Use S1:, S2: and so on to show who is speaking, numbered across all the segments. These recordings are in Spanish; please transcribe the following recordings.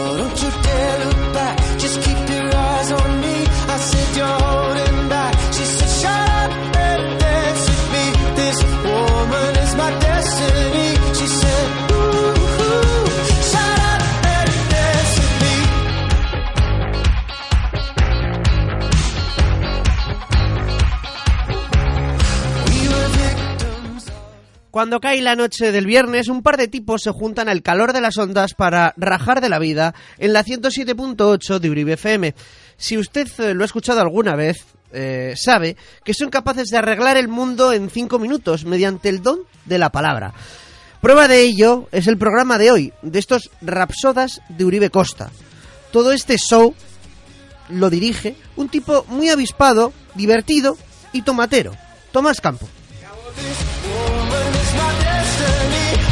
S1: Oh, don't you dare look back. Just keep your eyes on me. I said you're holding back. She said, shut up and dance with me. This woman is my destiny. She said, ooh, ooh, shut up and dance with me. We were victims of
S2: Cuando cae la noche del viernes, un par de tipos se juntan al calor de las ondas para rajar de la vida en la 107.8 de Uribe FM. Si usted eh, lo ha escuchado alguna vez, eh, sabe que son capaces de arreglar el mundo en cinco minutos mediante el don de la palabra. Prueba de ello es el programa de hoy, de estos Rapsodas de Uribe Costa. Todo este show lo dirige un tipo muy avispado, divertido y tomatero, Tomás Campo.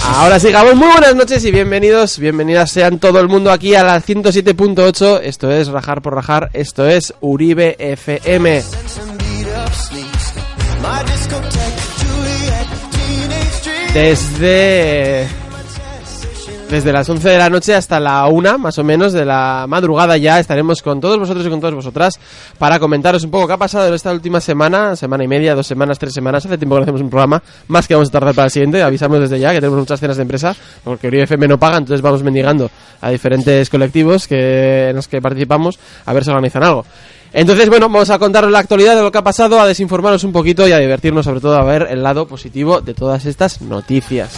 S3: Ahora sí, Gabón, muy buenas noches y bienvenidos, bienvenidas sean todo el mundo aquí a la 107.8. Esto es Rajar por Rajar, esto es Uribe FM.
S1: and some beat up sneaks. My discotheque, Juliet, teenage dream.
S3: Desde, desde las 11 de la noche hasta la 1, más o menos, de la madrugada ya estaremos con todos vosotros y con todas vosotras para comentaros un poco qué ha pasado en esta última semana, semana y media, dos semanas, tres semanas. Hace tiempo que no hacemos un programa, más que vamos a tardar para el siguiente. Avisamos desde ya que tenemos muchas cenas de empresa, porque Uribe FM no paga, entonces vamos mendigando a diferentes colectivos que, en los que participamos a ver si organizan algo. Entonces, bueno, vamos a contaros la actualidad de lo que ha pasado, a desinformaros un poquito y a divertirnos, sobre todo, a ver el lado positivo de todas estas noticias.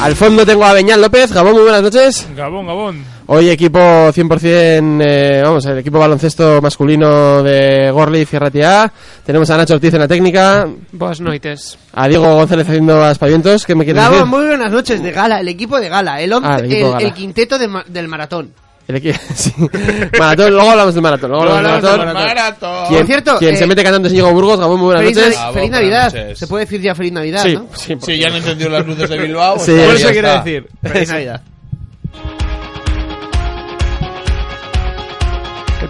S3: Al fondo tengo a Beñal López. Gabón, muy buenas noches.
S4: Gabón, Gabón.
S3: Hoy equipo 100%, eh, vamos, el equipo baloncesto masculino de Gorli y Fierratia. Tenemos a Nacho Ortiz en la técnica,
S5: Buenas noites.
S3: a Diego González haciendo aspavientos. ¿Qué me quieres
S2: Gabo,
S3: decir?
S2: muy buenas noches de gala, el equipo de gala, el, once-
S3: Ah, el equipo
S2: el-
S3: gala.
S2: el quinteto de ma- del maratón.
S3: El equi- sí. Maratón, luego hablamos del maratón. Luego hablamos del maratón.
S4: Maratón.
S3: ¿Quién,
S2: Por cierto,
S3: quién
S2: eh,
S3: se mete cantando es Íñigo Burgos. Gabón, muy buenas
S2: Feliz,
S3: noches.
S2: Navi-
S6: Gabo,
S2: feliz
S6: buenas
S2: Navidad,
S6: noches.
S2: se puede decir ya feliz Navidad,
S3: Sí,
S2: ¿no?
S3: sí, por-
S6: Sí, ya han encendido las luces de Bilbao.
S3: Sí.
S6: pues
S4: Por
S3: Ahí
S4: eso
S6: ya
S4: quiere
S6: está.
S4: decir.
S2: Feliz Navidad.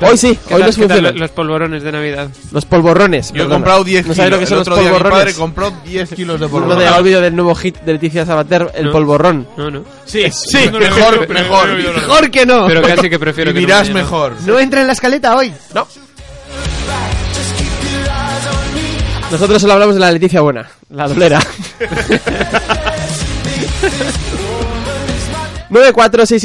S3: Hoy sí,
S5: ¿Qué tal-
S3: hoy nos
S5: qué tal
S3: funcionan.
S5: los polvorones de Navidad?
S3: Los polvorrones.
S6: Yo he
S3: perdona.
S6: comprado 10
S3: ¿No
S6: kilos.
S3: sabes lo que son
S6: el
S3: los
S6: otro día mi padre
S3: polvorrones?
S6: compró 10 kilos de
S3: No te
S6: polvorrones.
S3: hagas olvido del nuevo hit de Leticia Sabater, el
S5: No.
S3: polvorrón.
S5: No, no.
S6: Sí, sí, mejor, mejor.
S2: Mejor que no.
S5: Pero casi que prefiero que no
S6: Vivirás
S5: me llene.
S6: mejor.
S2: No entra en la escaleta hoy.
S3: No. Nosotros solo hablamos de la Leticia Buena, la dolera.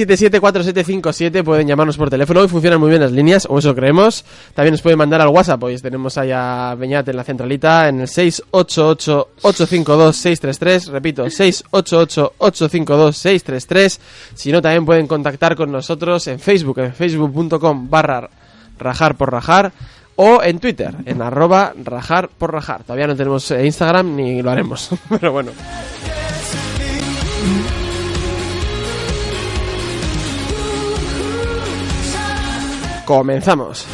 S3: 946774757 pueden llamarnos por teléfono y funcionan muy bien las líneas, o eso creemos. También nos pueden mandar al WhatsApp, hoy tenemos allá a Beñat en la centralita en el 688-852-633, repito, 688-852-633. Si no, también pueden contactar con nosotros en Facebook, en facebook.com barra rajar por rajar o en Twitter, en arroba rajar por rajar. Todavía no tenemos eh, Instagram ni lo haremos, pero bueno. Comenzamos.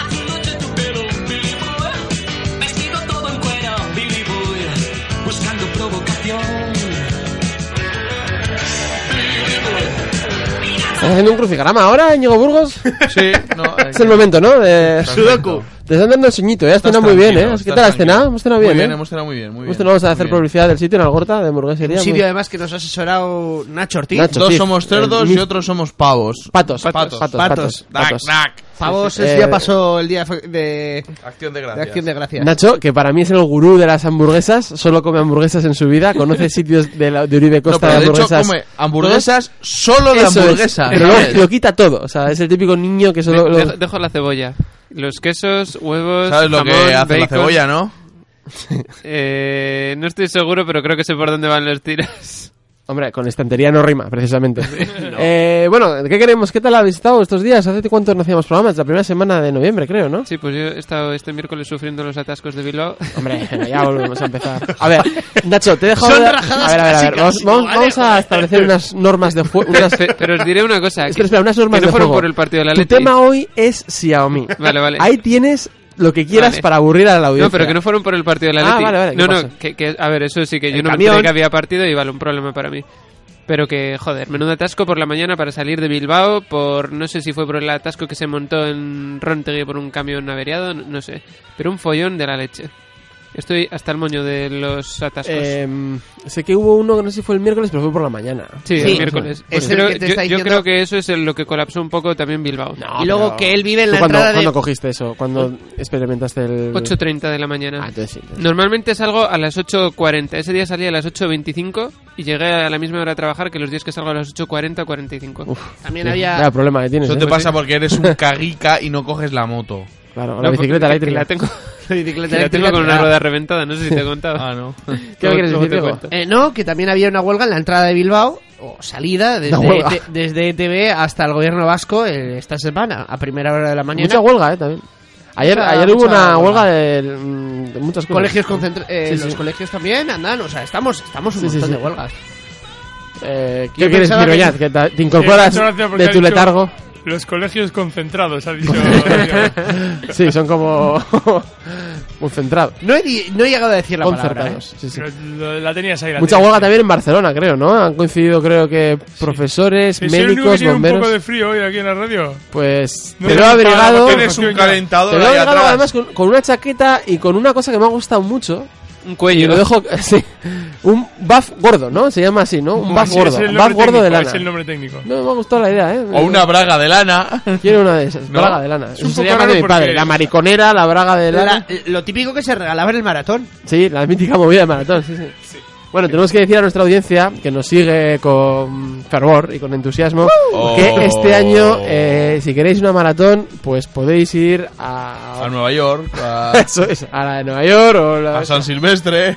S7: Anoche tu pelo, Billy Boy, vestido todo en cuero, Billy Boy, buscando provocación.
S3: ¿Estás haciendo un crucigrama ahora, Íñigo Burgos?
S6: Sí, no. eh,
S3: Es el momento, ¿no? De...
S6: Sudoku.
S3: Te están dando el sueñito, ¿eh? Has cenado muy bien, ¿eh? ¿Qué tal has cenado? Hemos cenado bien,
S6: Muy
S3: ¿eh?
S6: bien, hemos cenado muy bien, muy bien.
S3: Hemos cenado, vamos a
S6: Muy
S3: hacer
S6: bien.
S3: publicidad del sitio en Algorta, de hamburguesería.
S2: Un
S3: muy-
S2: sitio además que nos ha asesorado Nacho Ortiz.
S3: Nacho.
S6: Dos
S3: Sí,
S6: somos cerdos y
S3: el mis-
S6: otros somos pavos.
S3: Patos, patos,
S6: Patos.
S3: patos,
S2: Patos.
S3: patos.
S6: Dac,
S3: patos.
S6: dac.
S2: Pavos
S3: Sí, sí.
S2: es- ya
S3: Eh,
S2: pasó el día de, de
S6: Acción de gracias.
S2: Acción de Gracias.
S3: Nacho, que para mí es el gurú de las hamburguesas, solo come hamburguesas en su vida, conoce sitios de, la- de Uribe
S6: No,
S3: Costa
S6: pero
S3: de
S6: de hecho
S3: hamburguesas.
S6: come hamburguesas solo de
S3: Eso es,
S6: hamburguesa.
S3: pero
S6: ¿sabes?
S3: luego lo quita todo, o sea, es el típico niño que solo... lo-
S5: De- dejo, dejo la cebolla. Los quesos, huevos,
S6: ¿Sabes lo
S5: jamón,
S6: que hace la
S5: bacon.
S6: cebolla, no?
S5: Eh, no estoy seguro, pero creo que sé por dónde van los tiros.
S3: Hombre, con estantería no rima, precisamente. Eh, bueno, ¿qué queremos? ¿Qué tal habéis estado estos días? ¿Hace cuánto no hacíamos programas? La primera semana de noviembre, creo, ¿no?
S5: Sí, pues yo he estado este miércoles sufriendo los atascos de Bilbao.
S3: Hombre, ya volvemos a empezar. A ver, Nacho, te he dejado...
S4: Son
S3: de-
S4: rajadas
S3: a ver, a ver, a ver.
S4: casi,
S3: Vamos,
S4: casi,
S3: vamos-
S4: ¿vale?
S3: vamos a establecer unas normas de juego. Unas...
S5: Pe- ¿eh? Pero os diré una cosa.
S3: Espera,
S5: que-
S3: espera, unas normas
S5: que no
S3: de
S5: fueron
S3: juego.
S5: por el partido de la
S3: Tu
S5: Leti.
S3: tema hoy es Xiaomi.
S5: Vale, vale.
S3: Ahí tienes lo que quieras
S5: Vale.
S3: para aburrir a la audiencia.
S5: No, pero que no fueron por el partido de la
S3: Ah,
S5: Leti.
S3: vale, vale, ¿qué
S5: no,
S3: pasó?
S5: no, que, que- a ver, eso sí que yo
S3: El
S5: no me
S3: camión.
S5: enteré que había partido y vale, un problema para mí. Pero que, joder, menudo atasco por la mañana para salir de Bilbao, por no sé si fue por el atasco que se montó en Rontegui por un camión averiado, no- no sé. Pero un follón de la leche. Estoy hasta el moño de los atascos.
S3: Eh, sé que hubo uno que no sé si fue el miércoles, pero fue por la mañana.
S5: sí,
S2: sí.
S5: el miércoles.
S2: Es el
S5: Pero
S2: que te
S5: yo,
S2: está
S5: yo creo
S2: diciendo-
S5: que eso es el- lo que colapsó un poco también Bilbao.
S2: y luego que él vive en
S3: ¿Tú
S2: la
S3: cuándo,
S2: entrada de...
S3: cuándo cogiste eso? ¿Cuándo experimentaste el...?
S5: 8.30 de la mañana.
S3: Ah, entonces sí, entonces sí.
S5: Normalmente salgo a las 8.40. Ese día salí a las 8.25 y llegué a la misma hora a trabajar que los días que salgo a las 8.40 o 45.
S2: También
S3: Sí,
S2: había...
S3: vaya problema que tienes,
S6: Eso
S3: ¿eh?
S6: te pasa porque eres un caguica y no coges la moto.
S3: Claro, la
S5: No,
S3: bicicleta
S5: porque- que
S3: eléctrica.
S5: La tengo,
S2: La bicicleta
S5: que la tengo
S2: eléctrica
S5: con una
S2: tirada.
S5: rueda reventada, no sé si te he contado. ah, no.
S3: ¿Qué me quieres decir, Diego?
S2: Eh, no, que también había una huelga en la entrada de Bilbao, o salida, desde,
S3: Una huelga.
S2: ET desde ETB hasta el gobierno vasco eh, esta semana, a primera hora de la mañana.
S3: Mucha huelga, ¿eh? También. Ayer,
S2: Mucha-
S3: ayer hubo
S2: mucha
S3: una
S2: huelga.
S3: huelga de, mm, de muchas cosas.
S2: colegios concentra- eh,
S3: Sí,
S2: los
S3: sí.
S2: colegios también andan, o sea, estamos, estamos un
S3: Sí, sí,
S2: montón
S3: sí.
S2: de huelgas.
S3: Eh, ¿Qué
S4: Yo
S3: quieres,
S4: pensaba que-
S3: Miroyaz? Que, te, te
S4: Eh,
S3: incorporas
S4: muchas gracias porque
S3: de
S4: ha
S3: tu
S4: dicho-
S3: letargo.
S4: Los colegios concentrados, ha dicho. Diego.
S3: Sí, son como... muy centrados.
S2: No he, di- no he llegado a decir la palabra. ¿eh?
S3: Concertados. Sí, sí.
S4: Pero lo- la tenías ahí. La
S3: Mucha
S4: tenías.
S3: huelga también en Barcelona, creo, ¿no? Han coincidido, creo que, profesores,
S4: Sí, soy el único que
S3: médicos,
S4: tiene un
S3: bomberos.
S4: poco de frío hoy aquí en la radio.
S3: Pues
S4: No te
S3: te lo he
S4: he pagado
S3: abrigado.
S4: porque
S6: Tienes un
S4: Venga.
S3: Te
S6: calentador
S3: lo he
S6: ahí
S3: abrigado
S6: atrás.
S3: además con, con una chaqueta y con una cosa que me ha gustado mucho.
S5: Un
S3: Y
S5: cuello.
S3: lo dejo. sí, un buff gordo, ¿no? Se llama así, ¿no? Un buff
S4: Así
S3: gordo.
S4: Es el
S3: Un
S4: nombre
S3: buff gordo de
S4: técnico,
S3: lana.
S4: Es el nombre técnico.
S3: No me ha gustado la idea, ¿eh?
S6: O una braga de lana.
S3: Quiero una de esas.
S6: No.
S3: Braga de lana. Eso
S4: un
S3: sería
S4: poco
S3: más de
S4: raro
S3: mi padre.
S4: porque-
S3: La mariconera, la braga de lana.
S2: La- lo típico que se regalaba en el maratón.
S3: Sí, la mítica movida de maratón. sí, sí. Bueno, tenemos que decir a nuestra audiencia que nos sigue con fervor y con entusiasmo que
S6: Oh.
S3: este año, eh, si queréis una maratón, pues podéis ir a.
S6: A Nueva York, a,
S3: Eso es, a la de Nueva York o la,
S6: a San Silvestre.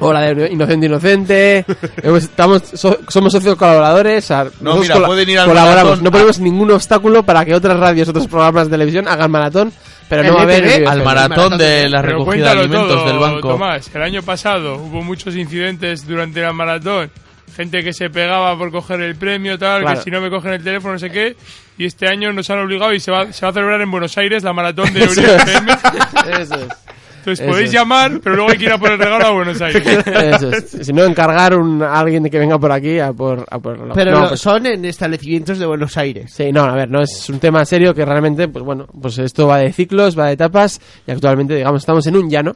S3: o la de Inocente Inocente. Hemos- Estamos, so- somos socios colaboradores. a- nosotros
S6: mira, pueden ir al
S3: colaboramos.
S6: maratón.
S3: No ponemos ningún obstáculo para que otras radios, otros programas de televisión hagan maratón, pero
S2: El
S3: no va a haber.
S2: ETV,
S3: el
S6: al
S3: BFM.
S6: maratón de la
S4: Pero
S6: recogida de
S4: cuéntalo
S6: alimentos
S4: todo,
S6: del banco.
S4: Tomás, el año pasado hubo muchos incidentes durante la maratón. Gente que se pegaba por coger el premio, tal,
S3: Claro.
S4: que si no me cogen el teléfono, no sé qué. Y este año nos han obligado y se va, se va a celebrar en Buenos Aires la maratón de
S3: Eso
S4: Eurico
S3: es.
S4: FM.
S3: Eso es.
S4: Entonces
S3: Eso
S4: podéis
S3: es.
S4: llamar, pero luego hay que ir a por el regalo a Buenos Aires.
S3: Eso es. Si no, encargar un- a alguien de que venga por aquí a por. A por la-
S2: Pero
S3: no,
S2: lo-
S3: pues-
S2: son en establecimientos de Buenos Aires.
S3: Sí, no, a ver, no es un tema serio que realmente, pues bueno, pues esto va de ciclos, va de etapas y actualmente, digamos, estamos en un llano.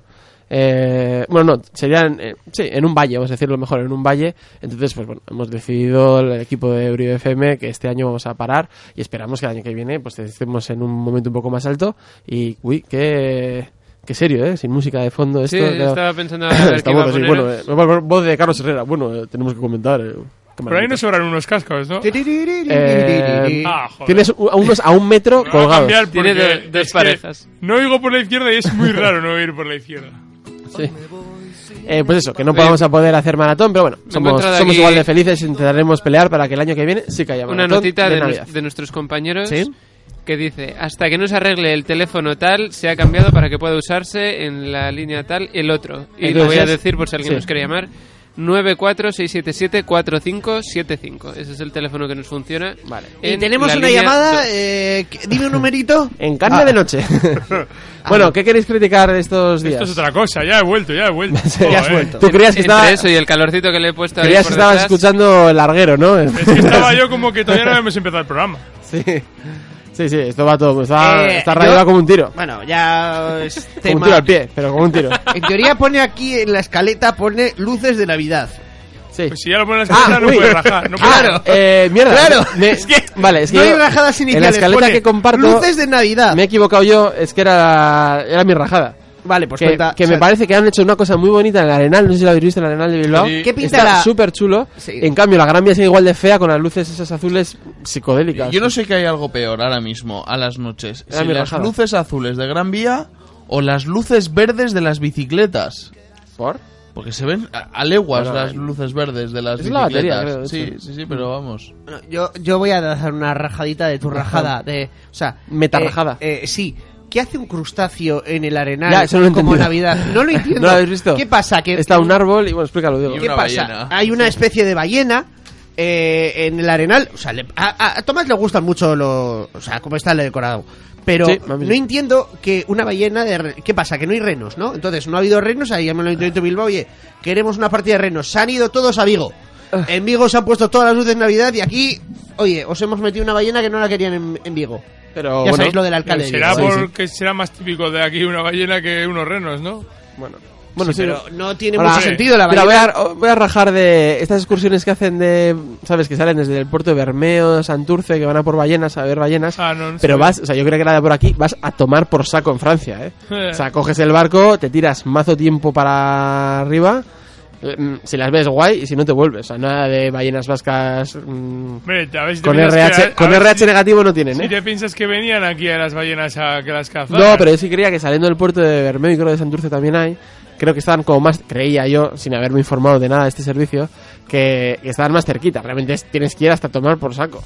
S3: Eh, bueno, no, serían, eh, sí, en un valle, vamos a decirlo mejor, en un valle. Entonces, pues bueno, hemos decidido el equipo de Euribe FM que este año vamos a parar y esperamos que el año que viene, pues estemos en un momento un poco más alto y, uy, qué, qué serio, ¿eh? Sin música de fondo esto.
S5: Sí,
S3: claro.
S5: estaba pensando a ver qué
S3: Estamos
S5: iba a
S3: así,
S5: poner.
S3: bueno, eh, vo- vo- voz de Carlos Herrera, bueno, eh, tenemos que comentar. eh, qué
S4: Por ahí
S3: maravilla.
S4: nos sobran unos cascos, ¿no?
S3: Eh,
S4: Ah, joder.
S3: Tienes u- a unos a un
S4: Me
S3: metro
S4: va a
S3: colgados.
S4: cambiar porque
S5: Tiene do- dos
S4: es que
S5: parejas.
S4: No oigo por la izquierda y es muy raro no oír por la izquierda.
S3: Sí. Eh, pues eso, que no vamos a poder hacer maratón, pero bueno, somos,
S5: encuentro de
S3: somos
S5: aquí-
S3: igual de felices y intentaremos pelear para que el año que viene sí que haya
S5: Una
S3: maratón
S5: notita
S3: de
S5: de,
S3: Navidad.
S5: nos- de nuestros compañeros
S3: Sí.
S5: que dice, hasta que no se arregle el teléfono tal, se ha cambiado para que pueda usarse en la línea tal el otro. Y lo voy a
S3: Entonces,
S5: decir por si alguien
S3: sí.
S5: nos quiere llamar. 946774575. Ese es el teléfono que nos funciona.
S3: Vale.
S2: Y
S5: en
S2: tenemos
S5: la
S2: una
S5: línea
S2: llamada,
S5: dos.
S2: eh, que- dime un numerito.
S3: En carne de noche. bueno, ¿qué queréis criticar de estos días?
S4: Esto es otra cosa, ya he vuelto, ya he vuelto.
S3: Ya has
S4: Joder.
S3: vuelto. Tú creías que,
S5: Entre
S3: estaba,
S5: eso y el calorcito que le he puesto ahí
S3: creías
S5: por
S3: que estabas
S5: detrás.
S3: escuchando el larguero, ¿no?
S4: Es que estaba yo como que todavía no habíamos empezado el programa.
S3: sí. sí, sí, esto va todo. Está,
S2: Eh,
S3: esta radio
S2: yo-
S3: va como un tiro.
S2: Bueno, ya es
S3: Como un
S2: tema-
S3: tiro al pie, pero como un tiro.
S2: En teoría pone aquí en la escaleta, pone luces de Navidad.
S3: Sí. Ah,
S4: Pues si ya lo ponen en la escalera no
S3: uy.
S4: puede rajar. No puede
S3: Ah,
S4: rajar.
S3: eh, mierda.
S2: Claro.
S3: Me-
S2: Es que
S3: vale, es que
S2: no hay
S3: yo-
S2: rajadas
S3: En
S2: iniciales.
S3: la escaleta
S2: pone
S3: que comparto
S2: Luces de Navidad.
S3: me he equivocado yo, es que era era mi rajada.
S2: Vale, pues
S3: que
S2: cuenta.
S3: que
S2: o
S3: me
S2: sea,
S3: parece que han hecho una cosa muy bonita en el Arenal, no sé si lo habéis visto en el Arenal de Bilbao.
S6: Sí.
S2: ¿Qué pinta
S3: Está
S2: la-
S3: súper chulo.
S2: Sí.
S3: En cambio, la Gran Vía sigue igual de fea con las luces esas azules psicodélicas.
S6: Yo no sé que hay algo peor ahora mismo, a las noches.
S3: Era
S6: Si
S3: mi
S6: las
S3: rajada.
S6: luces azules de Gran Vía o las luces verdes de las bicicletas.
S3: ¿Por?
S6: Porque se ven a, a leguas
S3: Bueno,
S6: las luces verdes de las
S3: es la batería,
S6: bicicletas.
S3: creo, de
S6: sí,
S3: hecho.
S6: sí, sí, pero vamos.
S2: Bueno, Yo, yo voy a dar una rajadita de tu rajada. De, o sea,
S3: Metarrajada.
S2: eh, eh, sí. ¿Qué hace un crustáceo en el arenal
S3: Ya, eso no lo he
S2: como
S3: entendido.
S2: Navidad? No lo entiendo.
S3: ¿No lo habéis visto?
S2: ¿Qué pasa? Que,
S3: Está un árbol y bueno, explícalo, Diego.
S6: Y
S2: ¿Qué
S6: una
S2: pasa?
S6: ballena.
S2: Hay una especie de ballena eh, en el arenal. O sea, le- a, a- a Tomás le gustan mucho lo, o sea, cómo está el decorado. Pero
S3: Sí, a mí sí.
S2: no entiendo que una ballena de... re- ¿Qué pasa? Que no hay renos, ¿no? Entonces, no ha habido renos, ahí ya me lo intento Bilbao, oye, queremos una partida de renos. Se han ido todos a Vigo.
S3: Ah.
S2: En Vigo se han puesto todas las luces de Navidad y aquí, oye, os hemos metido una ballena que no la querían en, en Vigo.
S3: Pero
S2: ya
S3: bueno,
S2: sabéis lo del alcalde. de
S4: eh, Será
S2: Vigo.
S3: Sí, sí.
S4: porque será más típico de aquí una ballena que unos renos, ¿no?
S3: bueno, bueno, sí,
S2: Pero no tiene
S3: Ahora,
S2: mucho
S4: sí.
S2: sentido la
S3: Mira,
S2: ballena.
S3: voy a, voy a rajar de estas excursiones que hacen de. ¿Sabes? Que salen desde el puerto de Bermeo, Santurce, que van a por ballenas, a ver ballenas.
S4: Ah, no, no
S3: pero
S4: sabía.
S3: vas, o sea, yo creo que era de por aquí, vas a tomar por saco en Francia, ¿eh? o sea, coges el barco, te tiras mazo tiempo para arriba. eh, mm, Si las ves guay y si no te vuelves, o sea, nada de ballenas vascas mm,
S4: Hombre, a ver si te
S3: con
S4: piensas que-
S3: RH,
S4: a- a
S3: con
S4: ver
S3: RH
S4: si-
S3: negativo no tienen,
S4: Si
S3: ¿eh?
S4: te piensas que venían aquí a las ballenas a que las cazaran.
S3: No, pero yo sí creía que saliendo del puerto de Bermeo y creo de Santurce también hay, creo que estaban como más, creía yo, sin haberme informado de nada de este servicio, que, que estaban más cerquita. Realmente es- tienes que ir hasta tomar por saco.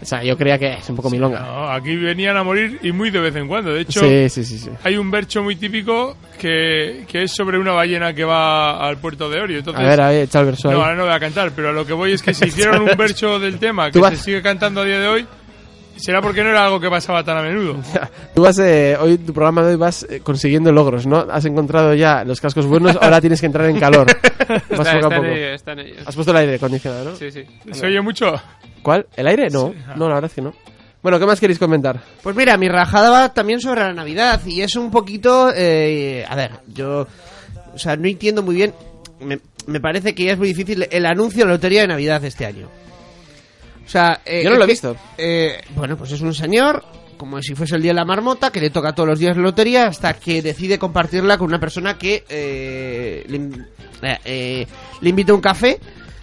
S3: O sea, yo creía que es un poco milonga.
S4: No, aquí venían a morir y muy de vez en cuando. De hecho,
S3: Sí, sí, sí, sí.
S4: hay un verso muy típico que, que es sobre una ballena que va al puerto de Orio.
S3: A
S4: Entonces,
S3: ver, a ver, echa el verso
S4: no,
S3: ahí.
S4: ahora no voy a cantar, pero a lo que voy es que si hicieron un verso del tema
S3: Tú
S4: que se
S3: vas-
S4: sigue cantando a día de hoy, será porque no era algo que pasaba tan a menudo.
S3: Tú vas, eh, hoy, tu programa de hoy vas eh, consiguiendo logros, ¿no? Has encontrado ya los cascos buenos, ahora tienes que entrar en calor. Vas
S5: Está,
S3: poco a
S5: está en
S3: poco.
S5: ello, está en ello.
S3: Has puesto el aire acondicionado, ¿no?
S5: Sí, sí.
S4: ¿Se oye mucho?
S3: ¿Cuál? ¿El aire? No, no, la verdad es que no. Bueno, ¿qué más queréis comentar?
S2: Pues mira, mi rajada va también sobre la Navidad y es un poquito... eh, a ver, yo... O sea, no entiendo muy bien... Me, me parece que ya es muy difícil el anuncio de la Lotería de Navidad de este año. O sea... eh,
S3: Yo no lo he
S2: que-
S3: visto.
S2: eh, bueno, pues es un señor, como si fuese el día de la marmota, que le toca todos los días la lotería hasta que decide compartirla con una persona que eh, le, in- eh, eh, le invita a un café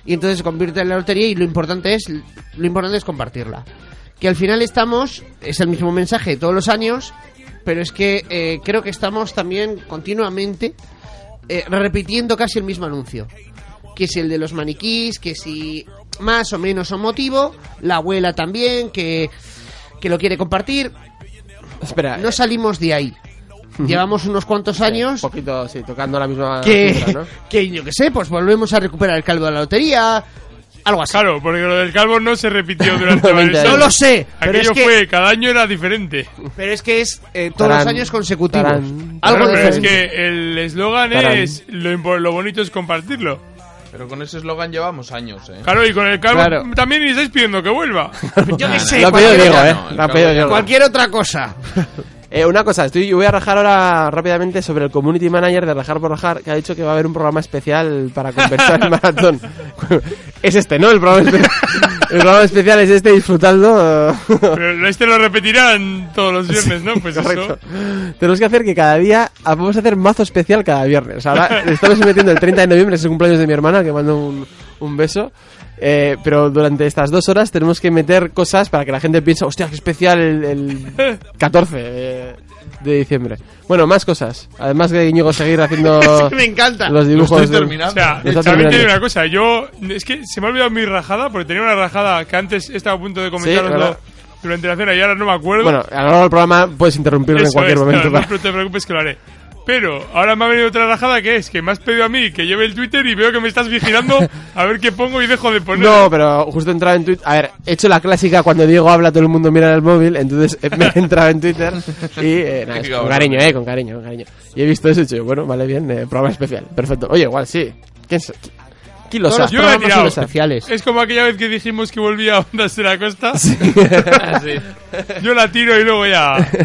S2: y entonces se convierte en la lotería y lo importante es lo importante es compartirla. Que al final estamos, es el mismo mensaje de todos los años, pero es que eh, creo que estamos también continuamente eh, repitiendo casi el mismo anuncio. Que si el de los maniquís, que si más o menos un motivo, la abuela también, que, que lo quiere compartir.
S3: Espera, eh.
S2: No salimos de ahí. Llevamos unos cuantos años
S3: Un poquito, sí, tocando la misma
S2: que,
S3: cifra, ¿no?
S2: que, yo que sé, pues volvemos a recuperar el calvo de la lotería, algo así.
S4: Claro, porque lo del calvo no se repitió durante varios
S3: No
S4: años.
S2: No lo sé, pero es,
S4: Aquello
S2: que,
S4: fue, cada año era diferente.
S2: pero es que es eh, todos los
S3: Tarán,
S2: años consecutivos.
S3: tarán,
S2: algo
S4: Claro, pero es
S2: diferente.
S4: que el eslogan
S3: Tarán.
S4: es lo, impo- lo bonito es compartirlo.
S6: Pero con ese eslogan llevamos años, ¿eh?
S4: Claro, y con el calvo
S3: Claro.
S4: también le estáis pidiendo que vuelva.
S2: Yo
S6: No,
S2: que
S6: no,
S2: sé,
S3: lo ha pedido
S2: cualquier,
S3: Diego,
S6: ya
S3: eh.
S6: no, el
S3: Lo ha
S6: cabo
S3: pedido
S6: ya
S3: Diego.
S2: cualquier otra cosa.
S3: Eh, una cosa, estoy, yo voy a rajar ahora rápidamente sobre el community manager de Rajar por Rajar, que ha dicho que va a haber un programa especial para compensar el maratón. es este, ¿no? El programa, espe- el programa especial es este, disfrutando.
S4: Pero este lo repetirán todos los viernes, ¿no? Pues eso.
S3: Correcto. Tenemos que hacer que cada día ah, vamos a hacer mazo especial cada viernes. Ahora le estamos metiendo el 30 de noviembre, es el cumpleaños de mi hermana, que mando un, un beso. Eh, pero durante estas dos horas tenemos que meter cosas para que la gente piense, hostia, qué especial el, el 14 de, de diciembre. Bueno, más cosas. Además que Íñigo seguir haciendo
S2: Me encanta.
S3: los dibujos.
S6: estoy
S3: de-
S4: O
S6: terminando.
S4: sea,
S3: Está
S4: también te
S3: terminando.
S4: digo una cosa. Yo, es que se me ha olvidado mi rajada, porque tenía una rajada que antes estaba a punto de comentar
S3: ¿verdad?
S4: durante la cena y ahora no me acuerdo.
S3: Bueno, a lo largo del programa puedes interrumpirlo en
S4: Eso
S3: cualquier
S4: es,
S3: momento.
S4: claro,
S3: para-
S4: no te preocupes que lo haré. Pero ahora me ha venido otra rajada que es que me has pedido a mí que lleve el Twitter y veo que me estás vigilando a ver qué pongo y dejo de poner.
S3: No, pero justo entraba en Twitter. A ver, he hecho la clásica cuando Diego habla, todo el mundo mira el móvil. Entonces eh, me he entrado en Twitter y. eh, nada, es con cariño, eh, con cariño, con cariño. Y he visto eso y he dicho, bueno, vale, bien, eh, programa especial. Perfecto. Oye, igual, sí. ¿Quién, sa- qui- ¿quién lo
S2: Todos
S3: sabe?
S4: Yo
S2: los
S4: lo he
S2: programas
S4: tirado.
S2: son especiales.
S4: Es como aquella vez que dijimos que volvía a Ondas de la Costa.
S5: Ah, sí.
S4: Yo la tiro y luego ya.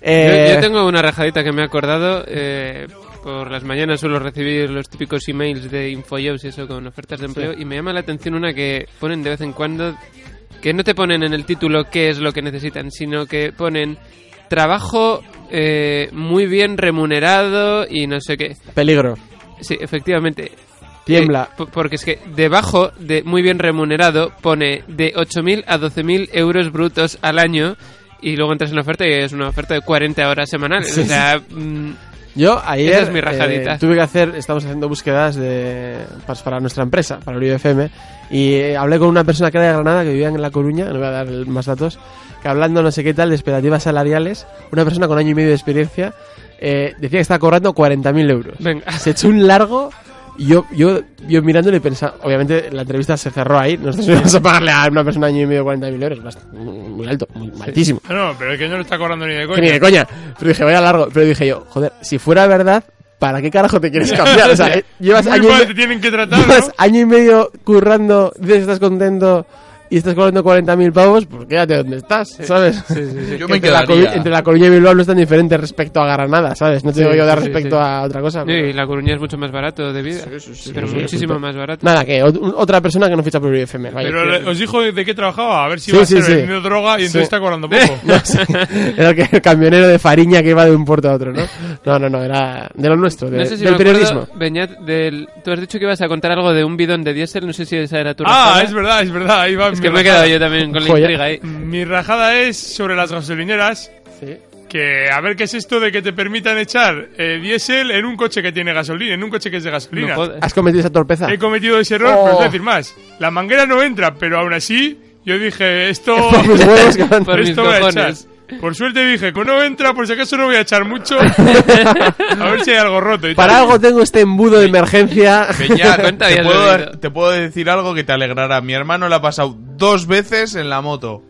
S3: Eh,
S5: Yo, yo tengo una rajadita que me he acordado. eh, por las mañanas suelo recibir los típicos emails de InfoJobs y eso con ofertas de empleo. Y me llama la atención una que ponen de vez en cuando, que no te ponen en el título qué es lo que necesitan, sino que ponen trabajo eh, muy bien remunerado y no sé qué.
S3: Peligro.
S5: Sí, efectivamente.
S3: Tiembla.
S5: Eh, po- porque es que debajo de muy bien remunerado pone de 8.000 a 12.000 euros brutos al año y luego entras en la oferta y es una oferta de 40 horas semanales. O sea, mm,
S3: Yo ayer
S5: Esa es mi rajadita.
S3: eh, tuve que hacer, estamos haciendo búsquedas de, pas- para nuestra empresa, para Uribe FM, y eh, hablé con una persona que era de Granada, que vivía en La Coruña, no voy a dar el- más datos, que hablando no sé qué tal de expectativas salariales, una persona con año y medio de experiencia eh, decía que estaba cobrando 40.000 euros.
S5: Venga.
S3: Se echó un largo... y Yo, yo, yo mirándole y pensaba, obviamente la entrevista se cerró ahí, nosotros íbamos a pagarle a una persona año y medio 40.000 euros, bast- muy alto, muy altísimo.
S4: Ah, No, pero es que no lo está cobrando ni de
S3: Que
S4: coña.
S3: ni de coña. Pero dije, vaya largo. Pero dije yo, joder, si fuera verdad, ¿para qué carajo te quieres cambiar? O sea, eh, llevas,
S4: Muy
S3: año
S4: mal
S3: y,
S4: te
S3: me-
S4: tienen que tratar,
S3: llevas
S4: ¿no?
S3: año y medio currando, dices que estás contento y estás cobrando 40.000 pavos, pues quédate donde estás, ¿sabes?
S6: Yo me
S3: entre, la
S6: quedaría.
S3: Coru- entre la Coruña y Bilbao no es tan diferente respecto a Granada, ¿sabes? No te digo yo dar
S5: sí,
S3: respecto
S5: sí.
S3: a otra cosa.
S5: Sí,
S3: pero-
S5: y La Coruña es mucho más barato de vida. pero
S3: sí,
S5: muchísimo
S3: absoluto.
S5: más barato.
S3: Nada, que ot- un- otra persona que no ficha por UFM. vaya.
S4: Pero le- os dijo de qué trabajaba, a ver si
S3: Sí,
S4: va a
S3: sí,
S4: ser
S3: sí.
S4: vendiendo droga y entonces
S3: Sí.
S4: está cobrando poco.
S3: No sé, era que el camionero de Fariña que iba de un puerto a otro, ¿no? No, no, no, era de lo nuestro, de-
S5: No sé si me
S3: del
S5: acuerdo,
S3: periodismo.
S5: Beñat, del, tú has dicho que ibas a contar algo de un bidón de diésel, no sé si esa era tu
S4: ah,
S5: rajada.
S4: es verdad, es verdad, ahí va
S5: Es
S4: mi
S5: que me he
S4: rajada.
S5: quedado yo también con la
S3: Joya.
S5: intriga ahí.
S4: Mi rajada es sobre las gasolineras.
S3: Sí.
S4: Que a ver qué es esto de que te permitan echar eh, diésel en un coche que tiene gasolina, en un coche que es de gasolina.
S5: No jodas.
S3: ¿Has cometido esa torpeza?
S4: He cometido ese error,
S3: Oh.
S4: pero os voy a decir más. La manguera no entra, pero aún así yo dije, esto,
S3: Por mis huevos, cabrón.
S5: Por mis
S4: esto voy a echar.
S5: cojones.
S4: Por suerte dije, que no entra, por si acaso no voy a echar mucho. a ver si hay algo roto. y tal.
S3: Para algo tengo este embudo de emergencia.
S6: Peña,
S5: Cuenta
S6: te,
S5: bien,
S6: puedo,
S5: Rodrigo.
S6: te puedo decir algo que te alegrará. Mi hermano la ha pasado dos veces en la moto.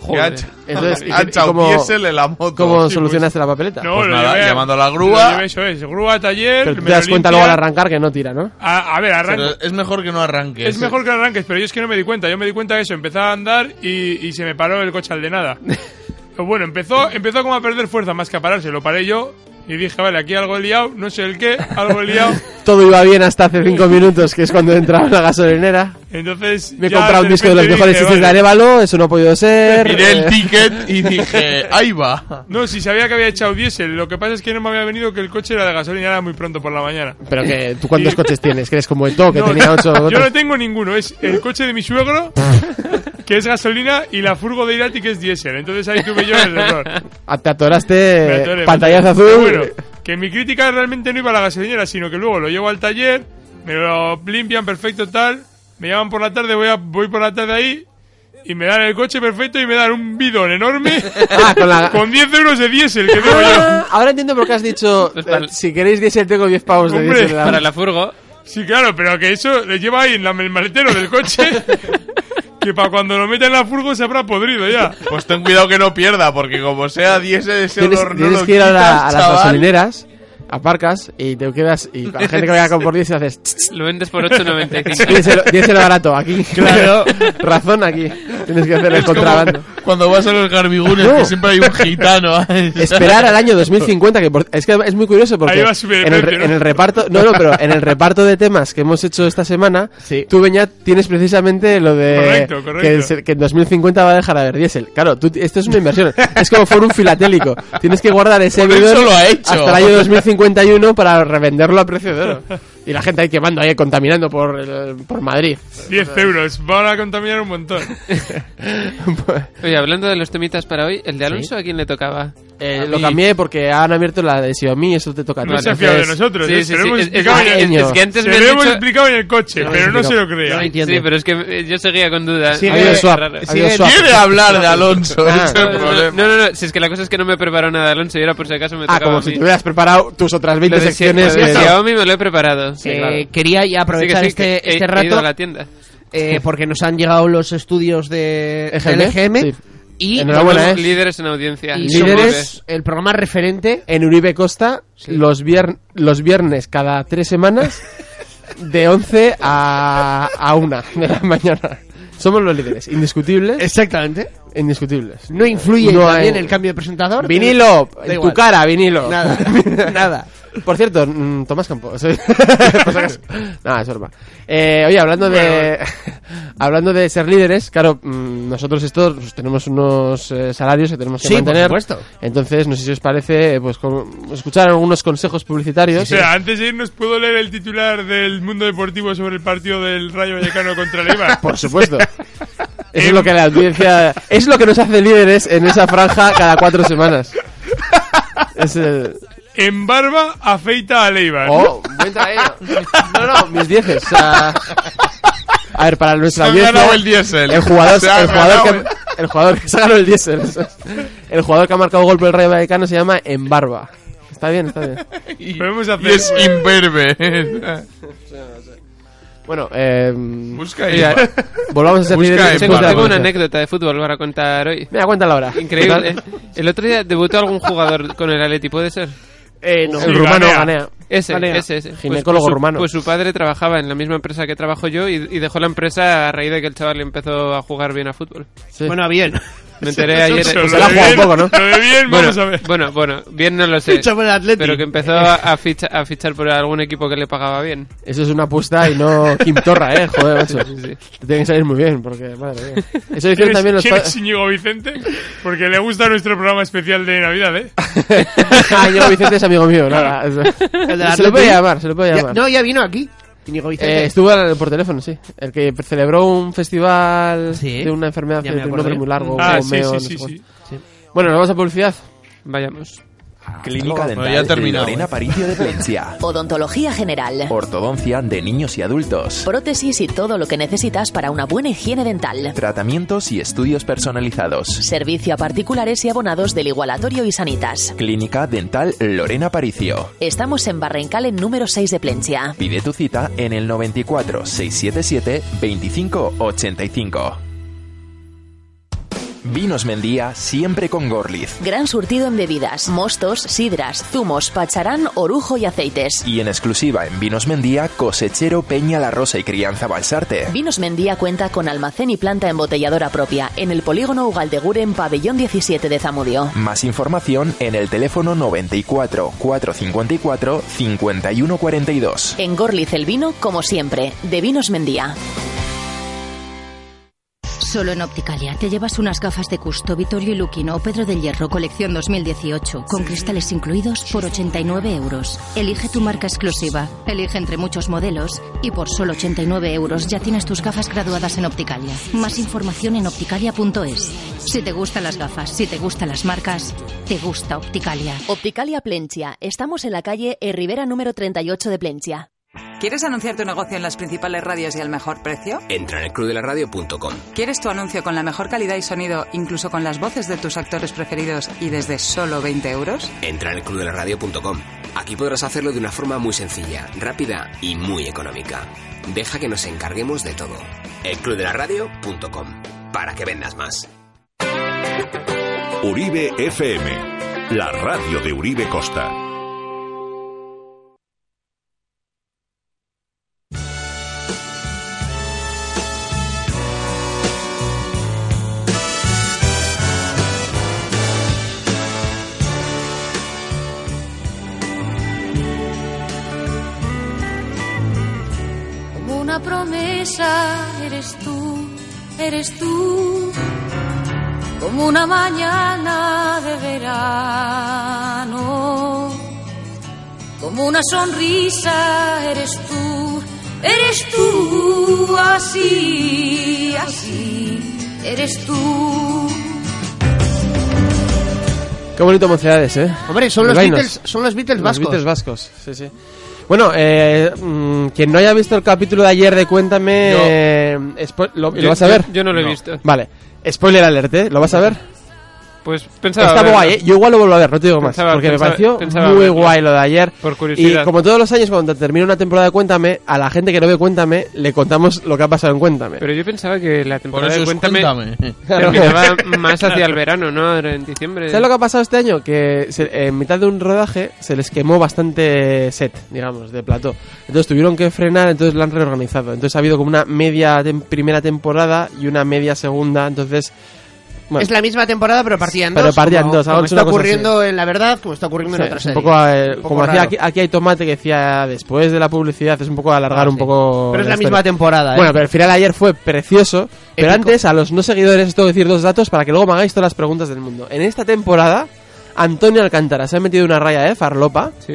S6: Que Ha
S5: Joder.
S6: hecho-
S3: Entonces, ¿y
S6: ha
S3: qué- y
S6: echado
S3: cómo-
S6: diésel en la moto.
S3: ¿Cómo
S4: Sí,
S3: solucionaste la papeleta?
S4: No,
S6: Pues
S4: lo
S6: nada,
S4: llevé a-
S6: llamando a la
S4: lo
S6: grúa.
S4: llevé, eso es, grúa, taller.
S3: Pero te
S4: me lo
S3: das cuenta
S4: limpia.
S3: luego al arrancar que no tira, ¿no?
S4: A, a ver, arranco.
S6: Pero es mejor que no arranques. eh.
S4: Es mejor que arranques, pero yo es que no me di cuenta. Yo me di cuenta de eso. Empezaba a andar y, y se me paró el coche al de nada. Pero bueno, empezó, empezó como a perder fuerza más que a pararse. Lo paré yo y dije, vale, aquí algo he liado, no sé el qué, algo he liado.
S3: Todo iba bien hasta hace cinco minutos, que es cuando entraba en la gasolinera.
S4: Entonces.
S3: Me he
S4: ya
S3: comprado un disco de los
S4: repente
S3: mejores
S4: dije,
S3: chistes de
S4: vale.
S3: Arevalo, eso no ha podido ser.
S6: Miré el
S3: eh,
S6: ticket y dije, ahí va.
S4: No, si sabía que había echado diésel. Lo que pasa es que no me había venido que el coche era de gasolina, era muy pronto por la mañana.
S3: Pero que, ¿tú cuántos
S4: Y-
S3: coches tienes? Que eres como Eto, que
S4: No,
S3: tenía ocho.
S4: Yo
S3: otros.
S4: no tengo ninguno. Es el coche de mi suegro, que es gasolina, y la furgo de Irati, que es diésel. Entonces ahí tuve yo el error.
S3: Ah, Te
S4: Me
S3: atoraste,
S4: atoré,
S3: eh, pantallazo
S4: me atoré.
S3: azul.
S4: Pero bueno, que mi crítica realmente no iba a la gasolinera, sino que luego lo llevo al taller, me lo limpian perfecto tal, me llaman por la tarde, voy, a- voy por la tarde ahí y me dan el coche perfecto y me dan un bidón enorme
S3: Ah, con la...
S4: con 10 euros de diésel que tengo yo.
S3: Ah, Ahora entiendo por qué has dicho,
S5: Pues para-
S3: eh, si queréis diésel tengo 10 pavos de
S4: Hombre,
S3: diésel. en la-
S5: Para la furgo.
S4: Sí, claro, pero que eso le lleva ahí en la- el maletero del coche. Que para cuando lo meta en la furgo se habrá podrido ya.
S6: Pues ten cuidado que no pierda, porque como sea 10 ese
S3: Tienes,
S6: olor, no
S3: tienes
S6: lo
S3: que ir a, la-
S6: quitas,
S3: a las
S6: chaval.
S3: gasolineras, aparcas y te quedas. Y con la gente que vaya con por 10 haces. tss, tss,
S5: Lo vendes por 8.95.
S3: Diéselo, diéselo barato, aquí. Claro. Razón aquí. Tienes que hacer el
S6: Es como
S3: contrabando.
S6: Cuando vas a los garbigunes,
S3: No.
S6: que siempre hay un gitano.
S3: Esperar al año 2050, que por- es que es muy curioso porque
S4: Ahí va a subir el
S3: en, el,
S4: precio,
S3: re- en
S4: ¿no?
S3: el reparto, no, no, pero en el reparto de temas que hemos hecho esta semana, tú Beñat tienes precisamente lo de
S4: Correcto, correcto.
S3: Que, se- que en 2050 va a dejar de haber diésel. Claro, tú- esto es una inversión, es como forum filatélico. Tienes que guardar ese
S6: Por eso
S3: bidón
S6: lo ha hecho.
S3: hasta el año 2051 para revenderlo a precio de oro. Y la gente ahí quemando, ahí contaminando por, el- por Madrid.
S4: 10 euros, van a contaminar un montón.
S5: Oye, hablando de los temitas para hoy, ¿el de Alonso a quién le tocaba?
S3: Eh, lo cambié porque han abierto la de Xiaomi, eso te toca a ti.
S4: No se ha fiado de
S3: Entonces,
S4: nosotros.
S5: Sí,
S4: ¿eh?
S5: sí,
S4: Se lo
S5: sí,
S4: hemos
S5: es- es-
S4: explicado en el-
S5: es- es que antes
S4: Se
S5: me
S4: lo
S5: has
S4: hemos
S5: dicho...
S4: explicado en el coche,
S3: lo
S4: pero
S3: hemos
S4: no se lo
S3: explicado.
S4: creía.
S2: No lo entiendo.
S5: Sí, pero es que eh, yo seguía con dudas.
S2: Sigue-
S3: Adiós, Suar.
S5: Raro.
S3: Adiós, Suar.
S6: Quiere hablar de Alonso,
S3: Ah.
S6: ese es el
S5: No,
S6: problema.
S5: no, no, si es que la cosa es que no me preparó nada Alonso y ahora por si acaso me
S3: Ah,
S5: tocaba
S3: como
S5: a
S3: si
S5: mí.
S3: te hubieras preparado tus otras
S5: Lo
S3: 20
S5: de,
S3: secciones.
S5: lo de
S3: que-
S5: Xiaomi me lo he preparado.
S2: Eh,
S3: claro.
S2: Quería ya
S5: Sí, que
S2: aprovechar
S5: sí,
S2: este,
S5: que he-
S2: este
S5: he
S2: rato
S5: ido a la tienda.
S2: eh, porque nos han llegado los estudios de
S3: EGM,
S2: LGM
S3: ¿E sí.
S2: y,
S3: Enhorabuena,
S5: Somos
S3: ¿eh?
S5: líderes en audiencia.
S2: y
S3: Líderes.
S2: somos el programa referente
S3: En Uribe Costa, los, vier- los viernes cada tres semanas, de 11 a, a 1 de la mañana. Somos los líderes, indiscutibles,
S2: Exactamente.
S3: indiscutibles.
S2: No influye
S3: No
S2: también
S3: hay-
S2: el cambio de presentador.
S3: Vinilo,
S2: Da
S3: en tu
S2: igual.
S3: cara, vinilo.
S2: Nada, nada.
S3: Por cierto, mm, Tomás Campo. soy- por si acaso. Nada, es broma. Eh, oye, hablando de hablando de ser líderes, claro, mm, nosotros estos pues, tenemos unos eh, salarios que tenemos que
S2: Sí, por
S3: mantener.
S2: supuesto.
S3: Entonces, no sé si os parece, eh, pues con- escuchar algunos consejos
S4: O
S3: publicitarios.
S4: sea, antes de irnos, ¿puedo leer el titular del Mundo Deportivo sobre el partido del Rayo Vallecano contra el Eibar?
S3: Por supuesto. Eso es lo que la audiencia. Es lo que nos hace líderes en esa franja cada cuatro semanas. Es el-
S4: En barba afeita a Leibar.
S3: Oh, buen traído. No, no, mis dieces. o sea, a ver, para nuestra
S6: Se ha ganado
S3: audiencia.
S6: el diésel.
S3: El jugador,
S6: Se ha
S3: el jugador
S6: ganado el-
S3: que, el jugador que se ganó el diésel. eso es. El jugador que ha marcado gol por el Rayo Vallecano se llama Embarba. Está bien, está bien.
S4: Podemos hacer.
S6: Y es imberbe.
S3: Bueno, eh,
S6: Busca
S3: mira,
S6: Embarba.
S3: volvamos a ser
S6: Busca
S3: líderes
S5: Tengo,
S3: después de la
S6: Embarba.
S5: tengo una
S3: pausa.
S5: anécdota de fútbol para contar hoy.
S3: Mira, cuéntala ahora.
S5: Increíble.
S3: Total,
S5: ¿eh? El otro día debutó algún jugador con el Atleti, ¿puede ser?
S2: Eh, no.
S4: Sí,
S3: El rumano
S4: Ganea.
S3: ganea.
S5: Ese,
S2: Vale.
S5: ese, ese. Pues-
S3: Ginecólogo
S5: pues su-
S3: rumano.
S5: Pues su padre trabajaba en la misma empresa que trabajo yo y, y dejó la empresa a raíz de que el chaval empezó a jugar bien a fútbol.
S3: Sí.
S2: Bueno, bien.
S5: Me enteré ayer.
S4: Eso,
S5: pues,
S4: lo
S3: la ha
S4: de
S3: jugado
S4: bien,
S3: un poco, ¿no?
S4: Lo de bien,
S5: bueno,
S4: vamos a ver.
S5: bueno, bueno, bien no lo sé.
S2: Ficha por el Atleti.
S5: Pero que empezó a, a ficha- a fichar por algún equipo que le pagaba bien.
S3: Eso es una apuesta y no Kim Torra, eh. Joder, macho.
S5: Sí, sí, sí.
S3: Te tiene que salir muy bien, porque madre mía. Eso
S4: ¿Quién
S3: dicen
S4: es,
S3: también los
S4: quién
S3: pa-
S4: es Íñigo Vicente? Porque le gusta nuestro programa especial de Navidad, ¿eh?
S3: Ah, Íñigo Vicente es amigo mío, nada.
S2: del
S3: Se lo puede
S2: Atleti.
S3: llamar, se lo puede
S2: Ya-
S3: llamar.
S2: no, ya vino aquí. Íñigo Vicente.
S3: Eh, estuvo al- por teléfono, sí. El que celebró un festival
S2: Sí.
S3: de una enfermedad
S2: Ya
S3: que
S2: me
S3: tiene un
S2: acuerdo
S3: nombre
S2: yo.
S3: muy largo.
S4: Ah,
S3: Homeo,
S4: sí, sí,
S3: no sé
S4: sí,
S3: cuánto.
S4: sí.
S3: Bueno, nos vamos a publicidad.
S5: Vayamos.
S3: Ah,
S8: Clínica Dental
S6: Bueno, ya ha terminado.
S8: Lorena Paricio de Plencia.
S9: Odontología general.
S8: Ortodoncia de niños y adultos.
S9: Prótesis y todo lo que necesitas para una buena higiene dental.
S8: Tratamientos y estudios personalizados.
S9: Servicio a particulares y abonados del igualatorio y sanitas.
S8: Clínica Dental Lorena Paricio.
S9: Estamos en Barrencal en número 6 de Plencia.
S8: Pide tu cita en el 94 677 2585. Vinos Mendía siempre con Gorliz.
S9: Gran surtido en bebidas, mostos, sidras, zumos, pacharán, orujo y aceites.
S8: Y en exclusiva en Vinos Mendía, cosechero Peña La Rosa y Crianza Balsarte.
S9: Vinos Mendía cuenta con almacén y planta embotelladora propia en el polígono Ugaldegur en pabellón 17 de Zamudio.
S8: Más información en el teléfono 94 454 5142.
S9: En Gorliz el vino, como siempre, de Vinos Mendía.
S10: Solo en Opticalia te llevas unas gafas de Custo, Vittorio y Luquino o Pedro del Hierro colección 2018 con cristales incluidos por 89 euros. Elige tu marca exclusiva, elige entre muchos modelos y por solo 89 euros ya tienes tus gafas graduadas en Opticalia. Más información en opticalia.es. Si te gustan las gafas, si te gustan las marcas, te gusta Opticalia.
S9: Opticalia Plencia. Estamos en la calle E. Rivera número 38 de Plencia.
S11: ¿Quieres anunciar tu negocio en las principales radios y al mejor precio?
S12: Entra en el clubdelaradio.com.
S11: ¿Quieres tu anuncio con la mejor calidad y sonido, incluso con las voces de tus actores preferidos y desde solo 20 euros?
S12: Entra en el clubdelaradio.com. Aquí podrás hacerlo de una forma muy sencilla, rápida y muy económica. Deja que nos encarguemos de todo. El clubdelaradio.com. Para que vendas más.
S1: Uribe FM, la radio de Uribe Costa.
S10: Como una promesa eres tú, eres tú. Como una mañana de verano. Como una sonrisa eres tú, eres tú. Así, así, eres tú.
S3: Qué bonito mocedades, eh.
S2: Hombre, son los,
S3: Vainos.
S2: Beatles, son los Beatles vascos.
S3: Los Beatles vascos, sí, sí. Bueno, eh, mm, quien no haya visto el capítulo de ayer de Cuéntame,
S6: Yo.
S3: eh, spo- lo, ¿lo
S5: Yo-
S3: vas a ver?
S5: Yo, yo no lo he
S6: No.
S5: visto.
S3: Vale, spoiler alert, ¿eh? ¿Lo vas a ver?
S5: Pues pensaba.
S3: Está
S5: verlo.
S3: guay, ¿eh? Yo igual lo vuelvo a ver, no te digo más.
S5: Pensaba-
S3: porque
S5: pensaba-
S3: me pareció
S5: pensaba
S3: muy
S5: verlo.
S3: guay lo de ayer.
S5: Por curiosidad.
S3: Y como todos los años, cuando termina una temporada de Cuéntame, a la gente que no ve Cuéntame, le contamos lo que ha pasado en Cuéntame.
S5: Pero yo pensaba que la
S6: Por
S5: temporada
S6: eso
S5: de
S6: es
S5: Cuéntame
S6: cuéntame.
S5: terminaba más hacia el verano, ¿no? Era En diciembre.
S3: ¿Sabes lo que ha pasado este año? Que se- en mitad de un rodaje se les quemó bastante set, digamos, de plató. Entonces tuvieron que frenar, entonces lo han reorganizado. Entonces ha habido como una media tem- primera temporada y una media segunda, entonces... bueno,
S2: Es la misma temporada, pero partían dos.
S3: Pero partían
S2: como,
S3: dos, algo
S2: como
S3: es
S2: está
S3: una cosa
S2: ocurriendo en la verdad, como está ocurriendo
S3: sí,
S2: en otras
S3: es un
S2: series.
S3: poco, eh,
S2: Un poco
S3: como hacía
S2: raro.
S3: aquí, aquí hay tomate que decía después de la publicidad, es un poco alargar
S2: Ah,
S3: un
S2: sí.
S3: poco...
S2: Pero es la misma
S3: historia.
S2: temporada, ¿eh?
S3: Bueno, pero el final ayer fue precioso. Pero
S2: Épico.
S3: antes, a los no seguidores, os tengo que decir dos datos para que luego me hagáis todas las preguntas del mundo. En esta temporada, Antonio Alcántara se ha metido una raya de farlopa
S5: Sí,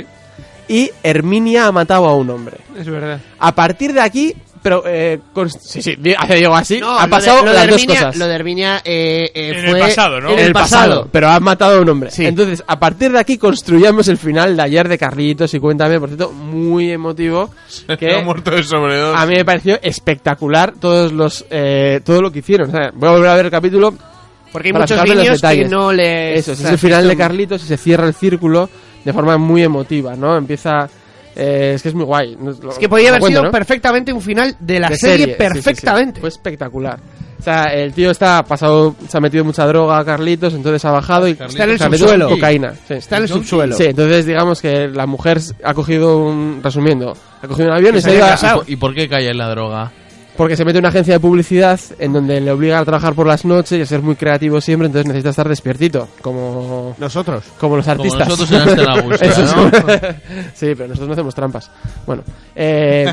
S3: y Herminia ha matado a un hombre.
S5: es verdad.
S3: A partir de aquí, pero eh, con- sí, sí, di- digo así,
S2: No,
S3: ha
S2: lo
S3: pasado
S2: de, lo de
S3: las dos
S2: Herminia-
S3: cosas.
S2: Lo de Herminia eh, eh,
S4: En
S2: fue...
S4: el pasado, ¿no?
S2: En el, pasado.
S3: Pero has matado a un hombre. Entonces, a partir de aquí construyamos el final de ayer de Carlitos y cuéntame, por cierto, muy emotivo. que
S6: Ha muerto de sobredosis.
S3: A mí me pareció espectacular todos los, eh, todo lo que hicieron. O sea, voy a volver a ver el capítulo.
S2: Porque hay
S3: para
S2: muchos
S3: fijarme en los
S2: niños que
S3: detalles.
S2: no les...
S3: Eso, ese es el final de Carlitos y se cierra el círculo de forma muy emotiva, ¿no? Empieza. eh, es que es muy guay.
S2: Es que podía haber sido perfectamente un final de la serie, perfectamente.
S3: Fue espectacular. O sea, el tío está ha pasado, se ha metido mucha droga a Carlitos, entonces ha bajado y
S2: Está en el
S3: Carlitos
S2: subsuelo.
S3: con cocaína. sí.
S2: Está en el subsuelo.
S3: Sí, entonces digamos que la mujer ha cogido un, resumiendo, ha cogido un avión y
S6: Que
S3: se
S6: se
S3: ha ido
S6: haya
S3: a-
S6: casado. ¿Y por qué cae en la droga?
S3: porque se mete en una agencia de publicidad en donde le obliga a trabajar por las noches y a ser muy creativo siempre, entonces necesita estar despiertito, como
S13: nosotros,
S3: como los
S13: Como
S3: artistas.
S13: nosotros en Hasta la Búsqueda,
S3: Eso es.
S13: ¿no?
S3: sí, pero nosotros no hacemos trampas. Bueno, eh,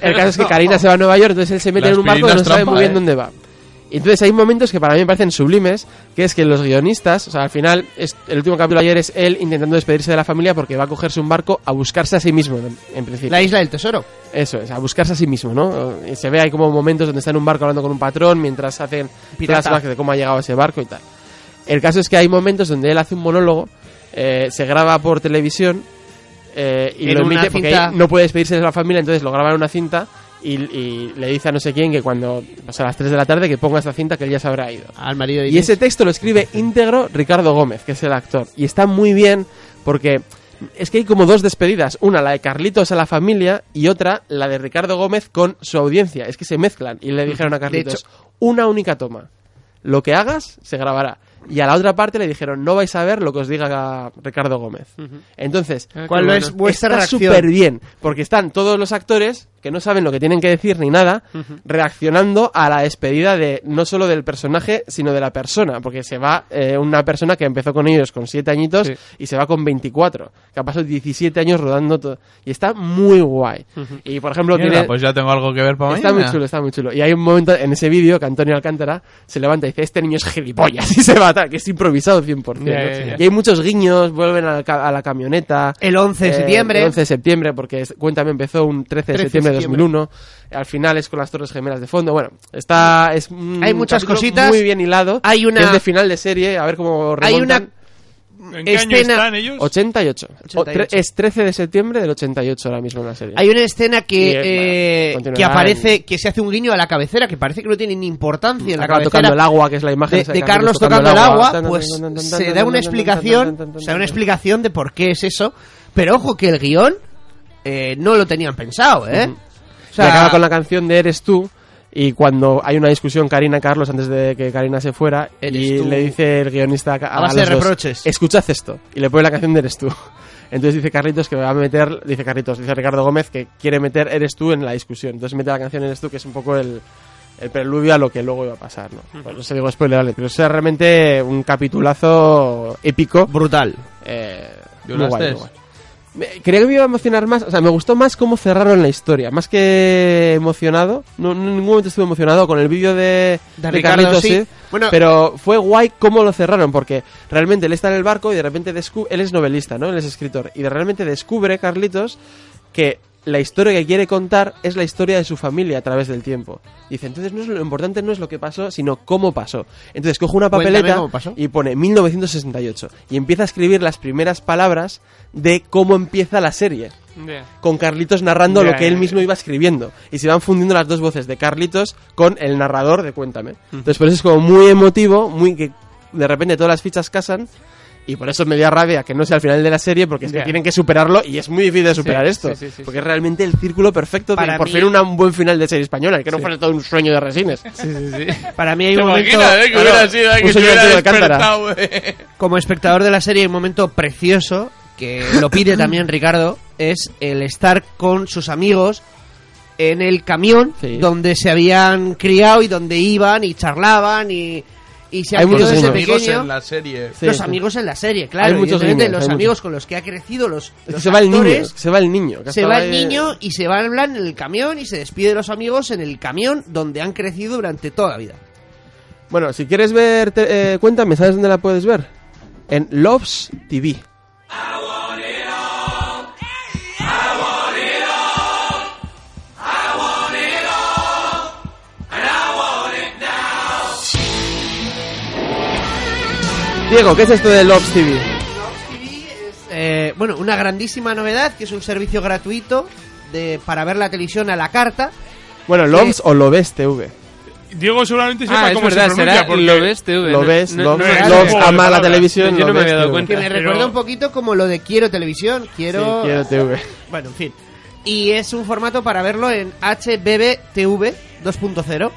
S3: el caso es que Karina se va a Nueva York, entonces él se mete
S6: La
S3: en un barco y no
S6: aspirina
S3: sabe
S6: es trampa,
S3: muy bien
S6: ¿eh?
S3: dónde va. Y Entonces hay momentos que para mí me parecen sublimes, que es que los guionistas, o sea, al final, es, el último capítulo de ayer es él intentando despedirse de la familia porque va a cogerse un barco a buscarse a sí mismo, en, en principio.
S2: La isla del tesoro.
S3: Eso es, a buscarse a sí mismo, ¿no? Y se ve ahí como momentos donde está en un barco hablando con un patrón mientras hacen
S2: Pirata.
S3: flashbacks de cómo ha llegado a ese barco y tal. El caso es que hay momentos donde él hace un monólogo, eh, se graba por televisión eh, y
S2: En
S3: lo
S2: una
S3: emite porque
S2: cinta-
S3: ahí no puede despedirse de la familia, entonces lo graba en una cinta y, y le dice a no sé quién que cuando, o sea, a las 3 de la tarde que ponga esta cinta que él ya se habrá ido.
S2: Al marido de
S3: Y
S2: Inés.
S3: ese texto lo escribe íntegro Ricardo Gómez, que es el actor. Y está muy bien porque es que hay como dos despedidas. Una, la de Carlitos a la familia y otra, la de Ricardo Gómez con su audiencia. Es que se mezclan y le dijeron a
S2: De
S3: Carlitos,
S2: hecho-
S3: una única toma. Lo que hagas, se grabará. Y a la otra parte le dijeron, no vais a ver lo que os diga Ricardo Gómez. Entonces,
S2: Ah, qué ¿Cuál bueno. es vuestra
S3: está
S2: reacción?
S3: súper bien, porque están todos los actores que no saben lo que tienen que decir ni nada, reaccionando a la despedida de no solo del personaje, sino de la persona, porque se va eh, una persona que empezó con ellos con 7 añitos y se va con 24, que ha pasado 17 años rodando todo. Y está muy guay. Y por ejemplo,
S6: Mierda,
S3: tiene-
S6: pues ya tengo algo que ver para
S3: Está
S6: mañana.
S3: muy chulo, está muy chulo. Y hay un momento en ese vídeo que Antonio Alcántara se levanta y dice, este niño es gilipollas y se va a tal, que es improvisado 100%.
S2: Ya,
S3: ¿no?
S2: ya, ya.
S3: Y hay muchos guiños, vuelven a la, ca- a la camioneta. Eh,
S2: El 11 de septiembre.
S3: El 11 de septiembre, porque es- Cuéntame empezó un 13 de
S2: 13 de
S3: septiembre de
S2: septiembre.
S3: 2001. Al final es con las Torres Gemelas de fondo. Bueno, está... Es un
S2: Hay muchas
S3: capítulo
S2: cositas.
S3: Muy bien hilado.
S2: Hay una-
S3: que Es de final de serie, a ver cómo
S2: Hay
S3: remontan.
S2: una escena-
S3: 88. O tre-
S2: 88.
S3: es 13 de septiembre del 88 ahora mismo en la serie.
S2: Hay una escena
S3: Y,
S2: que,
S3: bueno,
S2: eh, que
S3: continuará
S2: aparece, que se hace un guiño a la cabecera, que parece que no tiene ni importancia en la
S3: Acaba
S2: cabecera.
S3: tocando el agua, que es la imagen
S2: de,
S3: esa
S2: de Carlos tocando el agua, pues se da una explicación, se da una explicación de por qué es eso, pero ojo que el guión eh, no lo tenían pensado, ¿eh?
S3: Ujú.
S2: O
S3: Y
S2: sea,
S3: acaba con la canción de Eres tú. Y cuando hay una discusión Karina Carlos antes de que Karina se fuera y
S2: tú.
S3: le dice el guionista a, a
S2: A base
S3: los
S2: de
S3: dos,
S2: reproches.
S3: escuchad esto y le pone la canción de Eres tú. Entonces dice Carlitos que va a meter, dice Carlitos, dice Ricardo Gómez que quiere meter Eres tú en la discusión. Entonces mete la canción Eres tú que es un poco el, el preludio a lo que luego iba a pasar, ¿no? Bueno, no se digo spoilerable, pero es realmente un capitulazo épico.
S2: Brutal. Eh,
S3: muy guay, muy guay. Me- Creía que me iba a emocionar más, o sea, me gustó más cómo cerraron la historia, más que emocionado. No, no- en ningún momento estuve emocionado con el vídeo de,
S2: De
S3: de
S2: Ricardo,
S3: Carlitos,
S2: sí.
S3: sí.
S2: Bueno-
S3: pero fue guay cómo lo cerraron, porque realmente él está en el barco y de repente descu- él es novelista, ¿no? Él es escritor. Y de realmente descubre, Carlitos, que la historia que quiere contar es la historia de su familia a través del tiempo. Dice, entonces no es lo importante no es lo que pasó, sino cómo pasó. Entonces coge una
S2: Cuéntame
S3: papeleta
S2: cómo pasó.
S3: y pone 1968 y empieza a escribir las primeras palabras de cómo empieza la serie con Carlitos narrando
S5: Ya,
S3: lo que él
S5: ya,
S3: mismo iba escribiendo. Y se van fundiendo las dos voces de Carlitos con el narrador de Cuéntame. Entonces, por eso es como muy emotivo, muy que de repente todas las fichas casan. Y por eso me dio rabia que no sea al final de la serie, porque es que
S2: Ya.
S3: tienen que superarlo y es muy difícil de
S2: Sí,
S3: superar
S2: sí,
S3: esto.
S2: sí, sí,
S3: porque es realmente el círculo perfecto de
S2: Para
S3: por
S2: mí-
S3: fin una- un buen final de serie española, y que no fuera todo un sueño de resines.
S2: Para mí hay
S3: ¿Te
S2: un momento...
S3: imaginas, eh, que
S2: Claro,
S3: hubiera sido, eh, que
S2: un
S3: se
S2: señor
S3: hubiera
S2: Antonio Alcántara.
S3: despertado,
S6: ¿eh?
S2: Como espectador de la serie hay un momento precioso que Eh, lo pide también Ricardo, es el estar con sus amigos en el camión donde se habían criado y donde iban y charlaban y, y se
S3: Hay
S2: han criado
S3: muchos
S2: desde
S3: amigos
S2: pequeño.
S6: en la serie.
S2: los
S3: Sí, sí.
S2: amigos en la serie, claro.
S3: Hay muchos
S2: evidentemente,
S3: guiños,
S2: los
S3: hay
S2: amigos con los que ha crecido, los,
S3: Es que
S2: los
S3: se va el niño,
S2: actores,
S3: es que se va el niño. que
S2: se
S3: estaba
S2: va el
S3: ahí-
S2: niño y se van en el camión y se despide de los amigos en el camión donde han crecido durante toda la vida.
S3: Bueno, si quieres ver, te- eh, cuéntame, ¿sabes dónde la puedes ver? En Loves TV.
S1: I want it all.
S3: Diego, ¿qué es esto de Love TV?
S2: Eh, bueno, una grandísima novedad, que es un servicio gratuito de, para ver la televisión a la carta.
S3: Bueno, Lobs o Lobes TV.
S4: Diego seguramente sepa
S5: Ah, es
S4: cómo
S5: verdad,
S4: se pronuncia.
S5: será
S4: porque-
S5: Lobes TV,
S3: Lo ves, Lobs,
S5: no era-
S3: Lobs
S5: no era-
S3: ama la
S5: no,
S3: televisión.
S5: yo no me
S3: Lobes
S5: había dado
S3: TV.
S5: cuenta.
S2: Que me recuerda un eh, poquito como lo de Quiero Televisión, quiero...
S3: Sí, quiero TV.
S2: Bueno, en fin. Y es un formato para verlo en HBBTV 2.0,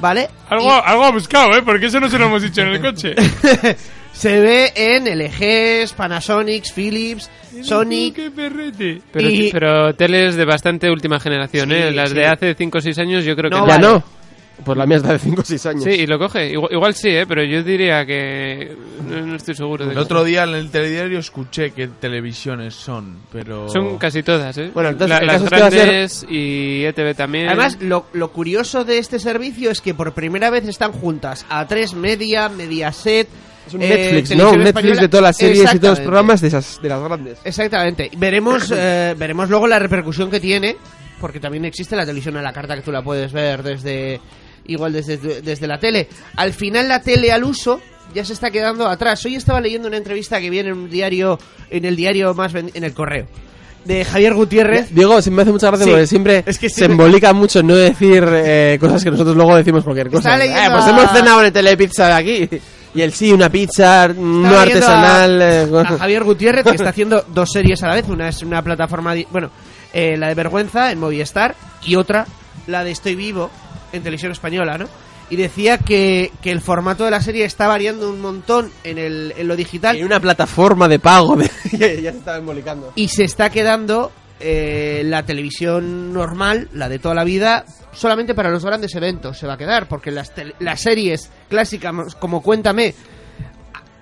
S2: ¿vale?
S4: Algo, algo ha buscado, ¿eh? Porque eso no se lo hemos dicho en el coche.
S2: Se ve en LGs, Panasonic, Philips, Sony...
S4: ¡Qué perrete!
S5: Pero,
S2: Y-
S5: pero teles de bastante última generación,
S2: Sí,
S5: ¿eh? Las
S2: sí.
S5: de hace 5 o 6 años yo creo que...
S2: No,
S3: Ya
S2: vale.
S3: no. Pues la mía es la de 5 o 6 años.
S5: Sí, y lo coge. Igual, igual sí, ¿eh? Pero yo diría que... No, no estoy seguro. de
S6: El
S5: que-
S6: otro día en el telediario escuché qué televisiones son, pero...
S5: Son casi todas, ¿eh?
S3: Bueno, entonces,
S5: La-
S3: el
S5: las
S3: caso es que va a ser-
S5: grandes y ETV también.
S2: Además, lo, lo curioso de este servicio es que por primera vez están juntas a 3 Media, Mediaset...
S3: Es un
S2: eh,
S3: Netflix, ¿no?
S2: Televisión
S3: Un Netflix
S2: Española.
S3: de todas las series y todos los
S2: Exactamente.
S3: programas de, esas, de las grandes.
S2: Exactamente. Veremos, eh, veremos luego la repercusión que tiene, porque también existe la televisión a la carta que tú la puedes ver desde igual desde, tu- desde la tele. Al final la tele al uso ya se está quedando atrás. Hoy estaba leyendo una entrevista que viene en un diario, en el diario más ven- en el correo de Javier Gutiérrez.
S3: Diego, se me hace mucha gracia
S2: Sí.
S3: porque siempre
S2: Es que sí
S3: se
S2: me-
S3: embolica mucho no decir eh, cosas que nosotros luego decimos cualquier cosa.
S2: Estaba leyendo
S3: Eh, pues
S2: a-
S3: hemos cenado en Telepizza de aquí. Y el sí, una pizza no
S2: Estaba leyendo
S3: artesanal. eh,
S2: A,
S3: bueno.
S2: a Javier Gutiérrez que está haciendo dos series a la vez. Una es una plataforma, di- bueno, eh, la de vergüenza en Movistar y otra la de Estoy vivo en televisión española, ¿no? Y decía que, que el formato de la serie está variando un montón en, el, en lo digital
S3: Y una plataforma de pago. de- ya, ya se estaba embolicando.
S2: y se está quedando eh, la televisión normal, la de toda la vida, solamente para los grandes eventos se va a quedar, porque las, tel- las series clásicas como Cuéntame,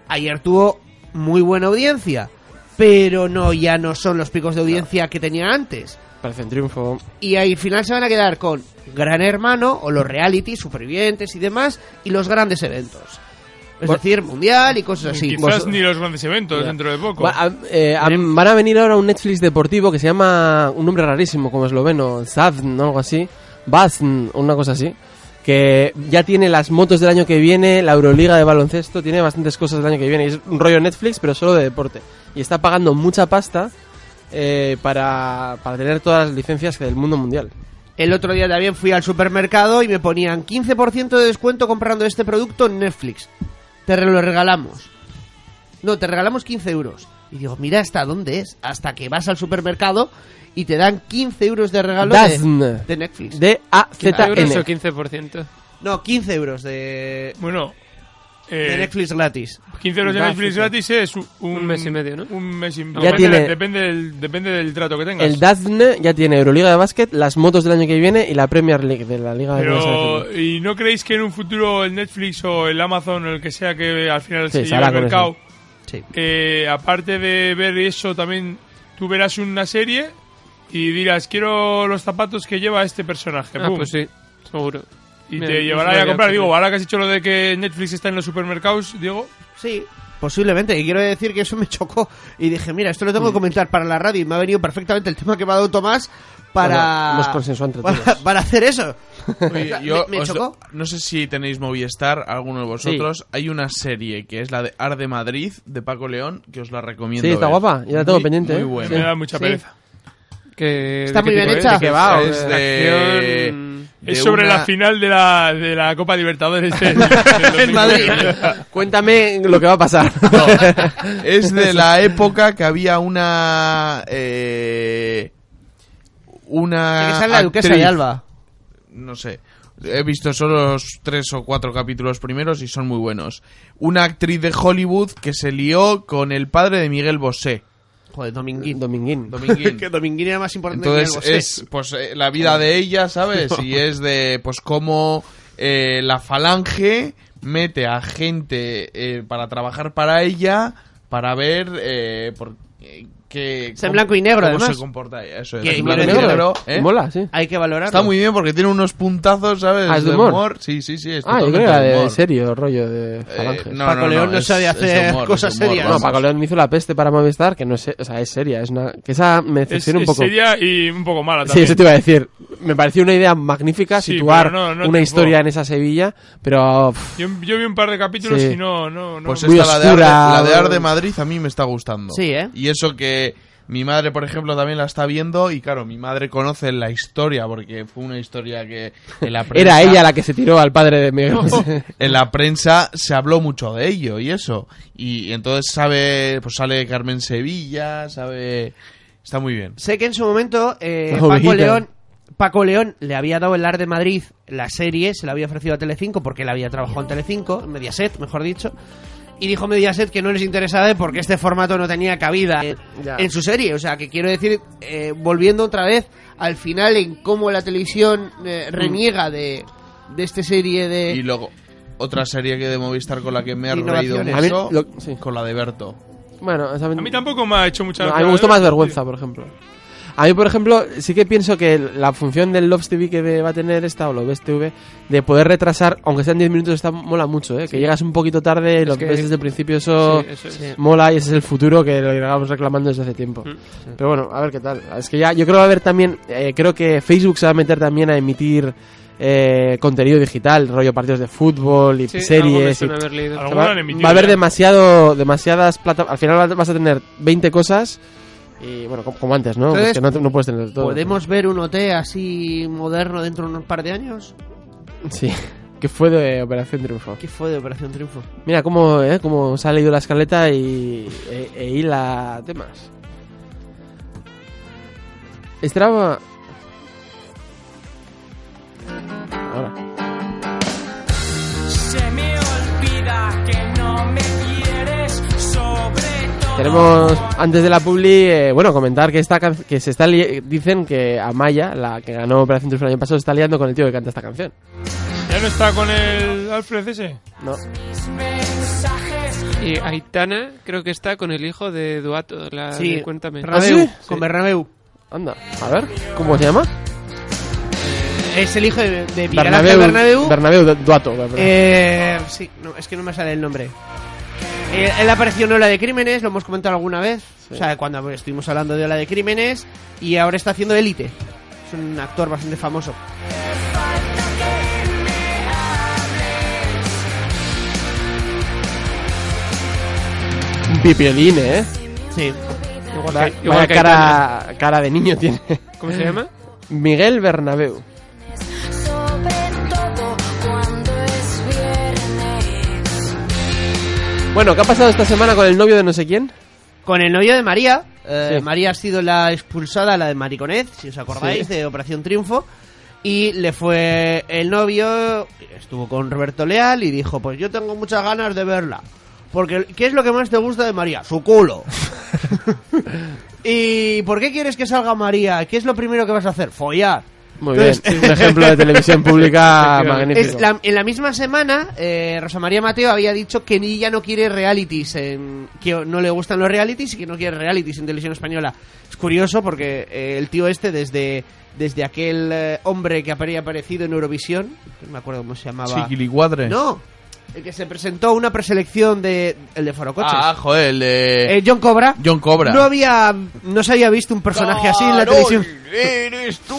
S2: a- ayer tuvo muy buena audiencia, pero no ya no son los picos de audiencia que tenía antes.
S3: Parece un triunfo.
S2: Y al final se van a quedar con Gran Hermano o los reality, supervivientes y demás, y los grandes eventos. Es
S3: Bueno.
S2: decir, mundial y cosas así.
S4: Quizás
S3: vos-
S4: ni los grandes eventos dentro de poco.
S3: Va- a- eh, a- van a venir ahora un Netflix deportivo que se llama un nombre rarísimo como esloveno, Zadn o algo así, Bazn, una cosa así, que ya tiene las motos del año que viene, la Euroliga de baloncesto, tiene bastantes cosas del año que viene. y es un rollo Netflix, pero solo de deporte. Y está pagando mucha pasta eh, para, para tener todas las licencias del mundo mundial.
S2: El otro día también fui al supermercado y me ponían 15% de descuento comprando este producto en Netflix. Te re- lo regalamos. No, te regalamos 15 euros. Y digo, mira hasta dónde es. Hasta que vas al supermercado y te dan 15 euros de regalo de,
S3: Dazn.
S2: de Netflix.
S5: ¿Euros o
S3: D-A-Z-N.
S5: 15%?
S2: No, 15 euros de,
S4: Bueno,
S2: de
S4: eh,
S2: Netflix gratis.
S4: 15 euros de
S5: Va,
S4: Netflix
S5: sí, sí.
S4: gratis es un,
S5: Un mes y medio, ¿no?
S4: Un mes y medio.
S3: Ya
S4: Depende,
S3: tiene-
S4: depende del, depende del trato que tengas.
S3: El Dazn ya tiene Euroliga de básquet, las motos del año que viene y la Premier League de la Liga de Básquet.
S4: Pero, ¿y no creéis que en un futuro el Netflix o el Amazon o el que sea que al final
S3: Sí,
S4: se
S3: se
S4: lleve
S3: hará
S4: al
S3: con
S4: mercado,
S2: Sí.
S4: eh, aparte de ver eso, también tú verás una serie y dirás, quiero los zapatos que lleva este personaje?
S5: Ah,
S4: pum,
S5: pues sí, seguro.
S4: Y
S5: Mira,
S4: te
S5: no
S4: llevará
S5: se me
S4: a
S5: había
S4: comprar.
S5: ocurrido.
S4: Digo, ahora que has dicho lo de que Netflix está en los supermercados, Diego,
S2: Sí, posiblemente. Y quiero decir que eso me chocó. Y dije, mira, esto lo tengo que comentar para la radio. Y me ha venido perfectamente el tema que me ha dado Tomás para.
S3: Bueno, hemos consensuado entre
S2: para-
S3: todos.
S2: para hacer eso.
S6: Oye, yo
S2: me, me
S6: os-
S2: chocó.
S6: No sé si tenéis Movistar, alguno de vosotros. Hay una serie que es la de Ar de Madrid, de Paco León, que os la recomiendo.
S3: Sí, está
S6: ver.
S3: guapa, yo la tengo
S6: Muy-
S3: pendiente,
S6: Muy
S3: ¿eh?
S6: buena.
S4: me da mucha
S2: Sí.
S4: pereza.
S5: Que-
S2: Está
S5: ¿de qué
S2: muy bien
S5: tipo es?
S2: hecha.
S5: ¿De qué va? ¿O
S6: Es
S5: de
S6: de-
S5: acción?
S6: de
S4: es sobre
S6: una-
S4: la final de la, de la Copa Libertadores del- del
S2: En Madrid.
S4: 2019.
S3: Cuéntame lo que va a pasar.
S6: No, es de la época que había una. eh, una.
S2: Que sale la duquesa
S6: actriz.
S2: de Alba.
S6: No sé. He visto solo los tres o cuatro capítulos primeros y son muy buenos. Una actriz de Hollywood que se lió con el padre de Miguel Bosé.
S2: Joder, Dominguín.
S3: Dominguín.
S6: Dominguín.
S2: Que Dominguín era más importante
S6: Entonces
S2: que
S6: es pues eh, la vida de ella, ¿sabes? Y es de pues cómo eh, la falange mete a gente eh, para trabajar para ella para ver eh, por- eh, que...
S2: Está en blanco y negro,
S6: cómo
S2: además.
S6: se comporta ella, eso es.
S2: Que-
S6: En
S2: mira,
S6: blanco y
S2: mira,
S6: negro,
S2: mira.
S6: ¿eh?
S3: Mola, sí.
S2: Hay que valorarlo.
S6: Está muy bien porque tiene unos puntazos, ¿sabes?
S3: Ah, es de humor.
S6: Sí, sí, sí. Es
S3: Ah, yo creo que
S6: totalmente
S3: era
S6: de
S3: de,
S6: humor. Eh,
S3: serio, rollo de falanges.
S6: no, Paco no, León no, no es- sabe es hacer de humor, cosas es de humor, serias.
S3: No,
S6: vamos.
S3: Paco León hizo la peste para Movistar, que no es, se- o sea, es seria. Es una, que esa me
S4: Es,
S3: decepciona un
S4: es
S3: poco.
S4: seria y un poco mala
S3: Sí,
S4: también.
S3: eso te iba a decir. Me pareció una idea magnífica
S4: Sí,
S3: situar
S4: pero no- no
S3: una
S4: triunfó.
S3: historia en esa Sevilla, pero pff,
S4: Yo, yo vi un par de capítulos
S3: Sí.
S4: y no, no, no.
S6: Pues
S3: Muy
S6: esta, la de,
S3: oscura.
S6: Ar- la de Ar de Madrid, a mí me está gustando.
S2: Sí, ¿eh?
S6: Y eso que mi madre, por ejemplo, también la está viendo. Y claro, mi madre conoce la historia, porque fue una historia que en la
S3: era
S6: prensa-
S3: ella la que se tiró al padre de Miguel Bosé.
S6: en la prensa se habló mucho de ello y eso. Y entonces sabe, pues sale Carmen Sevilla, sabe. Está muy bien.
S2: Sé que en su momento eh,
S6: La
S2: Paco
S6: ovejita.
S2: León Paco León le había dado el AR de Madrid la serie, se la había ofrecido a Telecinco porque él había trabajado en Telecinco, en Mediaset, mejor dicho. Y dijo Mediaset que no les interesaba porque este formato no tenía cabida eh,
S3: Ya.
S2: en su serie. O sea, que quiero decir, eh, volviendo otra vez al final en cómo la televisión
S3: Mm.
S2: eh, reniega de, de esta serie
S3: Eh,
S2: de...
S6: Y luego, otra serie que de Movistar con la que me he reído
S2: Innovaciones.
S6: mucho,
S2: A mí
S6: con la de Berto.
S3: Bueno, o sea,
S4: A mí tampoco me ha hecho mucha ¿eh?
S3: No, a mí me
S5: ¿eh?
S3: gustó más vergüenza, por ejemplo. A mí, por ejemplo, sí que pienso que la función del Love TV que va a tener esta o Love TV de poder retrasar, aunque sean 10 minutos, está mola mucho, ¿eh? Que llegas un poquito tarde, lo
S5: que-
S3: ves desde el principio, eso,
S5: Sí, eso es.
S3: Sí. mola y ese es el futuro que lo llevamos reclamando desde hace tiempo.
S5: sí.
S3: Pero bueno, a ver qué tal. Es que ya, yo creo que va a haber también, eh, creo que Facebook se va a meter también a emitir eh, contenido digital, rollo partidos de fútbol y
S5: Sí, algo me
S3: series. y-
S5: suena haber leído.
S4: Alguna
S3: va,
S4: han emitido
S3: va a haber
S4: ya.
S3: demasiado, demasiadas plataformas. Al final vas a tener 20 cosas y bueno, como, como antes, ¿no?
S2: Entonces,
S3: Pues que no, te- no puedes tener todo.
S2: ¿Podemos ver un OT así moderno dentro de unos par de años?
S3: Sí, que fue de Operación Triunfo.
S2: ¿Qué fue de Operación Triunfo?
S3: Mira cómo, eh, cómo se ha leído la escaleta y e, e hila temas. Estraba... Ahora.
S7: Se me olvida que no me quieres sobre todo.
S3: Tenemos, antes de la publi, eh, bueno, comentar que esta can- que se está li- dicen que Amaya, la que ganó Operación Triunfo el año pasado, se está liando con el tío que canta esta canción.
S4: ¿Ya no está con el Alfred ese?
S3: No.
S5: Y Aitana creo que está con el hijo de Duato, la
S2: Sí.
S5: de Cuéntame.
S2: Bernabéu,
S3: ¿Ah, sí?
S2: Con Bernabeu.
S3: Anda, a ver, ¿cómo se llama?
S2: Es el hijo de, de Miguel Ángel Bernabéu.
S3: Bernabéu Du- Duato.
S2: Eh, sí, no, es que no me sale el nombre. Eh, él apareció en Ola de Crímenes, lo hemos comentado alguna vez. O sea, cuando estuvimos hablando de Ola de Crímenes. Y ahora está haciendo Élite. Es un actor bastante famoso.
S3: Un pipiolín, ¿eh?
S2: Sí.
S5: Igual
S3: Vaya-
S5: que- igual
S3: vaya
S5: que
S3: cara, cara de niño tiene.
S5: ¿Cómo se llama?
S3: Miguel Bernabéu.
S13: Sobre todo cuando es viernes.
S3: Bueno, ¿qué ha pasado esta semana con el novio de no sé quién?
S2: Con el novio de María. eh,
S3: Sí.
S2: María ha sido la expulsada, la de Mariconez, si os acordáis,
S3: Sí.
S2: de Operación Triunfo. Y le fue el novio, estuvo con Roberto Leal y dijo, pues yo tengo muchas ganas de verla. Porque, ¿qué es lo que más te gusta de María? Su culo. ¿Y por qué quieres que salga María? ¿Qué es lo primero que vas a hacer? Follar.
S3: Muy bien,
S2: Entonces-
S3: un ejemplo de televisión
S5: Ah,
S3: pública magnífico.
S2: Es la- en la misma semana, eh, Rosa María Mateo había dicho que ni ya no quiere realities, en- que no le gustan los realities y que no quiere realities en televisión española. Es curioso porque eh, el tío este, desde, desde aquel eh, hombre que había aparecido en Eurovisión, que no me acuerdo cómo se llamaba.
S6: Chiquilicuadre.
S2: No, el que se presentó a una preselección de, el de Forocoches.
S6: Ah, joder, el de-
S2: Eh, John Cobra.
S6: John Cobra.
S2: No había, no se había visto un personaje así en la
S6: Carol,
S2: televisión,
S6: Eres tú.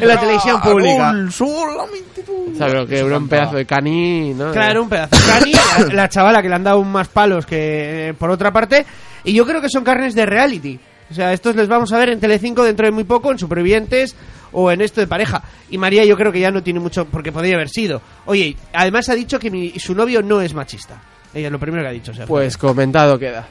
S2: en la televisión pública.
S6: Carol, solamente tú.
S3: O sea, pero que era un pedazo de cani, ¿no?
S2: Claro, un pedazo de cani, la, la chavala que le han dado más palos que eh, por otra parte. Y yo creo que son carnes de reality. O sea, estos les vamos a ver en Telecinco dentro de muy poco, en Supervivientes o en esto de pareja. Y María yo creo que ya no tiene mucho porque podría haber sido. Oye, además ha dicho que mi- su novio no es machista. Ella es lo primero que ha dicho. o sea,
S3: Pues comentado queda.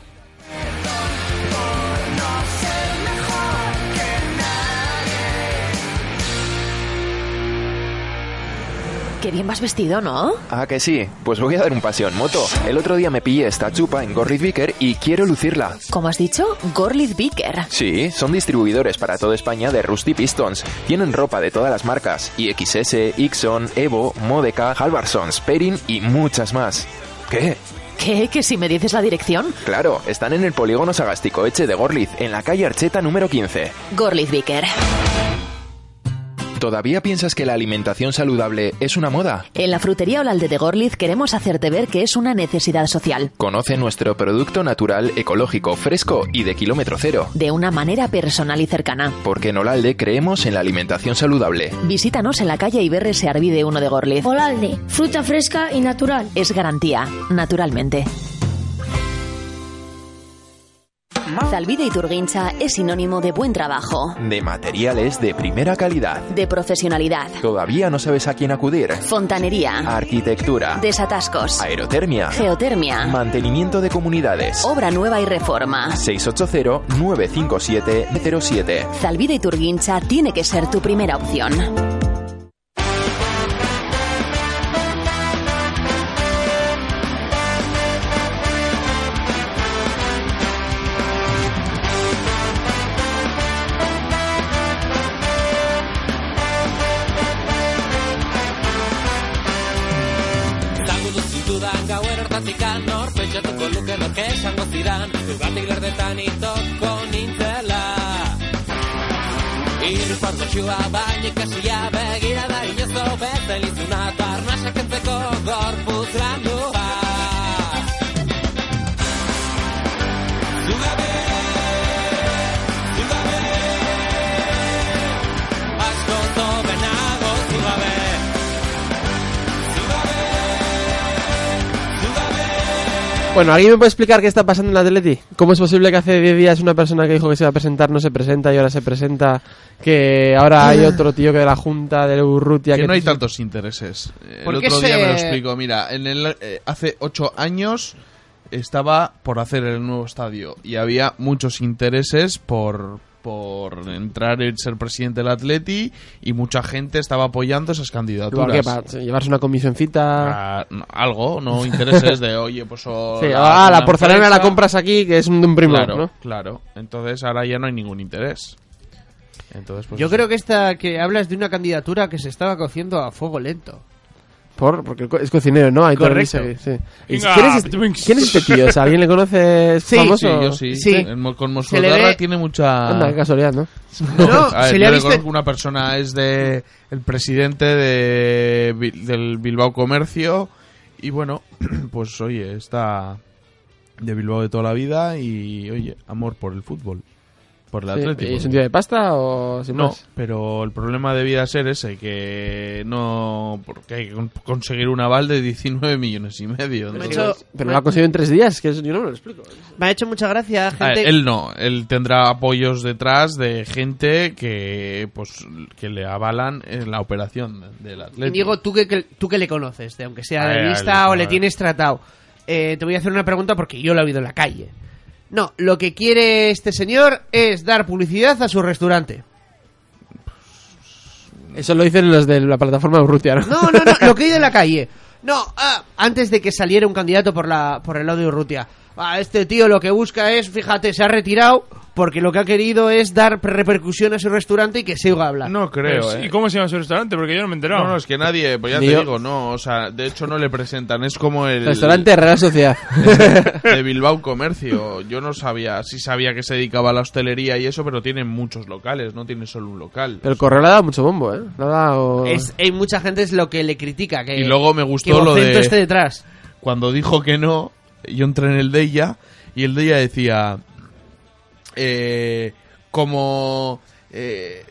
S9: Qué bien vas vestido, ¿no?
S8: Ah, que sí, pues voy a dar un paseo en moto. El otro día me pillé esta chupa en Gorlitz Vicker y quiero lucirla.
S9: Como has dicho, Gorlitz Bicker.
S8: Sí, son distribuidores para toda España de Rusty Pistons. Tienen ropa de todas las marcas: IXS, Ixon, Evo, Modeca, Halvarsons, Perin y muchas más. ¿Qué?
S9: ¿Qué? ¿Que si me dices la dirección?
S8: Claro, están en el polígono Sagasticoeche de Gorliz, en la calle Archeta número 15.
S9: Gorlitz Vicker.
S8: ¿Todavía piensas que la alimentación saludable es una moda?
S9: En la frutería Olalde de Gorliz queremos hacerte ver que es una necesidad social.
S8: Conoce nuestro producto natural, ecológico, fresco y de kilómetro cero.
S9: De una manera personal y cercana.
S8: Porque en Olalde creemos en la alimentación saludable.
S9: Visítanos en la calle Iberres Arvide 1 de Gorliz.
S14: Olalde, fruta fresca y natural.
S9: Es garantía, naturalmente. Zalvide Iturguincha es sinónimo de buen trabajo,
S8: De materiales de primera calidad.
S9: de profesionalidad,
S8: ¿Todavía no sabes a quién acudir?
S9: fontanería,
S8: Arquitectura.
S9: desatascos,
S8: Aerotermia.
S9: geotermia,
S8: Mantenimiento de comunidades.
S9: obra nueva y reforma.
S8: 680-957-07.
S9: Zalvide Iturguincha tiene que ser tu primera opción.
S15: Lagundu zintudan gauer hortatikan Norpetxatuko luke noke esango zidan Zugatik lerdetan itoko nintzela Irpar goxua baina ikasia begira da inozo bezel izuna Eta arnasak entzeko gorpuz landua Zugabe, zugabe Asko zobenago zugabe
S3: Bueno, ¿alguien me puede explicar qué está pasando en el Atleti? ¿Cómo es posible que hace 10 días una persona que dijo que se iba a presentar no se presenta y ahora se presenta? Que ahora hay otro tío que de la Junta, de Urrutia...
S6: Que no hay tantos intereses. El
S3: ¿Por
S6: otro
S3: qué
S6: día
S3: se-
S6: me lo explico. Mira, en el, eh, hace ocho años estaba por hacer el nuevo estadio y había muchos intereses por por entrar en ser presidente del Atleti y mucha gente estaba apoyando esas
S3: Igual que
S6: candidaturas.
S3: para llevarse una comisioncita...
S6: Ah, no, algo, no intereses de oye, pues o
S3: Sí, ah, la
S6: una
S3: porcelana la
S6: empresa.
S3: compras aquí, que es un, un primo,
S6: Claro,
S3: ¿no?
S6: claro. Entonces ahora ya no hay ningún interés. Entonces, pues,
S2: Yo creo que esta que hablas de una candidatura que se estaba cociendo a fuego lento.
S3: Por, porque es cocinero, ¿no? Hay
S2: Correcto.
S3: ¿Y
S2: Venga,
S3: ¿Quién, es este,
S2: Twinks.
S3: quién es este tío? O sea, ¿Alguien le conoce? ¿Es
S6: Sí,
S3: famoso?
S6: sí, yo sí. El mo- con
S3: Se le
S6: Mosquera
S3: ve-
S6: tiene mucha.
S3: Anda, qué casualidad, ¿no?
S6: No, a ver,
S2: se le
S6: yo
S2: ha
S6: le
S2: visto-
S6: conozco una persona es de el presidente de, Bi- del Bilbao Comercio y bueno, pues oye, está de Bilbao de toda la vida y oye, amor por el fútbol, por el
S3: Sí,
S6: Atlético.
S3: ¿y ¿Es un tío de pasta o sin
S6: no,
S3: más?
S6: pero el problema debía ser ese que no porque hay que con- conseguir un aval de 19 millones y medio.
S2: Pero
S6: entonces-
S2: eso-
S3: Pero lo ha conseguido en tres días, que eso yo no me lo explico.
S2: Me ha hecho mucha gracia,
S6: A ver,
S2: gente.
S6: Ah, él no, él tendrá apoyos detrás de gente que pues que le avalan en la operación del Atlético.
S2: Diego, tú que, que- tú que le conoces, de- aunque sea
S6: A ver,
S2: de
S6: a
S2: vista
S6: ver,
S2: o
S6: a
S2: le
S6: ver.
S2: tienes tratado, eh, te voy a hacer una pregunta porque yo lo he oído en la calle. No, lo que quiere este señor es dar publicidad a su restaurante.
S3: Eso lo dicen los de la plataforma Urrutia, ¿no?
S2: No, no, no, lo que he oído en la calle. No, ah, antes de que saliera un candidato por, la, por el lado de Urrutia. Ah, este tío lo que busca es, fíjate, se ha retirado porque lo que ha querido es dar repercusión a su restaurante y que siga hablando.
S6: No creo,
S4: ¿Y
S6: eh.
S4: cómo se llama su restaurante? Porque yo no me he enterado.
S6: No, no, es que nadie, pues ya
S3: Ni
S6: te
S3: yo.
S6: digo, no, o sea, de hecho no le presentan, es como el...
S3: Restaurante Real Sociedad.
S6: de Bilbao Comercio. Yo no sabía, sí sabía que se dedicaba a la hostelería y eso, pero tiene muchos locales, no tiene solo un local.
S3: Pero el correo le ha dado mucho bombo, ¿eh? Le ha dado...
S2: Es, hay mucha gente es lo que le critica. Que,
S6: Y luego me
S2: que
S6: gustó lo
S2: Vocento
S6: de...
S2: esté detrás.
S6: Cuando dijo que no, yo entré en el de ella y el de ella decía... eh, como... eh,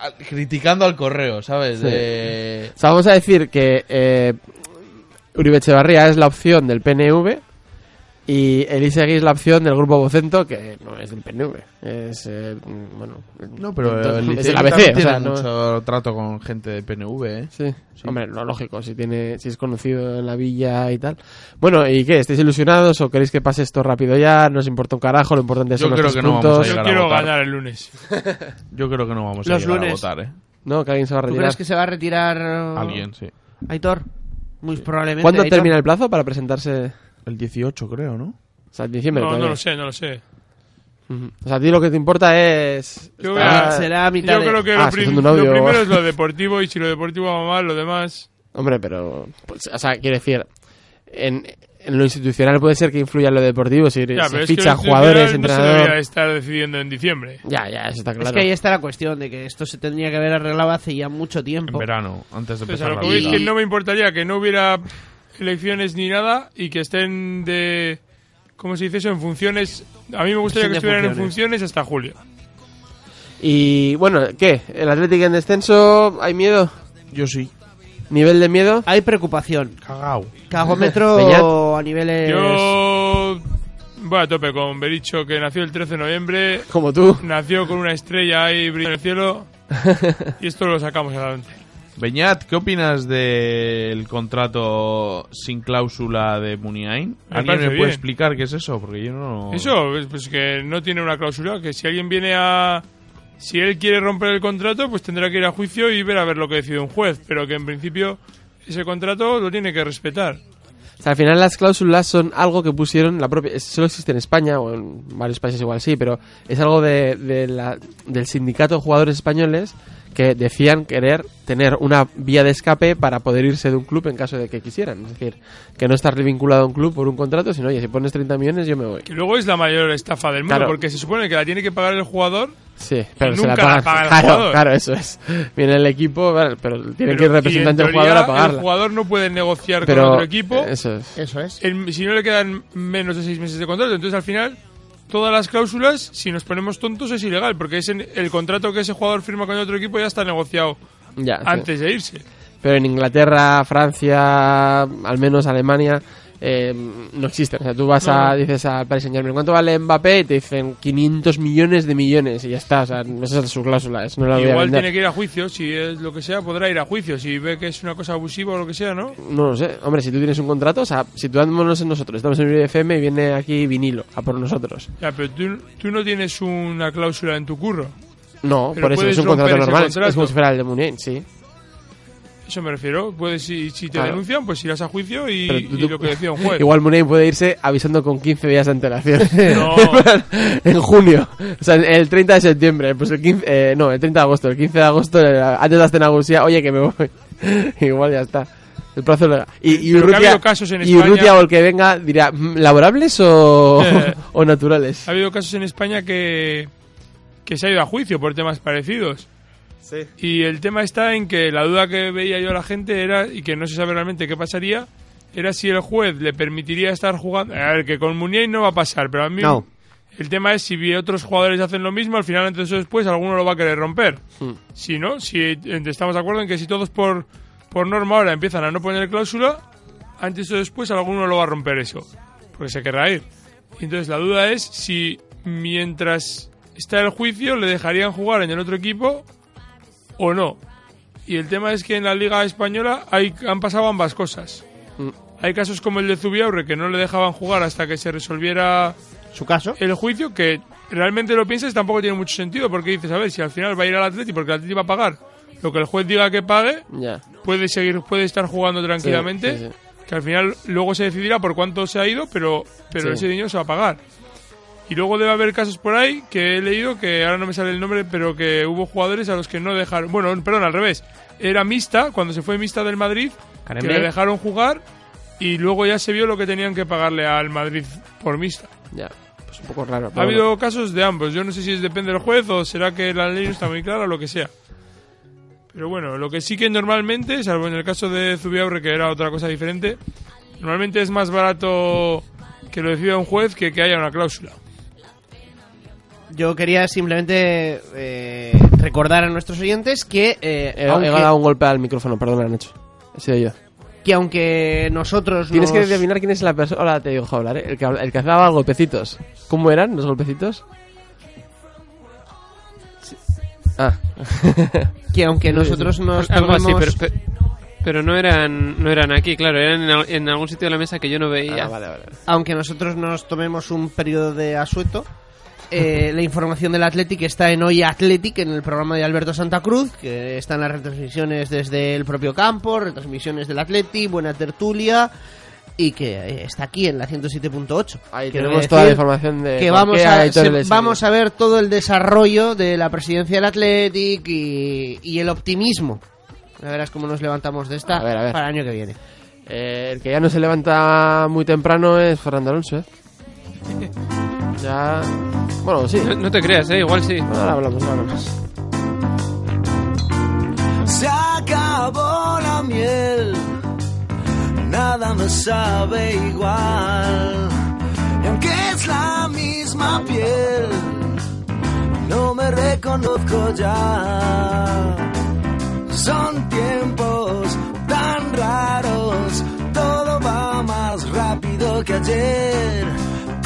S6: al- criticando al correo, ¿sabes?
S3: Sí.
S6: De-
S3: O sea, vamos a decir que eh, Uribe Echevarría es la opción del PNV y Elisegui es la opción del grupo Vocento, que no es del PNV. Es, eh, mm, bueno...
S6: No, pero el
S3: entonces, es del
S6: Liceo
S3: ABC,
S6: también
S3: o sea,
S6: tiene
S3: no-
S6: mucho trato con gente de PNV, ¿eh?
S3: Sí. Hombre, lo lógico, si tiene, si es conocido en la villa y tal. Bueno, ¿y qué? ¿Estáis ilusionados o queréis que pase esto rápido ya? No os importa un carajo, lo importante son
S6: Yo creo
S3: los tres
S6: que no vamos a
S3: puntos.
S6: llegar a
S4: Quiero
S6: votar.
S4: ganar el lunes.
S6: Yo creo que no vamos a
S2: Los
S6: llegar
S2: lunes.
S6: a votar, ¿eh?
S3: No, que alguien se va a
S2: ¿Tú
S3: retirar.
S2: crees que se va a retirar eh,
S6: Alguien, sí.
S2: Aitor? Muy probablemente.
S3: ¿Cuándo
S2: Aitor.
S3: termina el plazo para presentarse?
S6: El 18, creo, ¿no?
S3: O sea, en diciembre.
S4: No,
S3: todavía.
S4: no lo sé, no lo sé.
S3: Ujú. O sea, a ti lo que te importa es...
S4: Yo,
S3: estar-
S4: voy
S2: Ah,
S4: a- yo creo que
S3: Ah,
S4: lo, prim-
S3: estoy haciendo un
S4: lo
S3: audio.
S4: primero es lo deportivo y si lo deportivo va mal, lo demás.
S3: Hombre, pero... pues, o sea, quiero decir... En, en lo institucional puede ser que influya en lo deportivo, si
S4: Ya,
S3: se
S4: pero es que
S3: ficha
S4: el
S3: jugadores,
S4: Villarreal No se
S3: entrenador.
S4: debería estar decidiendo en diciembre.
S3: Ya, ya, eso está
S2: Es que ahí está la cuestión de que esto se tendría que haber arreglado hace ya mucho tiempo.
S6: En verano, antes de
S4: Pues
S6: empezar
S4: a lo
S6: la
S4: que voy es
S6: liga.
S4: que no me importaría que no hubiera elecciones ni nada y que estén de. ¿Cómo se dice eso? En funciones. A mí me gustaría
S3: Estén
S4: que
S3: de
S4: estuvieran en
S3: funciones.
S4: funciones hasta julio.
S3: Y bueno, ¿qué? ¿El Atlético en descenso hay miedo?
S6: Yo sí.
S3: ¿Nivel de miedo?
S2: Hay preocupación.
S6: Cagao.
S2: Cagómetro a niveles...
S4: Yo. Voy a tope con Bericho, que nació el 13 de noviembre.
S3: Como tú.
S4: Nació con una estrella ahí brillando en el cielo. Y esto lo sacamos adelante.
S6: Beñat, ¿qué opinas del contrato sin cláusula de Muniain?
S4: Me
S6: ¿Alguien me
S4: parece
S6: puede
S4: bien.
S6: explicar qué es eso? Porque yo no...
S4: Eso, pues, pues que no tiene una cláusula, que si alguien viene a... Si él quiere romper el contrato, pues tendrá que ir a juicio y ver a ver lo que decide un juez, pero que en principio ese contrato lo tiene que respetar.
S3: O sea, al final las cláusulas son algo que pusieron la propia... es- Solo existe en España, o en varios países igual sí, pero es algo de, de la- del sindicato de jugadores españoles que decían querer tener una vía de escape para poder irse de un club en caso de que quisieran. Es decir, que no estar vinculado a un club por un contrato, sino, oye, si pones 30 millones yo me voy.
S4: Que luego es la mayor estafa del mundo,
S3: Claro.
S4: porque se supone que la tiene que pagar el jugador.
S3: Sí, pero
S4: Y
S3: se la
S4: nunca
S3: pagan.
S4: la paga el
S3: claro,
S4: jugador.
S3: claro, eso es. Viene el equipo, vale, pero
S4: Pero-
S3: tiene que ir
S4: y en
S3: representante del
S4: teoría,
S3: jugador a
S4: El
S3: pagarla.
S4: jugador no puede negociar
S3: Pero,
S4: con otro equipo.
S3: eso es.
S4: Eso es. si no le quedan menos de seis meses de contrato, entonces al final todas las cláusulas, si nos ponemos tontos, es ilegal, porque es en- el contrato que ese jugador firma con otro equipo ya está negociado
S3: Ya, sí.
S4: antes de irse.
S3: Pero en Inglaterra, Francia, al menos Alemania, eh, no existen. O sea, tú vas a,
S4: No.
S3: dices al Paris Saint Germain, ¿cuánto vale Mbappé? Y te dicen 500 millones de millones y ya está. O sea, esa es su cláusula, es, no la voy a
S4: Igual
S3: vender.
S4: tiene que ir a juicio, si es lo que sea, podrá ir a juicio, si ve que es una cosa abusiva o lo que sea, ¿no?
S3: No lo sé. Hombre, si tú tienes un contrato, o sea, situándonos en nosotros, estamos en FM y viene aquí vinilo a por nosotros.
S4: Ya, pero tú, tú no tienes una cláusula en tu curro.
S3: No,
S4: Pero
S3: por eso
S4: puedes
S3: es un
S4: romper
S3: contrato
S4: ese
S3: normal. es-
S4: contrato.
S3: Es como si fuera el de Munien, sí.
S4: Eso me refiero. Puedes, si, si te
S3: Claro.
S4: denuncian, pues irás a juicio y,
S3: Pero tú-
S4: y
S3: tú-
S4: lo que decía un juez.
S3: Igual Munien puede irse avisando con 15 días de antelación.
S4: No.
S3: en junio. O sea, el 30 de septiembre. Pues el 15... eh, no, el 30 de agosto. El 15 de agosto, eh, antes de la Andalucía, oye que me voy. Igual ya está. El plazo legal. Y,
S4: Pero que
S3: y
S4: ha
S3: Urrutia,
S4: habido casos en
S3: y Urrutia
S4: España-
S3: o el que venga dirá, "Mm, ¿laborables o,
S4: Eh.
S3: o naturales?
S4: Ha habido casos en España que, que se ha ido a juicio por temas parecidos. Y el tema está en que la duda que veía yo a la gente era, y que no se sabe realmente qué pasaría, era si el juez le permitiría estar jugando. A ver, que con Muniain no va a pasar, pero a mí.
S3: No.
S4: El tema es si otros jugadores hacen lo mismo, al final, antes o después, alguno lo va a querer romper.
S3: Hmm.
S4: Si no, si eh, estamos de acuerdo en que si todos por, por norma ahora empiezan a no poner cláusula, antes o después alguno lo va a romper eso, porque se querrá ir. Y entonces la duda es si mientras está el juicio le dejarían jugar en el otro equipo o no. Y el tema es que en la Liga Española hay, han pasado ambas cosas.
S3: Mm.
S4: Hay casos como el de Zubiaurre que no le dejaban jugar hasta que se resolviera
S2: su caso.
S4: El juicio que realmente lo piensas tampoco tiene mucho sentido porque dices, a ver, si al final va a ir al Atleti porque el Atleti va a pagar lo que el juez diga que pague,
S3: Ya.
S4: puede seguir puede estar jugando tranquilamente
S3: sí, sí.
S4: que al final luego se decidirá por cuánto se ha ido pero pero
S3: Sí.
S4: ese dinero se va a pagar y luego debe haber casos por ahí que he leído que ahora no me sale el nombre pero que hubo jugadores a los que no dejaron bueno perdón al revés era mista cuando se fue mista del Madrid
S5: Carembe.
S4: que le dejaron jugar y luego ya se vio lo que tenían que pagarle al Madrid por mista
S3: Ya. Pues un poco raro.
S4: ha
S3: pero bueno.
S4: habido casos de ambos yo no sé si es depende del juez o será que la ley no está muy clara o lo que sea pero bueno, lo que sí que normalmente, salvo en el caso de Zubiaurre, que era otra cosa diferente, normalmente es más barato que lo decida un juez que que haya una cláusula.
S2: Yo quería simplemente eh, recordar a nuestros oyentes que, eh,
S3: He, he
S2: aunque,
S3: dado un golpe al micrófono, perdona, Nacho. He sido yo.
S2: que aunque nosotros
S3: Tienes que
S2: nos-
S3: adivinar quién es la persona. Ahora te digo hablar, ¿eh? el, que, habla- el que daba golpecitos. ¿Cómo eran los golpecitos? Sí. Ah.
S2: que aunque nosotros nos
S5: Algo así,
S2: tomamos-
S5: pero, pe- pero no eran no eran aquí, claro, eran en, al- en algún sitio de la mesa que yo no
S3: Ah,
S5: veía.
S2: aunque nosotros nos tomemos un periodo de asueto, eh, la información del Athletic está en Hoy Athletic, en el programa de Alberto Santa Cruz, que están las retransmisiones desde el propio campo, retransmisiones del Athletic, buena tertulia. Y que eh, está aquí en la 107.8. Ahí
S3: tenemos toda la información de
S2: que
S3: por
S2: vamos
S3: qué
S2: a,
S3: Aitor
S2: se-
S3: le salió.
S2: vamos a ver todo el desarrollo de la presidencia del Athletic y, y el optimismo. Ya verás cómo nos levantamos de esta
S3: A ver, a ver.
S2: para el año que viene.
S3: Eh, el que ya no se levanta muy temprano es Fernando Alonso, ¿eh? Ya. Bueno, sí.
S5: No, no te creas, ¿eh? Igual sí.
S3: Ahora hablamos, ahora hablamos.
S1: Se acabó la miel, nada me sabe igual. Y aunque es la misma piel, no me reconozco ya. Son tiempos tan raros, todo va más rápido que ayer.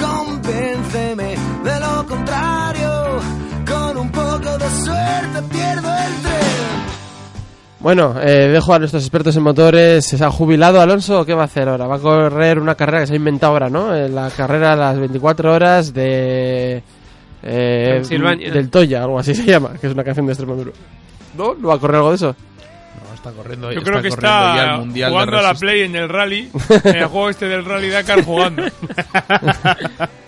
S1: Convénceme de lo contrario, con un poco de suerte pierdo el tren.
S3: Bueno, eh, dejo a nuestros expertos en motores. ¿Se ha jubilado Alonso o qué va a hacer ahora? Va a correr una carrera que se ha inventado ahora, ¿no? Eh, la carrera a las 24 horas de. eh,
S5: Transilvania.
S3: Del Toya, algo así se llama, que es una canción de Extremadura. ¿No? ¿No va a correr algo de eso?
S6: No, está corriendo.
S4: Yo creo que está
S6: corriendo ya el mundial de
S4: jugando a la
S6: resist-
S4: Play en el rally, en el juego este del rally Dakar jugando.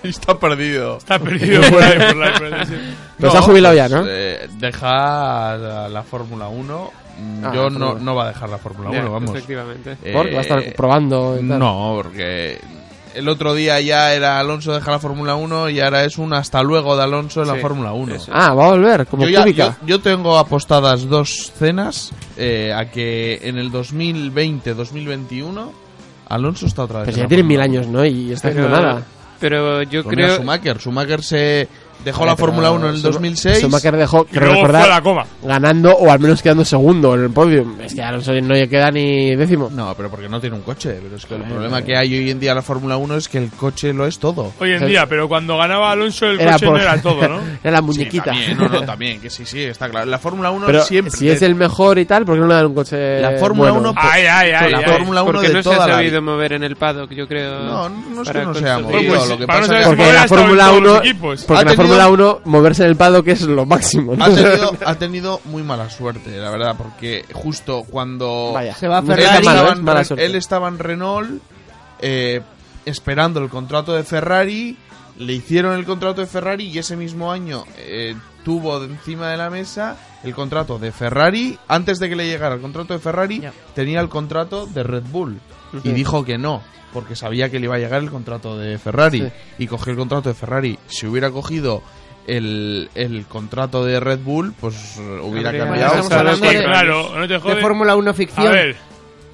S6: está perdido.
S4: Está perdido por ahí, por la- por la- sí.
S3: Pero se ha jubilado ya, ¿no?
S6: eh, deja la, la Fórmula 1. Mm,
S3: Ah,
S6: Yo
S3: la
S6: no,
S3: Fórmula.
S6: no va a dejar la Fórmula
S5: Ya,
S6: 1, vamos. Eh,
S5: efectivamente.
S3: Porque va a estar probando y tal.
S6: No, porque el otro día ya era Alonso deja la Fórmula 1 y ahora es un hasta luego de Alonso en la
S3: Sí,
S6: Fórmula 1.
S3: Ah, va a volver, como
S6: Yo, ya-
S3: Kubica.
S6: yo- yo tengo apostadas dos cenas eh, a que en el 2020-2021 Alonso está otra vez.
S3: Pero
S6: en
S3: si ya
S6: la
S3: tiene
S6: Fórmula
S3: mil años, ¿no? Y está haciendo nada.
S5: Pero yo
S6: Pues mira,
S5: creo.
S6: Schumacher. Schumacher se dejó
S3: Vale,
S6: la Fórmula
S3: pero
S6: 1 en el
S3: Schum-
S6: 2006.
S3: Schumacher dejó, creo recordar, ganando o al menos quedando segundo en el podio. Es que Alonso no le queda ni décimo.
S6: No, pero porque no tiene un coche. Pero es que el
S3: Eh,
S6: problema que hay hoy en día en la Fórmula 1 es que el coche lo es todo.
S4: Hoy en día, pero cuando ganaba Alonso el
S3: Era
S4: coche
S3: por-
S4: no era todo, ¿no?
S3: era la muñequita.
S6: También, no, no, también, que sí, sí, está claro. La Fórmula 1
S3: Pero
S6: siempre.
S3: si es el mejor y tal, ¿por qué no le dan un coche
S6: La Fórmula
S3: bueno?
S6: 1 por- Ay, ay, ay,
S3: la
S6: ay.
S3: Fórmula-
S6: Fórmula 1
S5: Porque
S6: de
S5: no se
S6: toda
S5: ha
S6: la
S5: sabido mover en el paddock, yo creo.
S6: No, no es
S5: para
S6: que no se ha
S5: conseguir-
S6: movido, lo que
S5: para no
S6: pasa
S5: ser-
S6: es que-
S3: Porque
S6: Mover ha
S3: la
S6: estado en
S3: Fórmula
S6: todos los
S3: 1,
S6: equipos.
S3: porque
S6: Ha
S3: la
S6: tenido-
S3: Fórmula 1 moverse en el paddock es lo máximo. ¿no?
S6: Ha tenido, ha tenido muy mala suerte, la verdad, porque justo cuando
S3: Vaya. Se va a
S6: él,
S3: Ferrari.
S6: estaba
S3: Mala,
S6: en,
S3: ¿eh? mala
S6: Ren-
S3: suerte.
S6: él estaba en Renault eh, esperando el contrato de Ferrari, le hicieron el contrato de Ferrari y ese mismo año eh, tuvo de encima de la mesa el contrato de Ferrari. Antes de que le llegara el contrato de Ferrari, tenía el contrato de Red Bull y
S3: Ujú.
S6: dijo que no. Porque sabía que le iba a llegar el contrato de Ferrari.
S3: Sí.
S6: Y cogió el contrato de Ferrari. Si hubiera cogido el, el contrato de Red Bull, pues hubiera
S4: Habría-
S6: cambiado.
S4: Estamos hablando de- claro, no te
S2: de
S4: jodes.
S2: Fórmula 1 ficción.
S4: A ver,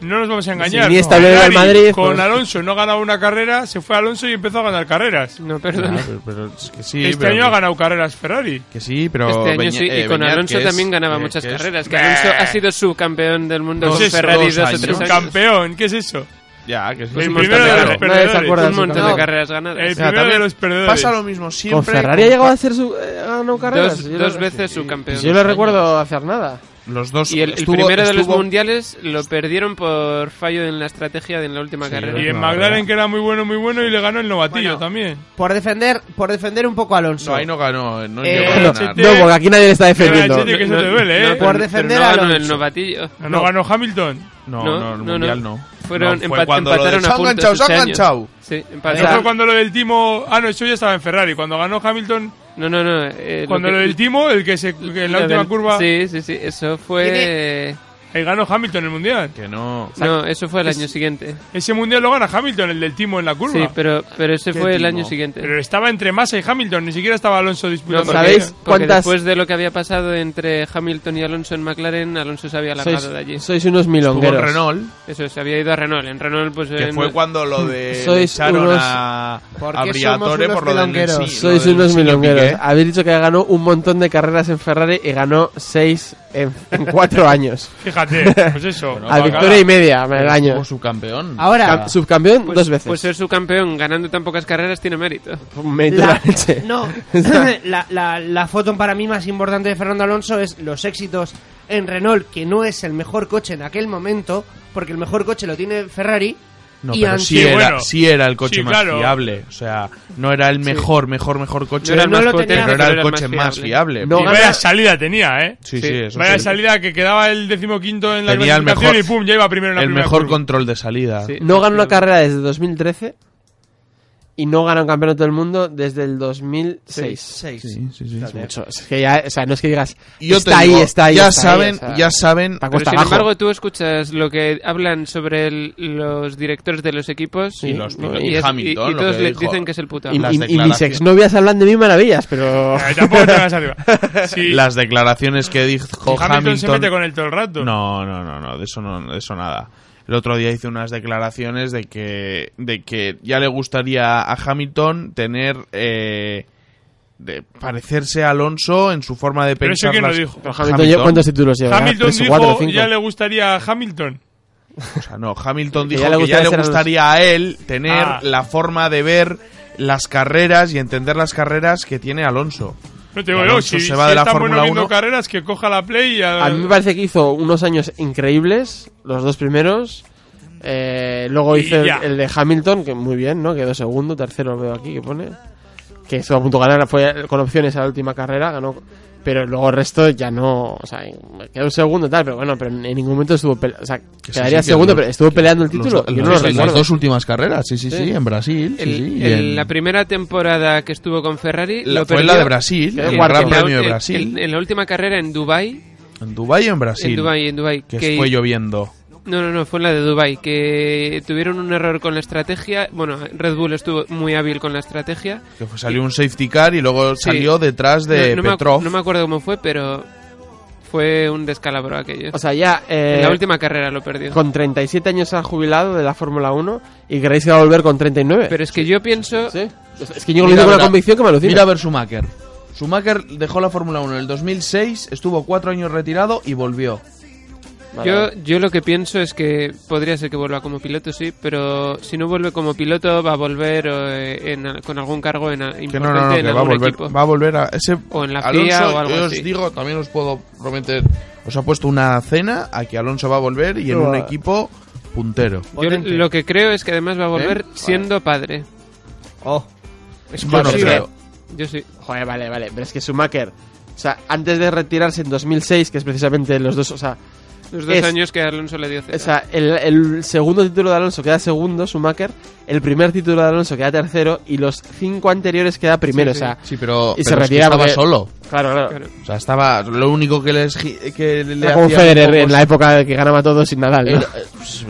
S4: no nos vamos a engañar.
S3: Si Iniesta le iba al
S4: Ferrari
S3: Madrid,
S4: con
S3: pues-
S4: Alonso no ganaba una carrera, se fue Alonso y empezó a ganar carreras.
S5: No,
S6: Ah,
S5: perdón.
S6: pero, pero es que sí,
S4: este
S6: pero-
S4: año ha ganado carreras Ferrari.
S6: Que sí, pero.
S5: Este año
S6: Beña-
S5: sí, y
S6: eh,
S5: con
S6: Beñat,
S5: Alonso
S6: que es-
S5: también ganaba
S6: eh,
S5: muchas
S6: que es-
S5: carreras. Que
S4: Bah.
S5: Alonso ha sido subcampeón del mundo
S4: Dos
S5: con
S4: es-
S5: Ferrari
S6: dos
S5: dos o
S6: años.
S5: tres
S4: Un
S5: años.
S4: campeón, ¿qué es eso?
S6: Ya, que es
S4: El
S6: un
S4: primero de
S6: montón
S4: los
S3: Nadie se
S4: perdedores.
S3: acuerda
S5: Un montón
S3: campeón.
S5: de carreras ganadas.
S4: El
S5: O sea,
S4: primero de
S6: también
S4: los perdedores.
S6: Pasa lo mismo siempre.
S3: Con Ferrari ha llegado a ser su, eh,
S6: Ah,
S3: ha ganado carreras.
S5: Dos,
S3: Yo
S5: dos
S3: no-
S5: veces subcampeón.
S3: Pues Yo no recuerdo hacer nada.
S6: Los dos.
S5: Y el, el
S6: estuvo-
S5: primero de los
S6: estuvo-
S5: mundiales lo perdieron por fallo en la estrategia de en la última carrera.
S4: Y en McLaren, que era muy bueno, muy bueno, y le ganó el novatillo
S5: Bueno.
S4: también.
S2: Por defender, por defender un poco a Alonso.
S6: No, ahí no ganó. No
S2: Eh,
S6: llegó a
S3: No,
S6: ganar.
S4: Chete.
S3: no, porque aquí nadie le está defendiendo.
S4: Chete, que eso te duele, ¿eh?
S5: pero-
S2: Por
S5: pero
S2: defender
S5: no
S2: a
S5: ganó el
S2: Alonso.
S5: novatillo.
S4: No, ganó Hamilton.
S6: No,
S5: No,
S6: no, el
S5: no,
S6: mundial
S5: no.
S6: no.
S5: Fueron
S6: No, fue
S5: empat-
S6: cuando lo de
S5: empataron
S6: se
S5: a
S6: han
S5: puntos.
S6: enganchado, se
S5: ese
S6: han
S5: año.
S6: enganchado.
S5: Sí,
S4: Eso fue
S5: empataron.
S4: cuando lo del Timo. Ah, no, eso ya estaba en Ferrari. Cuando ganó Hamilton,
S5: No, no, no. eh, lo
S4: cuando
S5: que-
S4: lo del Timo, el que se que en la
S5: lo
S4: última
S5: del-
S4: curva.
S5: Sí, sí, sí. Eso fue.
S4: Ahí ganó Hamilton el mundial.
S6: Que no.
S5: No, eso fue el año siguiente.
S4: Ese mundial lo gana Hamilton, el del Timo en la curva.
S5: Sí, pero, pero ese
S6: Qué
S5: fue el
S6: timo.
S5: año siguiente.
S4: Pero estaba entre Massa y Hamilton, ni siquiera estaba Alonso
S5: No,
S4: disputando.
S5: porque-
S3: ¿Sabéis
S5: porque
S3: cuántas-
S5: después de lo que había pasado entre Hamilton y Alonso en McLaren, Alonso se había alargado de allí.
S3: Sois, sois unos
S6: Estuvo en
S3: milongueros.
S6: Renault.
S5: Eso, se había ido a Renault. En Renault, pues.
S6: Que
S5: eh,
S6: fue
S5: no-
S6: cuando lo de. le
S3: Sois
S6: echaron
S3: unos-
S6: a,
S2: ¿Por
S6: a
S2: qué somos
S6: Briatore
S2: unos
S6: por lo del
S2: milongueros?
S6: Lenzi- lo
S3: Sois
S6: del
S3: unos
S6: Lenzi que
S3: milongueros.
S6: Piqué.
S3: Habéis dicho que ganó un montón de carreras en Ferrari y ganó seis en, en cuatro años.
S4: Fíjate, pues eso.
S6: Bueno,
S3: A
S6: va,
S3: victoria y media el año.
S6: Estuvo subcampeón.
S2: Ahora,
S3: Cam- Subcampeón
S5: pues-
S3: dos veces.
S5: Pues ser su campeón ganando tan pocas carreras tiene mérito.
S3: Me dio
S2: la,
S3: la leche.
S2: no, la, la- la foto para mí más importante de Fernando Alonso es los éxitos en Renault, que no es el mejor coche en aquel momento, porque el mejor coche lo tiene Ferrari.
S6: No,
S2: y
S6: pero
S2: antes-
S6: sí, era,
S4: bueno.
S6: sí era el coche
S4: Sí,
S6: más
S4: claro.
S6: fiable. O sea, no era el mejor, mejor, mejor coche.
S5: No era el más
S2: lo
S5: potente,
S2: tenía,
S6: pero era el
S5: más
S6: coche más fiable.
S3: No,
S4: y
S3: gana-
S4: vaya salida tenía, ¿eh?
S6: Sí,
S5: Sí.
S6: sí, eso
S4: Vaya
S6: sí.
S4: salida que quedaba el decimoquinto en la
S6: Tenía el
S4: clasificación
S6: mejor-
S4: y pum, ya iba primero en la
S6: El
S4: primera
S6: mejor
S4: curva.
S6: control de salida.
S5: Sí.
S3: No ganó una carrera desde 2013 y no gana un campeonato del mundo desde el 2006.
S2: Seis.
S6: Sí, sí, sí.
S3: Es mucho. Es que ya, o sea, no es que digas,
S6: Y yo te
S3: está ahí,
S6: digo,
S3: está ahí.
S6: ya
S3: está ahí",
S6: saben-
S3: o sea,
S6: ya saben-
S3: está
S6: Pero
S3: cuesta
S5: Sin
S3: abajo.
S5: embargo, tú escuchas lo que hablan sobre el- los directores de los equipos
S6: Y los-
S5: ¿no?
S6: y
S5: es-
S6: Hamilton,
S5: y- y
S6: lo
S5: todos
S6: que
S5: le
S6: dijo.
S5: dicen que es el puta.
S3: Y,
S6: Las
S3: y- y mis
S6: declaraciones.
S3: exnovias hablan de mí maravillas, pero.
S4: tampoco te hagas arriba. Sí.
S6: Las declaraciones que dijo
S4: Hamilton
S6: Hamilton.
S4: se mete con él todo el rato.
S6: No, no, no, no, de eso no, de eso nada. El otro día hizo unas declaraciones de que, de que ya le gustaría a Hamilton tener eh, de parecerse a Alonso en su forma de
S4: Pero eso
S6: pensar.
S4: quién lo
S6: las-
S4: dijo. Pero
S3: Hamilton, ¿cuántos títulos lleva?
S4: Hamilton
S3: Tres o
S4: dijo,
S3: cuatro o cinco.
S4: ya le gustaría a Hamilton.
S6: O sea, no, Hamilton
S3: Que
S6: dijo
S3: ya le
S6: que ya
S3: gustaría
S6: le
S3: ser Alonso.
S6: gustaría a él tener
S4: Ah.
S6: la forma de ver las carreras y entender las carreras que tiene Alonso.
S4: No te digo
S6: Y
S4: yo,
S6: Alonso
S4: si,
S6: se va
S4: si
S6: de la
S4: está bueno
S6: Fórmula
S4: viendo
S6: 1.
S4: carreras, que coja la Play y a...
S3: A mí me parece que hizo unos años increíbles, los dos primeros. Eh, luego
S4: Y
S3: hizo el,
S4: ya.
S3: el de Hamilton, que muy bien, ¿no? Quedó segundo, tercero veo aquí que pone. Que estuvo a punto de ganar, fue con opciones a la última carrera, ganó. Pero luego el resto ya no. O sea, quedó segundo y tal, pero bueno, pero en ningún momento estuvo. pele- O sea,
S6: sí,
S3: quedaría
S6: sí, que
S3: segundo,
S6: los-
S3: pero estuvo peleando el
S6: los
S3: título.
S6: do-
S3: yo
S6: los-
S3: no lo
S6: las
S3: recuerdo.
S6: dos últimas carreras, sí, sí, sí, en Brasil, sí,
S5: El-
S6: sí, y
S5: el-
S6: en-
S5: La primera temporada que estuvo con Ferrari
S6: La-
S5: lo
S6: fue
S5: perdió-
S6: la de Brasil,
S5: Quedó
S6: el
S5: cuarto.
S6: Gran
S5: En la-
S6: Premio de
S5: en-
S6: Brasil.
S5: En, en la última carrera en Dubai
S6: En Dubái o en Brasil.
S5: En Dubái, en Dubái,
S6: Que,
S5: que-
S6: fue lloviendo.
S5: No, no, no, fue en la de Dubai que tuvieron un error con la estrategia. Bueno, Red Bull estuvo muy hábil con la estrategia.
S6: Que fue- salió un safety car y luego
S5: Sí.
S6: salió detrás de
S5: No- no me acu-
S6: Petrov.
S5: no me acuerdo cómo fue, pero fue un descalabro aquello.
S3: O sea, ya. eh,
S5: En la última carrera lo perdió.
S3: Con 37 años se ha jubilado de la Fórmula 1 y creéis que va a volver con 39.
S5: Pero es que yo pienso.
S3: Es que yo lo digo con una convicción que me alucina.
S6: Mira a ver Schumacher. Schumacher dejó la Fórmula 1 en el 2006, estuvo cuatro años retirado y volvió.
S5: Yo, yo lo que pienso es que podría ser que vuelva como piloto, sí, pero si no vuelve como piloto va a volver eh, en- con algún cargo en,
S6: Que no,
S5: importante
S6: no, no,
S5: en
S6: que va a
S5: algún
S6: volver,
S5: equipo.
S6: va a volver a ese
S5: O en la FIA
S6: Alonso,
S5: o algo
S6: yo
S5: así.
S6: os digo, también os puedo prometer, os ha puesto una cena a que Alonso va a volver y en
S5: No,
S6: un
S5: a-
S6: equipo puntero.
S5: Yo lo que creo es que además va a volver
S6: ¿Eh? Vale.
S5: siendo padre.
S2: Oh.
S3: Yo no creo.
S5: Yo sí.
S3: Joder, vale, vale. Pero es que Schumacher, o sea, antes de retirarse en 2006, que es precisamente los dos, o sea,
S5: Los dos
S3: es-
S5: años que Alonso le dio cero.
S3: o sea, el, el segundo título de Alonso queda segundo, Schumacher. El primer título de Alonso queda tercero. Y los cinco anteriores queda primero,
S6: Sí,
S3: o sea.
S6: sí. Sí, pero-
S3: y se
S6: pero es que
S3: retira
S6: estaba
S3: porque-
S6: solo.
S3: Claro, claro.
S6: O sea, estaba lo único que, les, gi- que le
S3: Era como
S6: hacía
S3: Federer
S6: un poco-
S3: en la época de que ganaba todo sin Nadal, ¿no?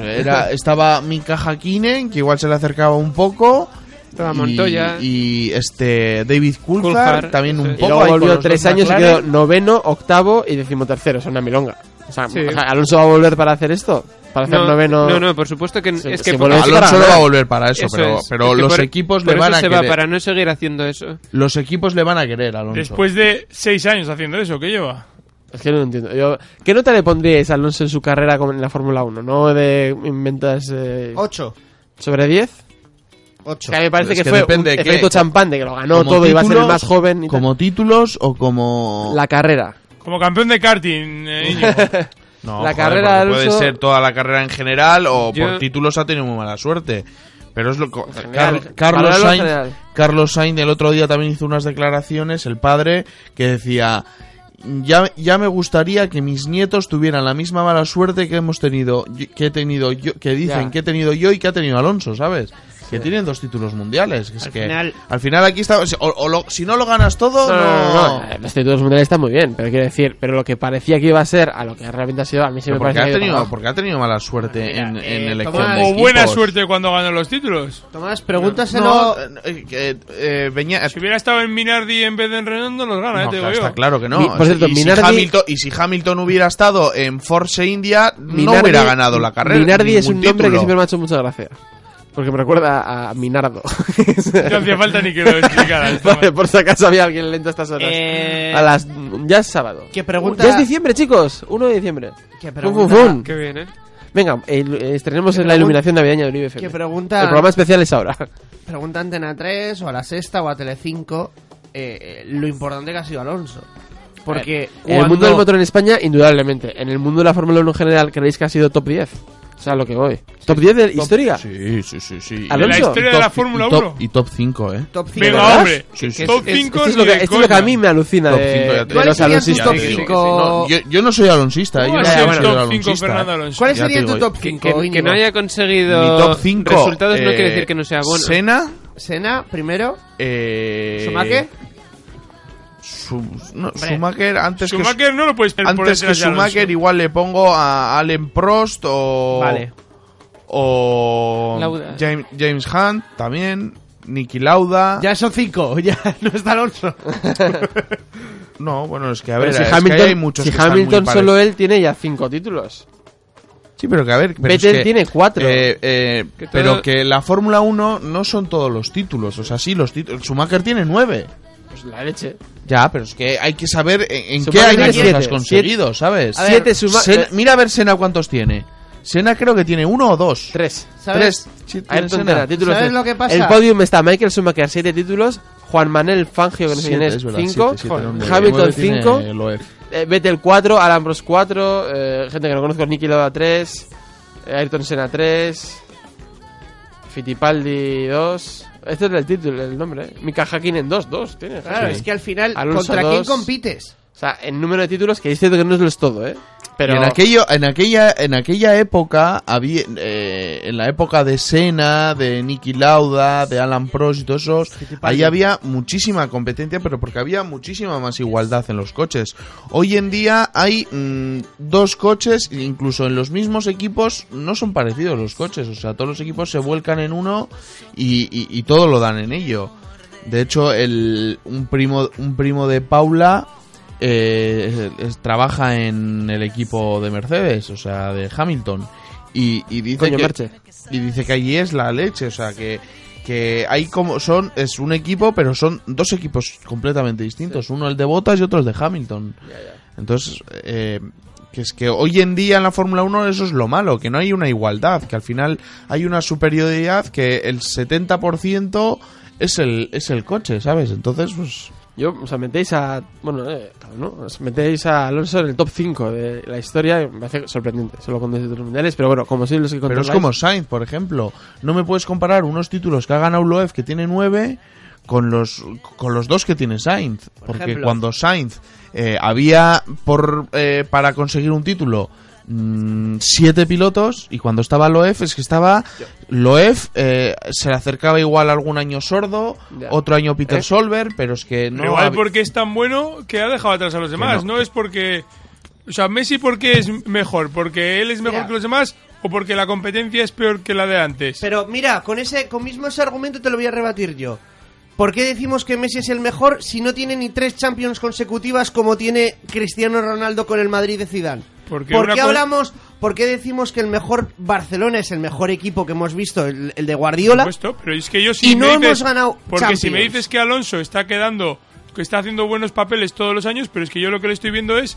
S6: Era- eh, Era- estaba Mika Hakkinen, que igual se le acercaba un poco.
S5: Estaba
S6: y-
S5: Montoya.
S6: Y, este David Coulthard,
S5: Coulthard,
S6: también un
S5: eso es.
S3: Y
S6: poco.
S3: luego
S6: ahí con
S3: volvió
S6: los
S3: tres
S6: dos
S3: años y
S6: McLaren.
S3: quedó noveno, octavo y decimotercero. Es una milonga. O sea,
S5: Sí.
S3: o sea, ¿Alonso va a volver para hacer esto? ¿Para hacer
S5: No,
S3: noveno?
S5: no, no, por supuesto que
S3: Sí,
S5: es que
S3: sí,
S5: por-
S3: vuelve a ser para
S6: Alonso no
S3: ganar.
S6: va a volver para eso, pero-
S5: es.
S6: pero
S5: Es que
S6: los
S5: por-
S6: equipos
S5: por
S6: le
S5: eso
S6: van a
S5: se va,
S6: querer.
S5: para no seguir haciendo eso.
S6: Los equipos le van a querer, Alonso.
S4: Después de seis años haciendo eso, ¿qué lleva?
S3: Es que no lo entiendo. Yo- ¿Qué nota le pondríais a Alonso en su carrera como en la Fórmula 1? ¿No de inventas... eh,
S2: Ocho.
S3: ¿Sobre 10?
S2: Ocho.
S3: Que a mí me parece
S6: Es
S3: que,
S6: que
S3: fue
S6: depende
S3: un
S6: de qué.
S3: efecto champán de que lo ganó
S6: Como
S3: todo y va a ser el
S6: títulos,
S3: más joven. y tal.
S6: ¿Como títulos o como.?
S3: La carrera.
S4: Como campeón de karting, eh, Íñigo.
S6: No,
S3: La
S6: joder,
S3: carrera
S6: porque
S3: Alonso-
S6: puede ser toda la carrera en general o
S5: Yo-
S6: por títulos ha tenido muy mala suerte. Pero es lo co-
S3: general,
S6: Car-
S3: valorarlo
S6: Carlos
S3: en
S6: Sainz,
S3: general.
S6: Carlos Sainz el otro día también hizo unas declaraciones, el padre, que decía ya, ya me gustaría que mis nietos tuvieran la misma mala suerte que hemos tenido, yo- que he tenido yo, que dicen
S2: Ya.
S6: que he tenido yo y que ha tenido Alonso, ¿sabes? Que tienen dos títulos mundiales. que es
S2: Al
S6: que-
S2: final-
S6: al final aquí está. o- o lo- si no lo ganas todo,
S3: No, no, no,
S6: no.
S3: no, Los títulos mundiales están muy bien, pero quiero decir, pero lo que parecía que iba a ser a lo que realmente ha sido, a mí se
S6: Pero
S3: me
S6: porque,
S3: parece
S6: ha
S3: que ha ido para
S6: tenido,
S3: abajo.
S6: porque ha tenido mala suerte en, en elección
S2: Tomás,
S6: de
S4: O buena
S6: equipos.
S4: suerte cuando ganó los títulos.
S2: Tomás, pregúntaselo.
S6: No, eh, eh, eh, Beña-
S4: Si hubiera estado en Minardi en vez de en Renault, no los gana, eh,
S6: No,
S4: te digo
S6: claro,
S4: yo.
S6: está claro que no.
S3: Mi- por cierto,
S6: y,
S3: Minardi-
S6: si Hamilton, y si Hamilton hubiera estado en Force India,
S3: Minardi-
S6: no hubiera ganado la carrera.
S3: Minardi es un
S6: ningún
S3: nombre que
S6: título.
S3: siempre me ha hecho mucha gracia. Porque me recuerda a Minardo.
S4: No hacía falta ni que lo explicaras. Tomás.
S3: Vale, por si acaso había alguien lento a estas horas.
S2: Eh,
S3: A las... Ya es sábado.
S2: Que pregunta-
S3: Ya es diciembre, chicos. 1 de diciembre.
S2: Que
S3: Fun,
S2: pregunta-
S3: fun, fun.
S5: Qué bien, ¿eh?
S3: Venga, el- eh, estrenemos
S2: Que
S3: en la
S2: pregun-
S3: iluminación navideña de Uribe FM.
S2: Que pregunta-
S3: El programa especial es ahora.
S2: Pregunta a Antena 3 o a la Sexta o a Telecinco eh, lo importante que ha sido Alonso. Porque
S3: En el mundo del
S2: cuando-
S3: motor en España, indudablemente. En el mundo de la Fórmula 1 en general, creéis que ha sido top 10. O sea, lo que voy. ¿Top 10 de- histórica?
S6: Sí, sí, sí. sí.
S3: Alonso.
S4: La historia
S6: Y
S4: de la
S6: top-
S4: Fórmula
S6: y top-
S4: 1.
S6: Y top 5, ¿eh?
S2: Top 5.
S4: Venga,
S3: ¿Verdad?
S4: hombre.
S6: Sí, sí,
S4: Top
S6: sí.
S4: 5
S3: Esto es lo que, esto es lo que a mí me alucina
S6: Top
S3: de,
S6: cinco, ya te
S3: de
S6: digo.
S3: los
S2: serían tus
S3: aloncistas.
S2: top
S6: Ya te digo que sí.
S2: 5?
S6: No, yo, yo no soy alonsista, ¿eh?
S4: ¿Cómo
S6: yo
S4: ha
S6: no
S4: sido
S6: soy
S4: el top 5
S6: alonsista.
S4: Fernando Alonso?
S2: ¿Cuáles
S6: Ya te
S2: serían
S6: digo
S2: tu
S6: yo.
S2: top
S5: Que,
S2: 5?
S5: que- que no haya conseguido
S6: Mi top eh, 5.
S5: resultados no quiere decir que no sea bueno.
S6: Sena,
S2: Sena, primero.
S6: Eh,
S2: Schumacher.
S6: Su- no,
S2: Hombre.
S6: Schumacher antes
S4: Schumacher
S6: que
S4: no lo puedes poner por
S6: antes que
S4: detrás de Alonso.
S6: Schumacher igual le pongo a Allen Prost o
S4: Vale.
S6: o
S4: Lauda.
S6: James, James Hunt también Nicky Lauda
S2: ya son cinco ya no está Alonso
S6: no bueno es que a
S3: Pero
S6: ver
S3: si
S6: es
S3: Hamilton,
S6: que ahí hay muchos
S3: si
S6: que están
S3: Hamilton
S6: muy
S3: solo
S6: parejos.
S3: él tiene ya cinco títulos.
S6: sí pero que a ver pero es
S3: Vettel
S6: que,
S3: tiene cuatro.
S6: eh, eh,
S3: Que todo-
S6: pero que la Fórmula 1 no son todos los títulos o sea sí los títulos Schumacher tiene nueve
S3: Pues la leche.
S6: Ya, pero es que hay que saber en, en qué
S3: Schumacher
S6: años
S3: tiene
S6: los has
S3: siete,
S6: conseguido,
S3: siete.
S6: ¿sabes?
S3: A ver, Siete suma-
S6: Senna-
S3: eh,
S6: mira a ver Sena cuántos tiene. Sena creo que tiene uno o dos.
S3: Tres.
S6: Tres. Sí,
S3: A ver,
S6: tiene
S3: tontera,
S6: Senna.
S3: títulos
S2: ¿Sabes
S3: tres.
S2: lo que pasa?
S3: El podium Pues está Michael Schumacher, siete títulos. Juan Manuel Fangio, que no sé quién
S6: Siete,
S3: es,
S6: es verdad,
S3: cinco.
S6: siete, siete,
S3: Joder.
S6: eran nueve.
S3: Hamilton,
S6: Nueve tiene
S3: cinco.
S6: Loeb.
S3: Eh, Vettel, cuatro. Alan Prost, cuatro. eh, gente que no conozco, Niki Lauda, tres. eh, Ayrton Senna, tres. Fittipaldi, dos. Este es el título, el nombre, ¿eh? Mika Hakkinen, dos, dos. Tiene,
S2: Claro, es que al final,
S3: Alonso,
S2: ¿contra quién
S3: dos.
S2: compites?
S3: O sea, el número de títulos que dice que no es lo es todo, ¿eh? Pero...
S6: Y en, aquello, en, aquella, en aquella época, había, eh, en la época de Senna, de Nicky Lauda, de Alan Prost y todos esos, ahí había muchísima competencia, pero porque había muchísima más igualdad en los coches. Hoy en día hay mm, dos coches, incluso en los mismos equipos, no son parecidos los coches. O sea, todos los equipos se vuelcan en uno y, y- y todo lo dan en ello. De hecho, el, un, primo, un primo de Paula eh, es- trabaja en el equipo de Mercedes, o sea, de Hamilton. Y, y dice
S3: Coño,
S6: que,
S3: Merche.
S6: y dice que allí es la leche, o sea, que, que hay como son, es un equipo, pero son dos equipos completamente distintos. Uno el de Bottas y otro el de Hamilton. Entonces, eh, que es que hoy en día en la Fórmula 1 eso es lo malo, que no hay una igualdad, que al final hay una superioridad que el 70% es el, es el coche, ¿sabes? Entonces, pues...
S3: Yo, os metéis a. Bueno, eh, claro, ¿no? Os metéis a Alonso en el top 5 de la historia. y Me parece sorprendente. Solo con dos títulos mundiales. Pero bueno, como sois los que
S6: Pero es
S3: controláis-
S6: como Sainz, por ejemplo. No me puedes comparar unos títulos que ha ganado Loeb, que tiene nueve, con los, con los dos que tiene Sainz. Porque
S2: ejemplo.
S6: cuando Sainz eh, había por, eh, para conseguir un título mm, siete pilotos y cuando estaba Loeb es que estaba Loeb eh, se le acercaba igual algún año sordo
S4: Ya.
S6: otro año Peter
S4: ¿Eh?
S6: Solberg pero es que no
S4: Pero igual
S6: había-
S4: porque es tan bueno que ha dejado atrás a los demás. No, es porque. O sea, Messi, ¿por qué es mejor? ¿Porque él es mejor que los demás o porque la competencia es peor que la de antes?
S2: Pero mira, con ese, con mismo ese argumento te lo voy a rebatir yo. ¿Por qué decimos que Messi es el mejor si no tiene ni tres Champions consecutivas como tiene Cristiano Ronaldo con el Madrid de Zidane?
S4: Porque
S2: ¿Por
S4: una
S2: qué
S4: co-
S2: hablamos, por qué decimos que el mejor Barcelona es el mejor equipo que hemos visto, el, el de Guardiola?
S4: Por supuesto, pero es que yo sí
S2: Y no
S4: me
S2: hemos
S4: dices-
S2: ganado
S4: Porque si me
S2: Champions.
S4: dices que Alonso está quedando, que está haciendo buenos papeles todos los años, pero es que yo lo que le estoy viendo es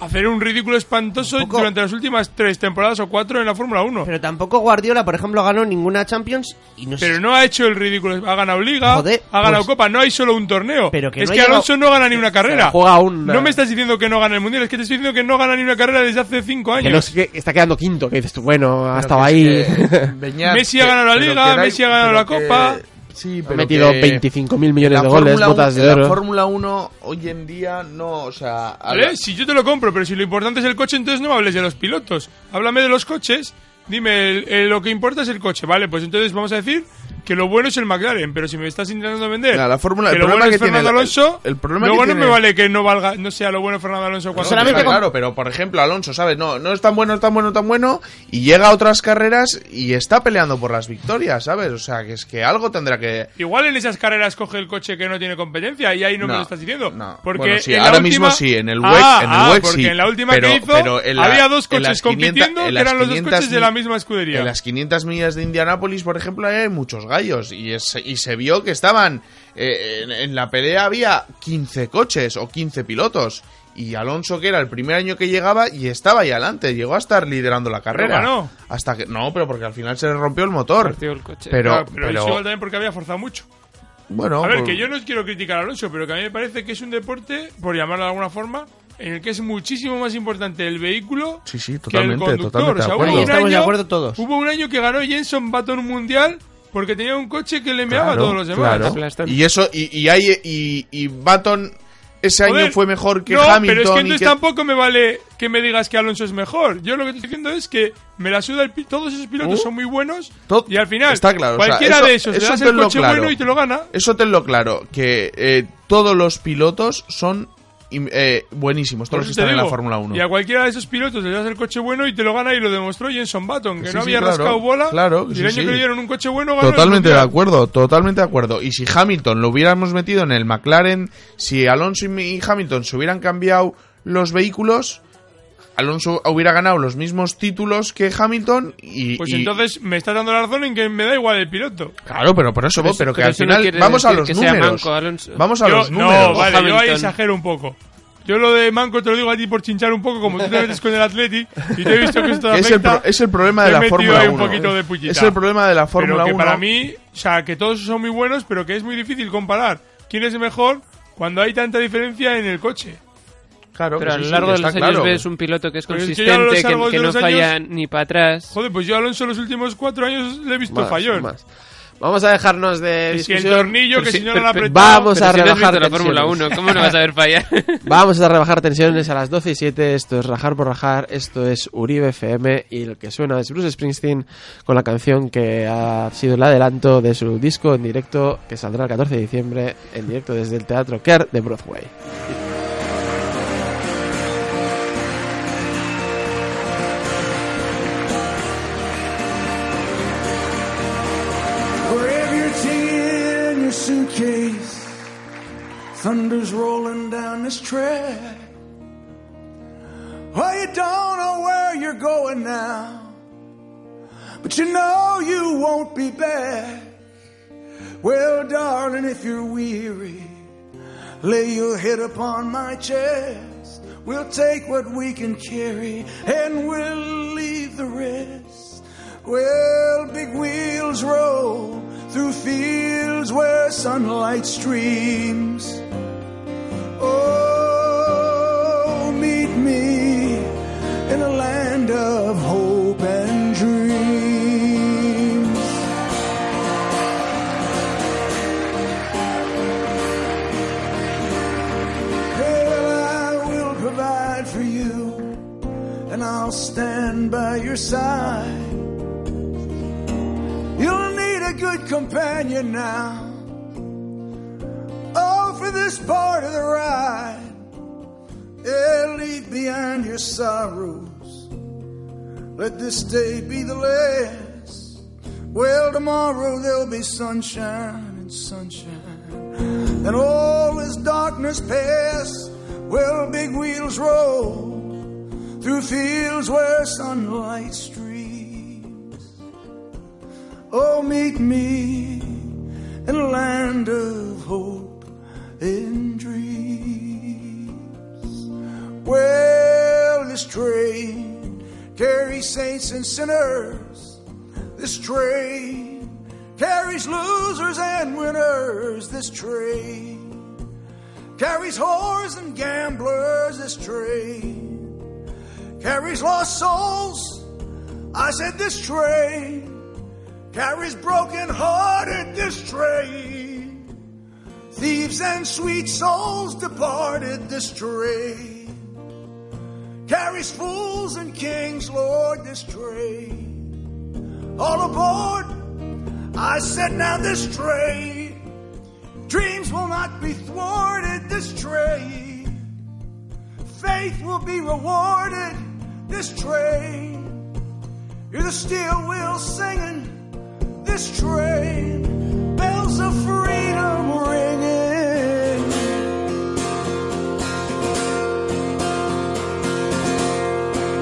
S4: hacer un ridículo espantoso durante las últimas tres temporadas o cuatro en la Fórmula 1.
S2: Pero tampoco Guardiola, por ejemplo, ganó ninguna Champions y no
S4: Pero no ha hecho el ridículo, ha ganado Liga,
S2: Joder,
S4: ha ganado
S2: pues-
S4: Copa, no hay solo un torneo.
S2: que
S4: es
S2: no ha
S4: que
S2: llegado-
S4: Alonso no gana ni una carrera.
S3: juega una.
S2: eh.
S4: No me estás diciendo que no gana el Mundial, es que te estoy diciendo que no gana ni una carrera desde hace cinco
S3: Que no
S4: años.
S3: sé, que está quedando quinto. Que dices tú, bueno, ha
S6: Pero
S3: estado
S6: que
S3: ahí.
S6: es que, Beñat,
S4: Messi ha
S6: que-
S4: ganado la
S6: pero
S4: Liga,
S6: que era-
S4: Messi ha ganado
S6: pero
S4: la
S6: que-
S4: Copa.
S6: sí,
S3: Ha
S6: pero
S3: metido
S6: que-
S3: 25.000 millones de
S6: la
S3: goles,
S6: Fórmula
S3: botas
S6: 1
S3: de
S6: La
S3: oro.
S6: Fórmula 1 hoy en día no, o sea... a la-
S4: ¿Vale? Si yo te lo compro, pero si lo importante es el coche, entonces no me hables de los pilotos. Háblame de los coches. Dime, el- el- lo que importa es el coche, ¿vale? Pues entonces vamos a decir que lo bueno es el McLaren, pero si me estás intentando vender
S6: No, la fórmula-
S4: que
S6: el
S4: lo
S6: problema
S4: bueno es
S6: que tiene
S4: Fernando
S6: la-
S4: Alonso,
S6: el- el problema
S4: luego
S6: que
S4: no
S6: tiene-
S4: me vale que no valga, no sea lo bueno Fernando Alonso cuando
S6: Solamente claro, claro, pero por ejemplo, Alonso, ¿sabes? No, no es tan bueno, es tan bueno, tan bueno, y llega a otras carreras y está peleando por las victorias, ¿sabes? O sea, que es que algo tendrá que...
S4: Igual en esas carreras coge el coche que no tiene competencia y ahí no, me lo estás diciendo. Porque
S6: Bueno, sí,
S4: en la
S6: ahora
S4: última-
S6: mismo sí, en el WEC,
S4: Ah,
S6: en
S4: ah,
S6: el WEC
S4: porque
S6: sí,
S4: en la última
S6: pero-
S4: que hizo
S6: pero en la-
S4: había dos
S6: en
S4: coches
S6: las 500
S4: compitiendo
S6: en
S4: que
S6: las
S4: eran los dos
S6: 500
S4: coches de la misma escudería.
S6: En las 500 millas de Indianápolis, por ejemplo, ahí hay muchos gallos y, es- y se vio que estaban... eh, en, en la pelea había 15 coches o 15 pilotos. Y Alonso, que era el primer año que llegaba, y estaba ahí adelante, llegó a estar liderando la carrera.
S4: ganó.
S6: Hasta que, no, pero porque al final se le rompió el motor.
S4: Partió el coche.
S6: Pero,
S4: Claro, pero
S6: pero,
S4: eso igual también porque había forzado mucho.
S6: bueno,
S4: a ver,
S6: por-
S4: que yo no quiero criticar a Alonso, pero que a mí me parece que es un deporte, por llamarlo de alguna forma, en el que es muchísimo más importante el vehículo
S6: Sí, sí,
S4: que el
S6: totalmente,
S4: conductor.
S6: totalmente
S4: O sea,
S6: de
S4: hubo
S6: acuerdo.
S4: un
S2: Estamos de
S4: año-
S2: acuerdo todos.
S4: Hubo un año que ganó Jenson Button un mundial porque tenía un coche que le meaba
S6: Claro,
S4: a todos los demás.
S6: claro. Y eso, y, y hay, y, y Baton ese este año
S4: Joder,
S6: fue mejor que
S4: no,
S6: Hamilton.
S4: Pero es que
S6: y
S4: entonces
S6: que-
S4: tampoco me vale que me digas que Alonso es mejor. Yo lo que estoy diciendo es que me la suda el pi- todos esos pilotos
S6: ¿Uh?
S4: son muy buenos
S6: To-
S4: y al final
S6: está claro, o sea,
S4: cualquiera
S6: eso-
S4: de esos le
S6: eso
S4: das el
S6: tenlo
S4: coche
S6: claro.
S4: bueno y te lo gana.
S6: Eso tenlo claro, que eh, todos los pilotos son im- eh, buenísimos,
S4: Por
S6: todos los que
S4: eso te
S6: están en la
S4: digo,
S6: Fórmula 1.
S4: Y a cualquiera de esos pilotos le das el coche bueno y te lo gana y lo demostró Jenson Button, que
S6: Sí,
S4: no
S6: sí,
S4: había
S6: claro,
S4: rascado bola.
S6: claro,
S4: y
S6: sí,
S4: el año
S6: sí.
S4: que le dieron un coche bueno ganó. el
S6: Totalmente de
S4: mundial.
S6: acuerdo, totalmente de acuerdo. Y si Hamilton lo hubiéramos metido en el McLaren, si Alonso y mi- y Hamilton se hubieran cambiado los vehículos, Alonso hubiera ganado los mismos títulos que Hamilton y...
S4: Pues
S6: y-
S4: entonces me estás dando la razón en que me da igual el piloto.
S6: Claro, pero por eso,
S4: Pero
S6: voy,
S4: eso-
S6: pero que
S4: pero
S6: al
S4: eso no
S6: final
S4: quiere
S6: vamos a
S4: decir
S6: los
S4: que sea
S6: números.
S4: manco, Alonso.
S6: Vamos a
S4: Yo-
S6: los números.
S4: No, vale, yo ahí
S5: Hamilton.
S4: exagero un poco. Yo lo de Manco te lo digo a ti por chinchar un poco, como tú te metes con el Atleti y te he visto que esto te
S6: es, el
S4: afecta,
S6: pro- es el problema
S4: te
S6: de
S4: he
S6: la
S4: metido
S6: Fórmula
S4: ahí
S6: 1.
S4: un poquito de pullita.
S6: es el problema de la Fórmula
S4: Pero que
S6: 1.
S4: para mí, o sea, que todos son muy buenos, pero que es muy difícil comparar quién es el mejor cuando hay tanta diferencia en el coche.
S6: Claro,
S5: Pero a lo largo de los años ves un piloto que es
S4: Pero es que
S5: consistente,
S4: yo a lo
S5: que,
S4: largo de
S5: que no
S4: los
S5: falla
S4: años-
S5: ni para atrás.
S4: Joder, pues yo a Alonso los últimos cuatro años le he visto
S5: Más,
S4: fallón.
S3: más. Vamos a dejarnos de
S4: Y si el
S3: discusión.
S4: tornillo, que
S3: Pero
S4: si
S3: sí,
S4: no, no
S3: pero-
S4: lo ha
S3: pero
S4: apretado.
S3: Vamos
S5: Pero
S3: a
S5: si no has
S3: rebajar
S5: visto la Fórmula
S3: tensiones.
S5: 1, ¿cómo no vas a ver fallar?
S3: Vamos a rebajar tensiones a las 12 y 7. Esto es Rajar por Rajar. Esto es Uribe FM. Y lo que suena es Bruce Springsteen con la canción que ha sido el adelanto de su disco en directo que saldrá el 14 de diciembre en directo desde el Teatro Kerr de Broadway.
S1: Grab your tea and your suitcase. Thunder's rolling down this track. Well, you don't know where you're going now, but you know you won't be back. Well, darling, if you're weary, lay your head upon my chest. We'll take what we can carry and we'll leave the rest. Well, big wheels roll through fields where sunlight streams. Oh, meet me in a land of hope and dreams. Well, I will provide for you, and I'll stand by your side. You'll need a good companion now. Oh, for this part of the ride. Yeah, leave behind your sorrows. Let this day be the last. Well, tomorrow there'll be sunshine and sunshine. And all this darkness past. Well, big wheels roll through fields where sunlight streams. Oh, meet me in a land of hope and dreams. Well, this train carries saints and sinners. This train carries losers and winners. This train carries whores and gamblers. This train carries lost souls. I said, this train carries broken hearted this train. Thieves and sweet souls departed this train. Carries fools and kings, Lord, this train. All aboard, I said now this train. Dreams will not be thwarted this train. Faith will be rewarded this train. You're the steel wheel singing this train, bells of freedom ringing.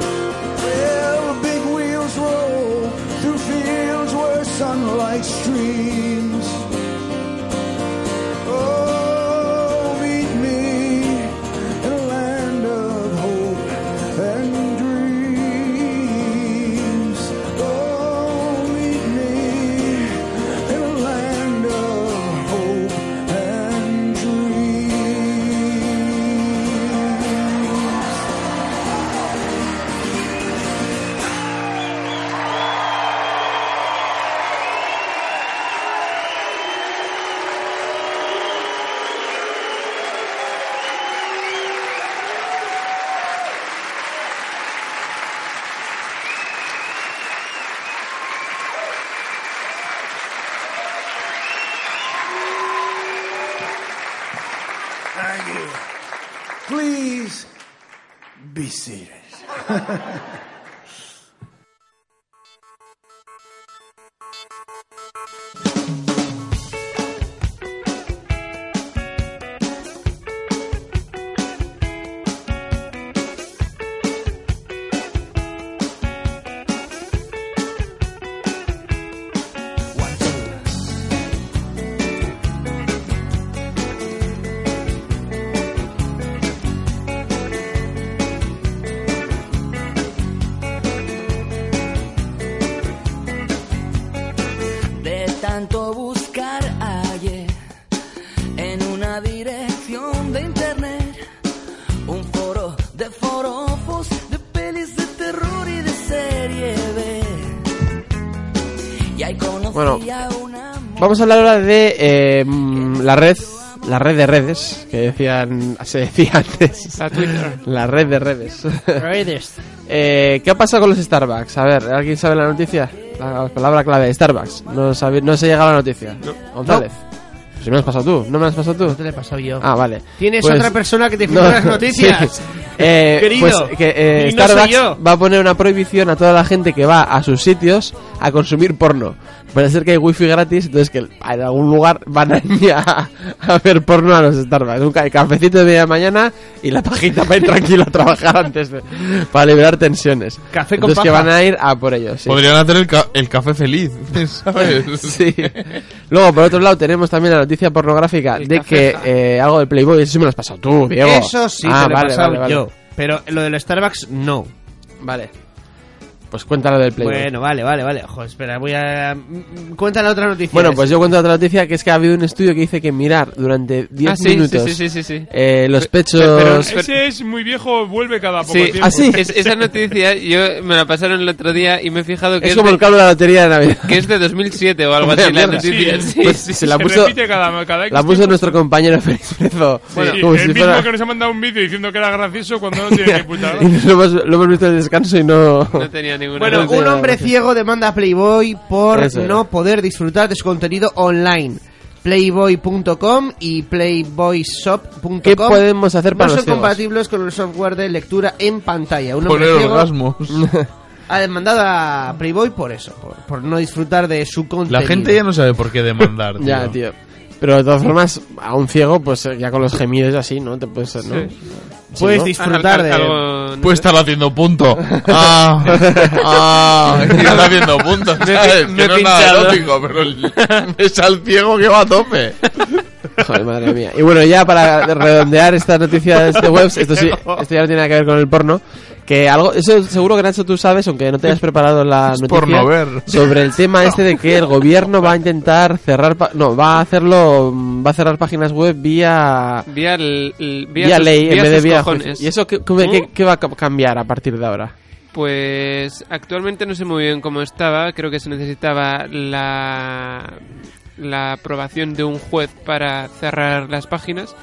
S1: Well, the big wheels roll through fields where sunlight streams. Oh, meet me in a land of hope and dreams. Oh, meet me in a land of
S16: Thank you. Please be seated.
S17: de tanto buscar ayer en una dirección de internet, un foro de forofos, de pelis de terror y de serie B. Y ahí conocí
S3: Bueno.
S17: a una
S3: Vamos a hablar ahora de eh, mm, la red, la red de redes, que decían, se decía antes.
S5: La Twitter.
S3: La red de redes.
S18: Redes.
S3: Eh, ¿Qué ha pasado con los Starbucks? A ver, ¿alguien sabe la noticia? La, la palabra clave, Starbucks. No, sabe- no se llega a la noticia. González. Pues Si me lo has pasado tú, no me lo has pasado tú. No te
S2: lo he pasado yo.
S3: Ah, vale.
S2: Tienes otra persona que te filtra las noticias.
S3: Eh,
S2: Querido,
S3: pues que, eh,
S2: y no soy
S3: Starbucks
S2: yo.
S3: va a poner una prohibición a toda la gente que va a sus sitios a consumir porno. Parece ser que hay wifi gratis, entonces que en algún lugar van a ir a, a ver porno a los Starbucks. Un ca- cafecito de media mañana y la pajita para ir tranquilo a trabajar antes de- para liberar tensiones.
S2: Café
S6: con
S3: entonces que
S6: paja.
S3: van a ir a por ellos. sí.
S6: Podrían hacer el, ca- el café feliz, ¿sabes?
S3: Sí. Luego, por otro lado, tenemos también la noticia pornográfica de que eh, algo del Playboy, eso sí me lo has pasado tú, Diego.
S2: Eso sí
S3: Ah,
S2: te lo he
S3: vale,
S2: pasado
S3: vale, vale.
S2: yo. Pero lo del Starbucks, no.
S3: Vale. Pues cuéntalo del Playboy.
S2: Bueno, vale, vale, vale. Ojo, espera, voy a... mm, Cuéntale otra noticia.
S3: Bueno, pues yo cuento otra noticia que es que ha habido un estudio que dice que mirar durante 10
S2: Ah, sí, sí,
S3: minutos
S5: sí, sí, sí, sí.
S3: eh, los pechos. ah,
S4: Ese es muy viejo, vuelve cada poco
S5: Sí,
S4: tiempo.
S5: es- esa noticia yo me la pasaron el otro día y me he fijado que
S3: es
S5: es,
S3: como
S5: de,
S3: el cable de la lotería de Navidad.
S5: que es de 2007 o algo
S3: Hombre,
S5: así la
S3: mierda.
S5: noticia.
S3: Sí,
S5: Sí,
S3: pues
S5: sí,
S3: se la
S5: sí.
S3: puso,
S4: cada- cada X
S3: la puso nuestro compañero Félix Prezo.
S4: Bueno,
S3: como
S4: el
S3: si
S4: mismo
S3: fuera-
S4: que nos ha mandado un vídeo diciendo que era gracioso cuando no tiene ni puta.
S3: y nos lo, hemos, lo hemos visto en el descanso y no. No
S5: tenía ninguna.
S2: Bueno, un hombre ciego demanda a Playboy por
S3: Eso es.
S2: no poder disfrutar de su contenido online. Playboy.com y Playboyshop.com
S3: ¿Qué podemos hacer para
S2: no
S3: los
S2: son
S3: ciegos?
S2: compatibles con el software de lectura en pantalla. Un hombre
S6: Poner
S2: ciego
S6: orgasmos.
S2: ha demandado a Playboy por eso, por, por no disfrutar de su contenido.
S6: La gente ya no sabe por qué demandar. tío.
S3: Ya, tío. Pero de todas formas, a un ciego, pues eh, ya con los gemidos y así, ¿no? Te puedes, ¿no?
S6: Sí.
S3: Si
S2: Puedes
S3: no-
S2: disfrutar Al- al- de-
S5: algo-
S6: Puede estar haciendo punto. Ah, ah, que está haciendo punto.
S5: Me he
S6: ¿sabes?
S5: pin-
S6: Que
S5: me he
S6: no es nada
S5: pinchado.
S6: erótico, pero el- es al ciego que va a tope.
S3: Joder, madre mía. Y bueno, ya para redondear estas noticias de webs, esto sí, esto ya no tiene nada que ver con el porno. Que algo, eso seguro que Nacho tú sabes, aunque no te hayas preparado la noticia.
S6: porno ver.
S3: Sobre el tema este de que el gobierno va a intentar cerrar, pa- no, va a hacerlo, mm, va a cerrar páginas web vía,
S5: Vía, l- l- vía
S3: vía,
S5: sus-
S3: ley en
S5: vía
S3: vez de
S5: sus
S3: vía
S5: cojones.
S3: juicio. ¿Y eso qué, qué- qué- qué va a ca- cambiar a partir de ahora?
S5: Pues actualmente no sé muy bien cómo estaba, creo que se necesitaba la, la aprobación de un juez para cerrar las páginas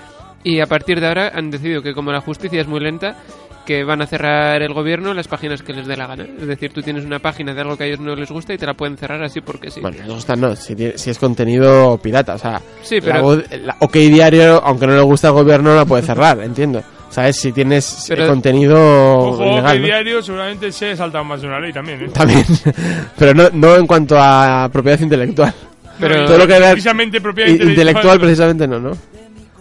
S5: y a partir de ahora han decidido que como la justicia es muy lenta, que van a cerrar el gobierno las páginas que les dé la gana. Es decir, tú tienes una página de algo que a ellos no les gusta y te la pueden cerrar así porque sí.
S3: Bueno, les gusta no, si, tiene- si es contenido pirata, o sea,
S5: Sí,
S3: la
S5: pero-
S3: voz- la- OK Diario, aunque no le gusta al gobierno, no la puede cerrar, entiendo. ¿Sabes? Si tienes eh,
S5: Pero-
S3: contenido
S4: Ojo, que
S3: ilegal, ¿no?
S4: diario seguramente se ha saltado más de una ley también. ¿eh?
S3: También, pero no, no en cuanto a propiedad intelectual.
S5: Pero-
S3: Todo lo que vea-
S5: Precisamente propiedad
S3: i-
S5: intelectual.
S3: intelectual precisamente no, ¿no?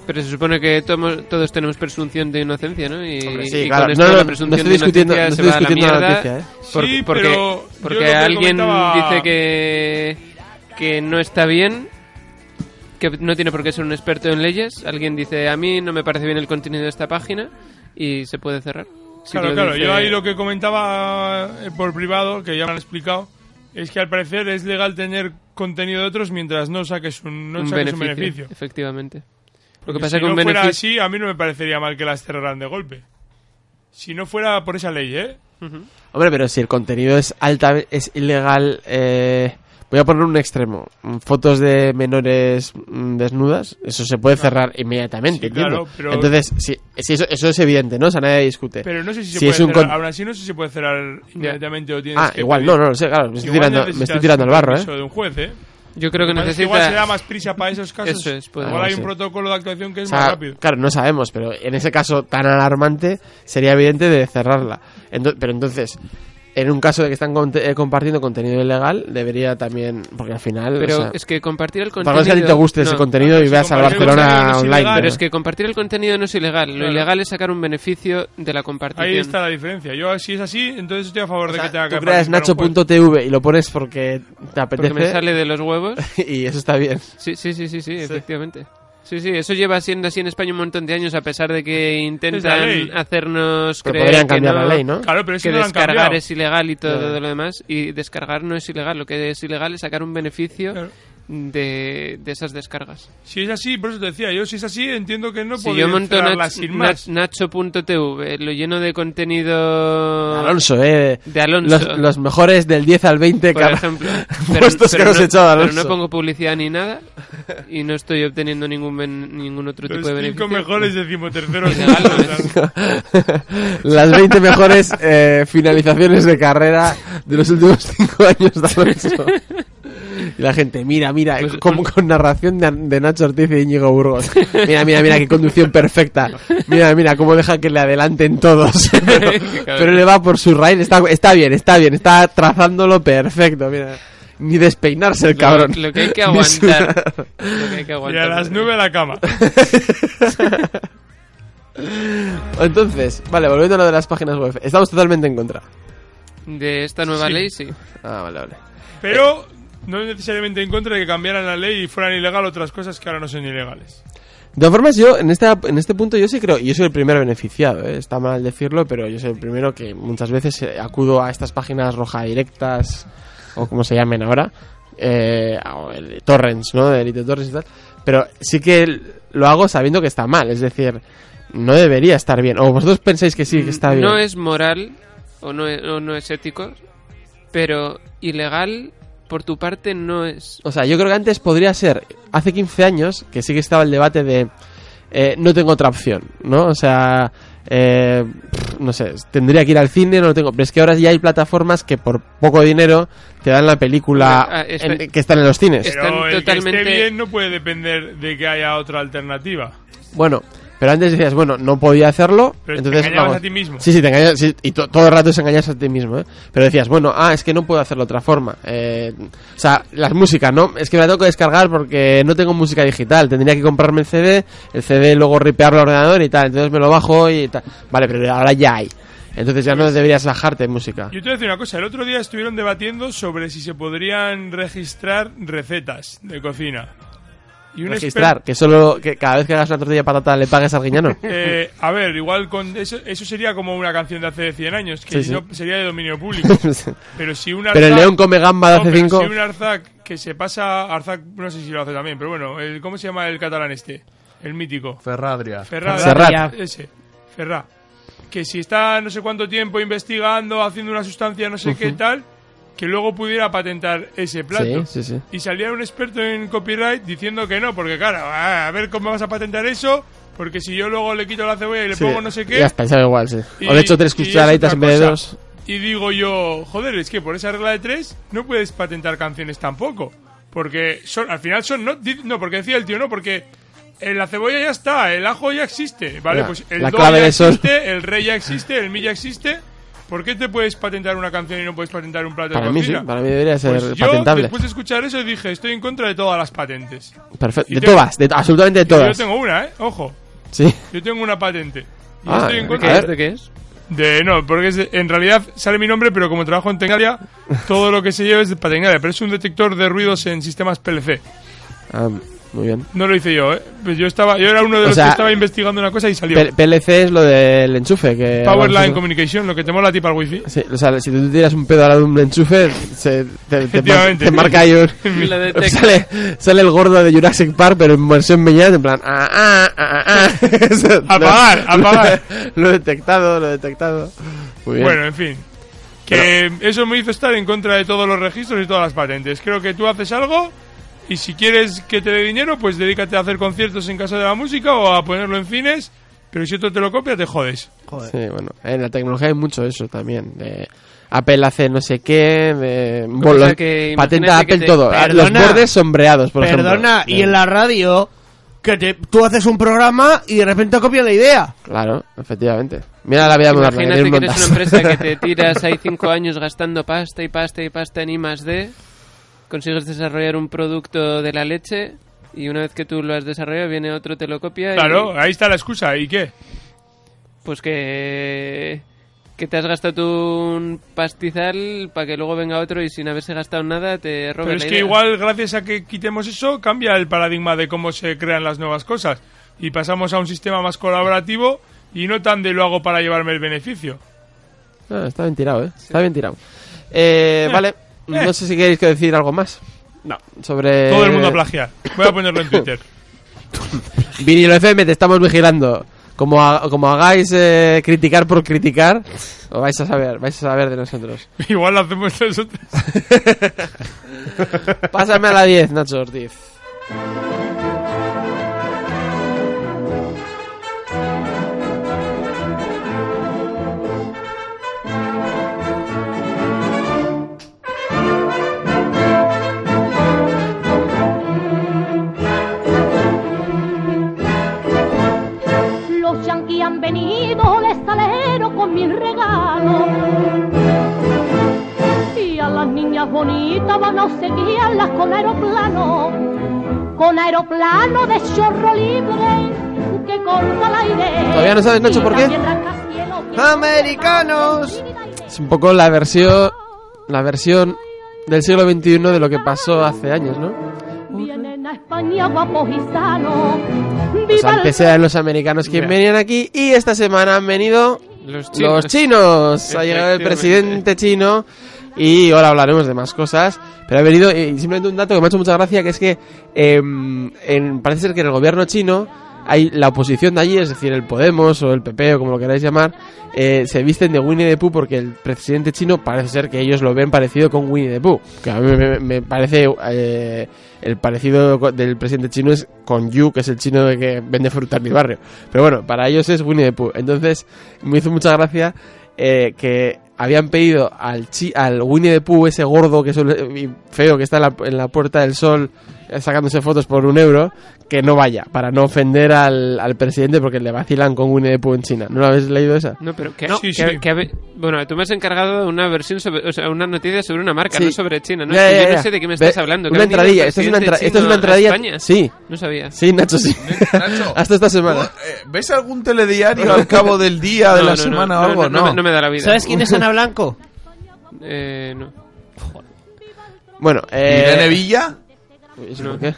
S5: Pero se supone que tomo- todos tenemos presunción de inocencia, ¿no? Y,
S3: Hombre, sí,
S5: y
S3: claro.
S5: con esto
S3: No, no,
S5: la
S3: no
S5: presunción
S3: estoy discutiendo-
S5: de
S3: no
S5: inocencia
S3: estoy
S5: se va
S3: discutiendo
S5: a
S3: la
S5: la mierda.
S3: noticia, ¿eh?
S5: por-
S3: Sí,
S5: porque,
S3: pero yo
S5: porque
S3: lo que
S5: alguien
S3: comentaba-
S5: dice que, que no está bien, que no tiene por qué ser un experto en leyes. Alguien dice, a mí no me parece bien el contenido de esta página y se puede cerrar. Si
S4: claro,
S5: lo
S4: claro.
S5: dice-
S4: Yo ahí lo que comentaba eh, por privado, que ya me han explicado, es que al parecer es legal tener contenido de otros mientras no saques un, no
S5: Un
S4: saques un
S5: beneficio,
S4: beneficio.
S5: efectivamente. Lo
S4: Porque
S5: que pasa
S4: si
S5: que un
S4: no fuera
S5: beneficio-
S4: así, a mí no me parecería mal que las cerraran de golpe. Si no fuera por esa ley, ¿eh?
S3: Hombre, pero si el contenido es alta, es ilegal. eh, voy a poner un extremo: mm, fotos de menores mm, desnudas, eso se puede cerrar inmediatamente.
S4: Ah. Sí, claro,
S3: entiendo.
S4: pero-
S3: Entonces, si, si eso, eso es evidente, ¿no? O sea, nadie discute.
S4: Pero no sé si se
S3: es
S4: puede
S3: un
S4: cerrar.
S3: con-
S4: Aún así, no sé si se puede cerrar inmediatamente o tienes
S3: Ah,
S4: que
S3: igual,
S4: pedir-
S3: no, no lo sé, claro. Me estoy
S4: Igual
S3: tirando, me
S4: necesitas
S3: estoy tirando al
S4: un
S3: barro, ¿eh?
S4: permiso de un juez, ¿eh?
S5: Yo creo que
S4: Lo pasa es
S5: necesita...
S4: Igual se da más prisa para esos casos.
S5: Eso es, puede
S4: Igual
S5: ser.
S4: hay un protocolo de actuación que es
S3: O sea,
S4: más rápido.
S3: Claro, no sabemos, pero en ese caso tan alarmante sería evidente de cerrarla. Ento- pero entonces, en un caso de que están conte- eh, compartiendo contenido ilegal, debería también, porque al final...
S5: Pero
S3: o sea,
S5: es que compartir el
S3: por
S5: contenido.
S3: más que a ti te guste ese contenido y veas al Barcelona online.
S5: Pero
S3: ¿no?
S5: es que compartir el contenido no es ilegal. Lo
S4: Claro.
S5: ilegal es sacar un beneficio de la compartición.
S4: Ahí está la diferencia. Yo, si es así, entonces estoy a favor de que tenga que
S3: Tú creas
S4: participar un juez.
S3: Nacho.tv y lo pones porque te apetece.
S5: Porque me sale de los huevos.
S3: y eso está bien.
S5: Sí, sí, sí, sí, sí, efectivamente. Sí, sí, eso lleva siendo así en España un montón de años, a pesar de que
S4: ley.
S5: intentan hacernos
S3: Pero
S5: creer
S3: podrían
S5: que
S3: cambiar
S5: no-
S3: la ley, ¿no? Claro,
S4: pero es
S5: que
S4: que no la han
S5: descargar
S4: cambiado.
S5: es ilegal y todo
S4: Claro.
S5: lo demás. Y descargar no es ilegal. Lo que es ilegal es sacar un beneficio de, de esas descargas.
S4: Si es así, por eso te decía, yo si es así, entiendo que no
S5: Si
S4: podría
S5: yo monto
S4: cerrarla
S5: Nach-
S4: sin
S5: Nach-
S4: más.
S5: Nacho.tv, lo lleno de contenido.
S3: Alonso, eh.
S5: De Alonso.
S3: Los, los mejores del 10 al 20
S5: por
S3: cada-
S5: ejemplo.
S3: puestos que
S5: no,
S3: hemos echado a
S5: pero
S3: Alonso.
S5: no pongo publicidad ni nada y no estoy obteniendo ningún ben- ningún otro
S4: Los
S5: tipo de beneficio. ¿eh?
S4: cinco mejores decimoterceros.
S5: Ilegal, ¿no?
S3: Las 20 mejores eh, finalizaciones de carrera de los últimos 5 años de Alonso. Y la gente, mira, mira,
S5: Pues,
S3: como con narración de, de Nacho Ortiz y Íñigo Burgos. Mira, mira, mira, qué conducción perfecta. Mira, mira, cómo deja que le adelanten todos. Pero, pero le va por su raíz. Está, está bien, está bien, está trazándolo perfecto. Mira, ni despeinarse el
S5: Lo-
S3: cabrón.
S5: Lo, que hay que
S3: Ni
S5: aguantar.
S3: sudar.
S5: Lo que hay que
S4: Y
S5: aguantar.
S4: a las nueve a la cama.
S3: Entonces, vale, volviendo a lo de las páginas web. Estamos totalmente en contra.
S5: De esta nueva
S4: Sí.
S5: ley, sí.
S3: Ah, vale, vale.
S4: Pero no necesariamente en contra de que cambiaran la ley y fueran ilegal otras cosas que ahora no son ilegales.
S3: De todas formas, yo en, esta, en este punto yo sí creo, y yo soy el primero beneficiado, ¿eh? está mal decirlo, pero yo soy el primero que muchas veces eh, acudo a estas páginas roja directas, o como se llamen ahora, eh, o el- torrents, ¿no? De Elite Torrents y tal, pero sí que el- lo hago sabiendo que está mal, es decir, no debería estar bien, o vosotros pensáis que sí, que está bien.
S5: Mm, No es moral o no es, o no es ético, pero ilegal por tu parte no es.
S3: O sea, yo creo que antes podría ser, hace 15 años, que sí que estaba el debate de eh, no tengo otra opción, ¿no? O sea, eh, pff, no sé, tendría que ir al cine, no lo tengo. Pero es que ahora ya hay plataformas que por poco dinero te dan la película
S5: Ah, está-
S3: en- que están en los cines.
S4: Pero el que
S5: totalmente-
S4: esté bien no puede depender de que haya otra alternativa.
S3: Bueno, pero antes decías, bueno, no podía hacerlo,
S4: Pero te
S3: entonces
S4: engañabas
S3: vamos.
S4: a ti mismo.
S3: Sí, sí, te engañas, sí, y to- todo el rato es engañarse a ti mismo, ¿eh? Pero decías, bueno, ah, es que no puedo hacerlo de otra forma. Eh, o sea, las músicas, ¿no? Es que me la tengo que descargar porque no tengo música digital, tendría que comprarme el CD, el CD luego ripearlo al ordenador y tal, entonces me lo bajo y tal. Vale, pero ahora ya hay. Entonces ya no deberías bajarte música.
S4: Yo te voy a decir una cosa, el otro día estuvieron debatiendo sobre si se podrían registrar recetas de cocina. Y un
S3: Registrar, que solo que cada vez que hagas una tortilla de patata le pagues al guiñano.
S4: Eh, a ver, igual con eso, eso sería como una canción de hace 100 años, que
S3: Sí, sí.
S4: no- sería de dominio público. pero si un
S3: Pero el león come gamba de
S4: No,
S3: hace
S4: pero
S3: cinco.
S4: Si un Arzac que se pasa, Arzac no sé si lo hace también, pero bueno, el, ¿cómo se llama el catalán este? El mítico.
S6: Ferradria.
S4: Ferradria.
S3: Serrat.
S4: Ese, Ferrá. Que si está no sé cuánto tiempo investigando, haciendo una sustancia no sé qué
S3: Ujú.
S4: tal, que luego pudiera patentar ese plato.
S3: Sí, sí, sí.
S4: Y salía un experto en copyright diciendo que no, porque claro, ah, a ver cómo vas a patentar eso, porque si yo luego le quito la cebolla y le
S3: Sí,
S4: pongo no sé qué...
S3: Ya está, sabe igual, sí.
S4: y-
S3: o le echo tres
S4: y es
S3: cucharaditas
S4: otra
S3: en vez de
S4: cosa.
S3: dos.
S4: Y digo yo, joder, es que por esa regla de tres no puedes patentar canciones tampoco. Porque son, al final son... No, di- no, porque decía el tío, no, porque eh, la cebolla ya está, el ajo ya existe. Vale,
S3: Ya,
S4: pues el
S3: la
S4: do
S3: clave
S4: ya
S3: de sol.
S4: existe, el rey ya existe, el mi ya existe. ¿Por qué te puedes patentar una canción y no puedes patentar un plato
S3: Para
S4: de
S3: mí sí,
S4: cocina?
S3: para mí debería ser
S4: Pues Yo,
S3: patentable.
S4: después de escuchar eso, dije, estoy en contra de todas las patentes.
S3: Perfecto.
S4: Y
S3: De
S4: tengo-
S3: todas, de, absolutamente de
S4: Yo-
S3: todas.
S4: Yo tengo una, ¿eh? Ojo.
S3: Sí.
S4: Yo tengo una patente. Y
S3: Ah,
S4: estoy en
S3: a
S4: contra
S3: ver.
S5: ¿De qué es?
S4: de- no, porque es de- en realidad sale mi nombre, pero como trabajo en Tecnalia, todo lo que se lleva es de para Tecnalia, pero es un detector de ruidos en sistemas PLC.
S3: Ah, muy bien.
S4: No lo hice yo, ¿eh? Pues yo estaba, yo era uno de
S3: O
S4: los
S3: sea,
S4: que estaba investigando una cosa y salió.
S3: P- PLC es lo del enchufe. que
S4: Power Line
S3: como...
S4: Communication, lo que te mola a ti para el wifi.
S3: sí, o sea, si tú tiras un pedo al lado de un enchufe, se, te, te, mar-
S4: Efectivamente.
S3: te marca ahí un...
S4: Lo detecta.
S3: sale, sale el gordo de Jurassic Park, pero en versión meñada, en plan... Ah, ah, ah, ah, ah. Eso,
S4: Apagar,
S3: lo- lo-
S4: apagar.
S3: Lo he detectado, lo he detectado. Muy bien.
S4: Bueno, en fin. Que eso me hizo estar en contra de todos los registros y todas las patentes. Creo que tú haces algo y si quieres que te dé dinero, pues dedícate a hacer conciertos en casa de la música o a ponerlo en fines Pero si otro te lo copia, te jodes.
S3: Sí, bueno, Eh, en la tecnología hay mucho eso también. de Apple hace no sé qué, de,
S2: o
S3: bueno,
S2: sea que
S3: patenta
S2: imagínate que
S3: Apple
S2: te-
S3: todo. Ah, Los
S2: Perdona.
S3: bordes sombreados, por ejemplo.
S2: Perdona, y
S3: Eh,
S2: en la radio, que te- tú haces un programa y de repente copian la idea.
S3: Claro, efectivamente. Mira la vida moderna.
S5: Imagínate
S3: tiene
S5: que
S3: un
S5: eres una
S3: montón.
S5: empresa que te tiras ahí cinco años gastando pasta y pasta y pasta en I más D, consigues desarrollar un producto de la leche y una vez que tú lo has desarrollado viene otro, te lo copia y...
S4: Claro, ahí está la excusa. ¿Y qué?
S5: Pues que... Que te has gastado tú un pastizal para que luego venga otro y sin haberse gastado nada te
S4: Pero
S5: robe la
S4: es que
S5: idea.
S4: igual, gracias a que quitemos eso, cambia el paradigma de cómo se crean las nuevas cosas. Y pasamos a un sistema más colaborativo y no tan de lo hago para llevarme el beneficio.
S3: No, está bien tirado, ¿eh? Está bien tirado. Eh,
S4: Eh,
S3: vale, no
S4: eh.
S3: sé si queréis que decir algo más.
S4: No.
S3: Sobre...
S4: Todo el mundo a plagiar. Voy a ponerlo en Twitter.
S3: Vinilo FM, te estamos vigilando. Como, ha- como hagáis eh, criticar por criticar, os vais a saber, vais a saber de nosotros.
S4: Igual lo hacemos nosotros.
S3: Pues Pásame a la 10, Nacho Ortiz.
S18: Los yanquis han venido, les salero con mil regalos. Y a las niñas bonitas van a seguirlas con aeroplano, con aeroplano de chorro libre que corta el aire.
S3: ¿Todavía no sabes, Nacho, por qué?
S2: ¡Americanos!
S3: Es un poco la versión, la versión del siglo XXI de lo que pasó hace años, ¿no?
S18: Vienen a España guapos y sanos.
S3: Pues
S18: ¡Viva el
S3: antes eran los americanos quienes venían aquí y esta semana han venido los chinos. Ha llegado el presidente chino y ahora hablaremos de más cosas. Pero ha venido, eh, y simplemente un dato que me ha hecho mucha gracia, que es que em, en- parece ser que en el gobierno chino hay la oposición de allí, es decir, el Podemos o el PP o como lo queráis llamar, eh, se visten de Winnie the Pooh porque el presidente chino parece ser que ellos lo ven parecido con Winnie the Pooh. Que a mí me, me parece eh, el parecido co- del presidente chino es con Yu, que es el chino de que vende fruta en mi barrio. Pero bueno, para ellos es Winnie the Pooh. Entonces me hizo mucha gracia eh, que habían pedido al, chi- al Winnie the Pooh, ese gordo que suele- y feo que está en la, en la Puerta del Sol eh, sacándose fotos por un euro, que no vaya, para no ofender al, al presidente porque le vacilan con Winnie the Pooh en China. ¿No lo habéis leído esa?
S5: No, pero que,
S3: No.
S5: que-
S3: Sí, sí.
S5: que habe- bueno, tú me has encargado una versión sobre, o sea, una noticia sobre una marca,
S3: Sí.
S5: no sobre China, ¿no?
S3: Ya,
S5: Es que
S3: ya,
S5: yo
S3: ya.
S5: no sé de qué me
S3: Ve-
S5: estás hablando. que
S3: Una
S5: ha venido el
S3: entradilla, esto es una, entra-
S5: presidente
S3: esto es
S5: chino
S3: una
S5: a
S3: entradilla.
S5: España.
S3: Sí.
S5: No sabía.
S3: Sí, Nacho, sí. Hasta esta semana.
S6: Eh, ¿Ves algún telediario al cabo del día, de
S5: No,
S6: la
S5: no, no,
S6: semana
S5: no,
S6: o algo?
S5: no, no me- no me da la vida.
S2: ¿Sabes quién es Ana Blanco?
S5: Eh, no.
S3: Bueno, eh.
S6: ¿Irene Villa?
S3: ¿Eso por qué?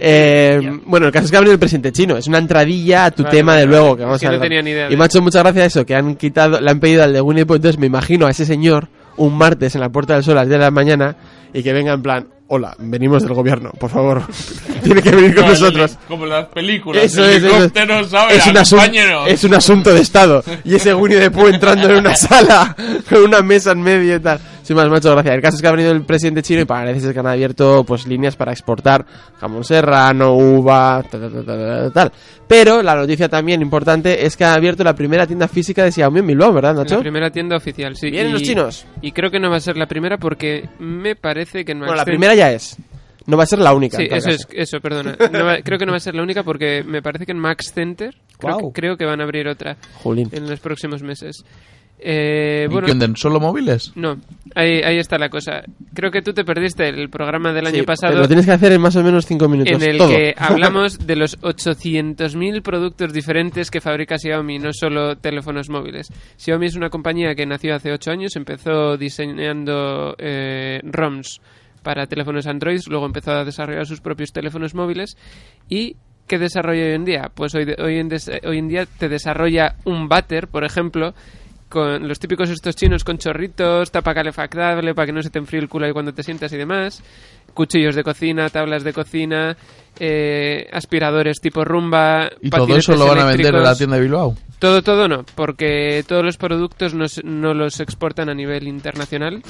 S3: Eh, bueno, el caso es que ha venido el presidente chino. Es una entradilla a tu
S5: Vale,
S3: tema de
S5: vale,
S3: luego
S5: vale.
S3: que vamos
S5: Es que
S3: a
S5: no
S3: hablar.
S5: tenía ni idea
S3: Y
S5: de
S3: me ha hecho mucha gracia eso, que han quitado, le han pedido al de Winnie the Pooh. Entonces me imagino a ese señor un martes en la Puerta del Sol a las 10 de la mañana y que venga en plan, hola, venimos del gobierno, por favor. Tiene que venir con
S4: Como en el-
S3: nosotros.
S4: Como en las películas.
S3: Eso es, eso es.
S4: Helicópteros, ¿sabes?
S3: Es un, asun-
S4: Acompáñenos.
S3: es un asunto de Estado. Y ese Winnie the Pooh entrando en una sala con una mesa en medio y tal. Sin más, macho, gracias. El caso es que ha venido el presidente chino y parece ser que han abierto pues líneas para exportar jamón serrano, uva, tal, tal, tal, tal, tal. Pero la noticia también importante es que ha abierto la primera tienda física de Xiaomi en Bilbao, ¿verdad, Nacho?
S5: La primera tienda oficial, sí.
S3: Vienen
S5: y-
S3: los chinos.
S5: Y creo que no va a ser la primera porque me parece que no
S3: Bueno, la primera ya es. No va a ser la única.
S5: Sí,
S3: en todo
S5: eso,
S3: caso.
S5: es, eso, perdona. No va- creo que no va a ser la única porque me parece que en Max Center creo,
S3: Guau.
S5: que, creo que van a abrir otra
S3: Jolín.
S5: en los próximos meses. Eh,
S6: ¿Y
S5: bueno,
S6: qué venden? ¿Solo móviles?
S5: No, ahí, ahí está la cosa. Creo que tú te perdiste el programa del
S3: Sí,
S5: año pasado.
S3: Lo tienes que hacer en más o menos 5 minutos.
S5: En el
S3: todo.
S5: que hablamos de los 800.000 productos diferentes que fabrica Xiaomi, no solo teléfonos móviles. Xiaomi es una compañía que nació hace 8 años, empezó diseñando eh, ROMs para teléfonos Android, luego empezó a desarrollar sus propios teléfonos móviles y ¿qué desarrolla hoy en día? Pues hoy, hoy, en, des- hoy en día te desarrolla un váter, por ejemplo, con los típicos estos chinos con chorritos, tapa calefactable para que no se te enfríe el culo ahí cuando te sientas y demás, cuchillos de cocina, tablas de cocina, eh, aspiradores tipo rumba.
S6: ¿Y todo eso lo van a vender en la tienda de Bilbao?
S5: Todo, todo no, porque todos los productos no, se- no los exportan a nivel internacional.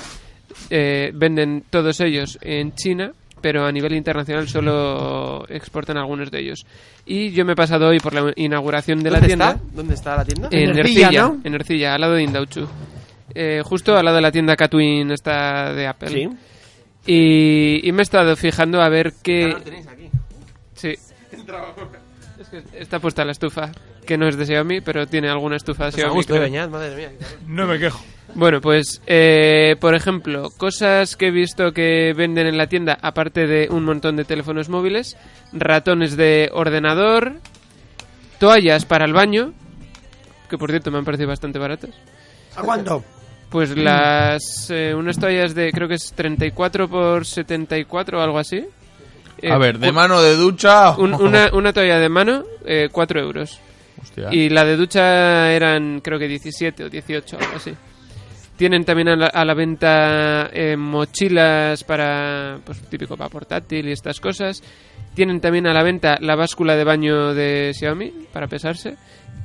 S5: Eh, venden todos ellos en China pero a nivel internacional solo exportan algunos de ellos. Y yo me he pasado hoy por la inauguración de la
S3: ¿Dónde
S5: tienda.
S3: está? ¿Dónde está la tienda?
S5: En,
S3: En
S5: Ercilla,
S3: Ercilla,
S2: ¿no?
S5: en Ercilla, al lado de Indauchu. Eh, justo al lado de la tienda Catwin está de Apple.
S2: Sí.
S5: Y, y me he estado fijando a ver qué... Sí. Es que está puesta la estufa, que no es de Xiaomi, pero tiene alguna estufa de
S3: Pues a
S5: Xiaomi.
S3: gusto,
S5: creo.
S3: Beñat, madre mía.
S4: No me quejo.
S5: Bueno, pues, eh, por ejemplo, cosas que he visto que venden en la tienda, aparte de un montón de teléfonos móviles, ratones de ordenador, toallas para el baño, que por cierto me han parecido bastante baratas.
S2: ¿A cuánto?
S5: Pues
S6: Mm.
S5: las. eh, unas toallas de creo que es 34 por 74 o algo así. Eh,
S6: A ver, ¿de
S5: u-
S6: mano de ducha o-
S5: un- una, una toalla de mano, eh, 4 euros.
S6: Hostia.
S5: Y la de ducha eran creo que 17 o 18, algo así. Tienen también a la, a la venta eh, mochilas para, pues típico para portátil y estas cosas. Tienen también a la venta la báscula de baño de Xiaomi para pesarse,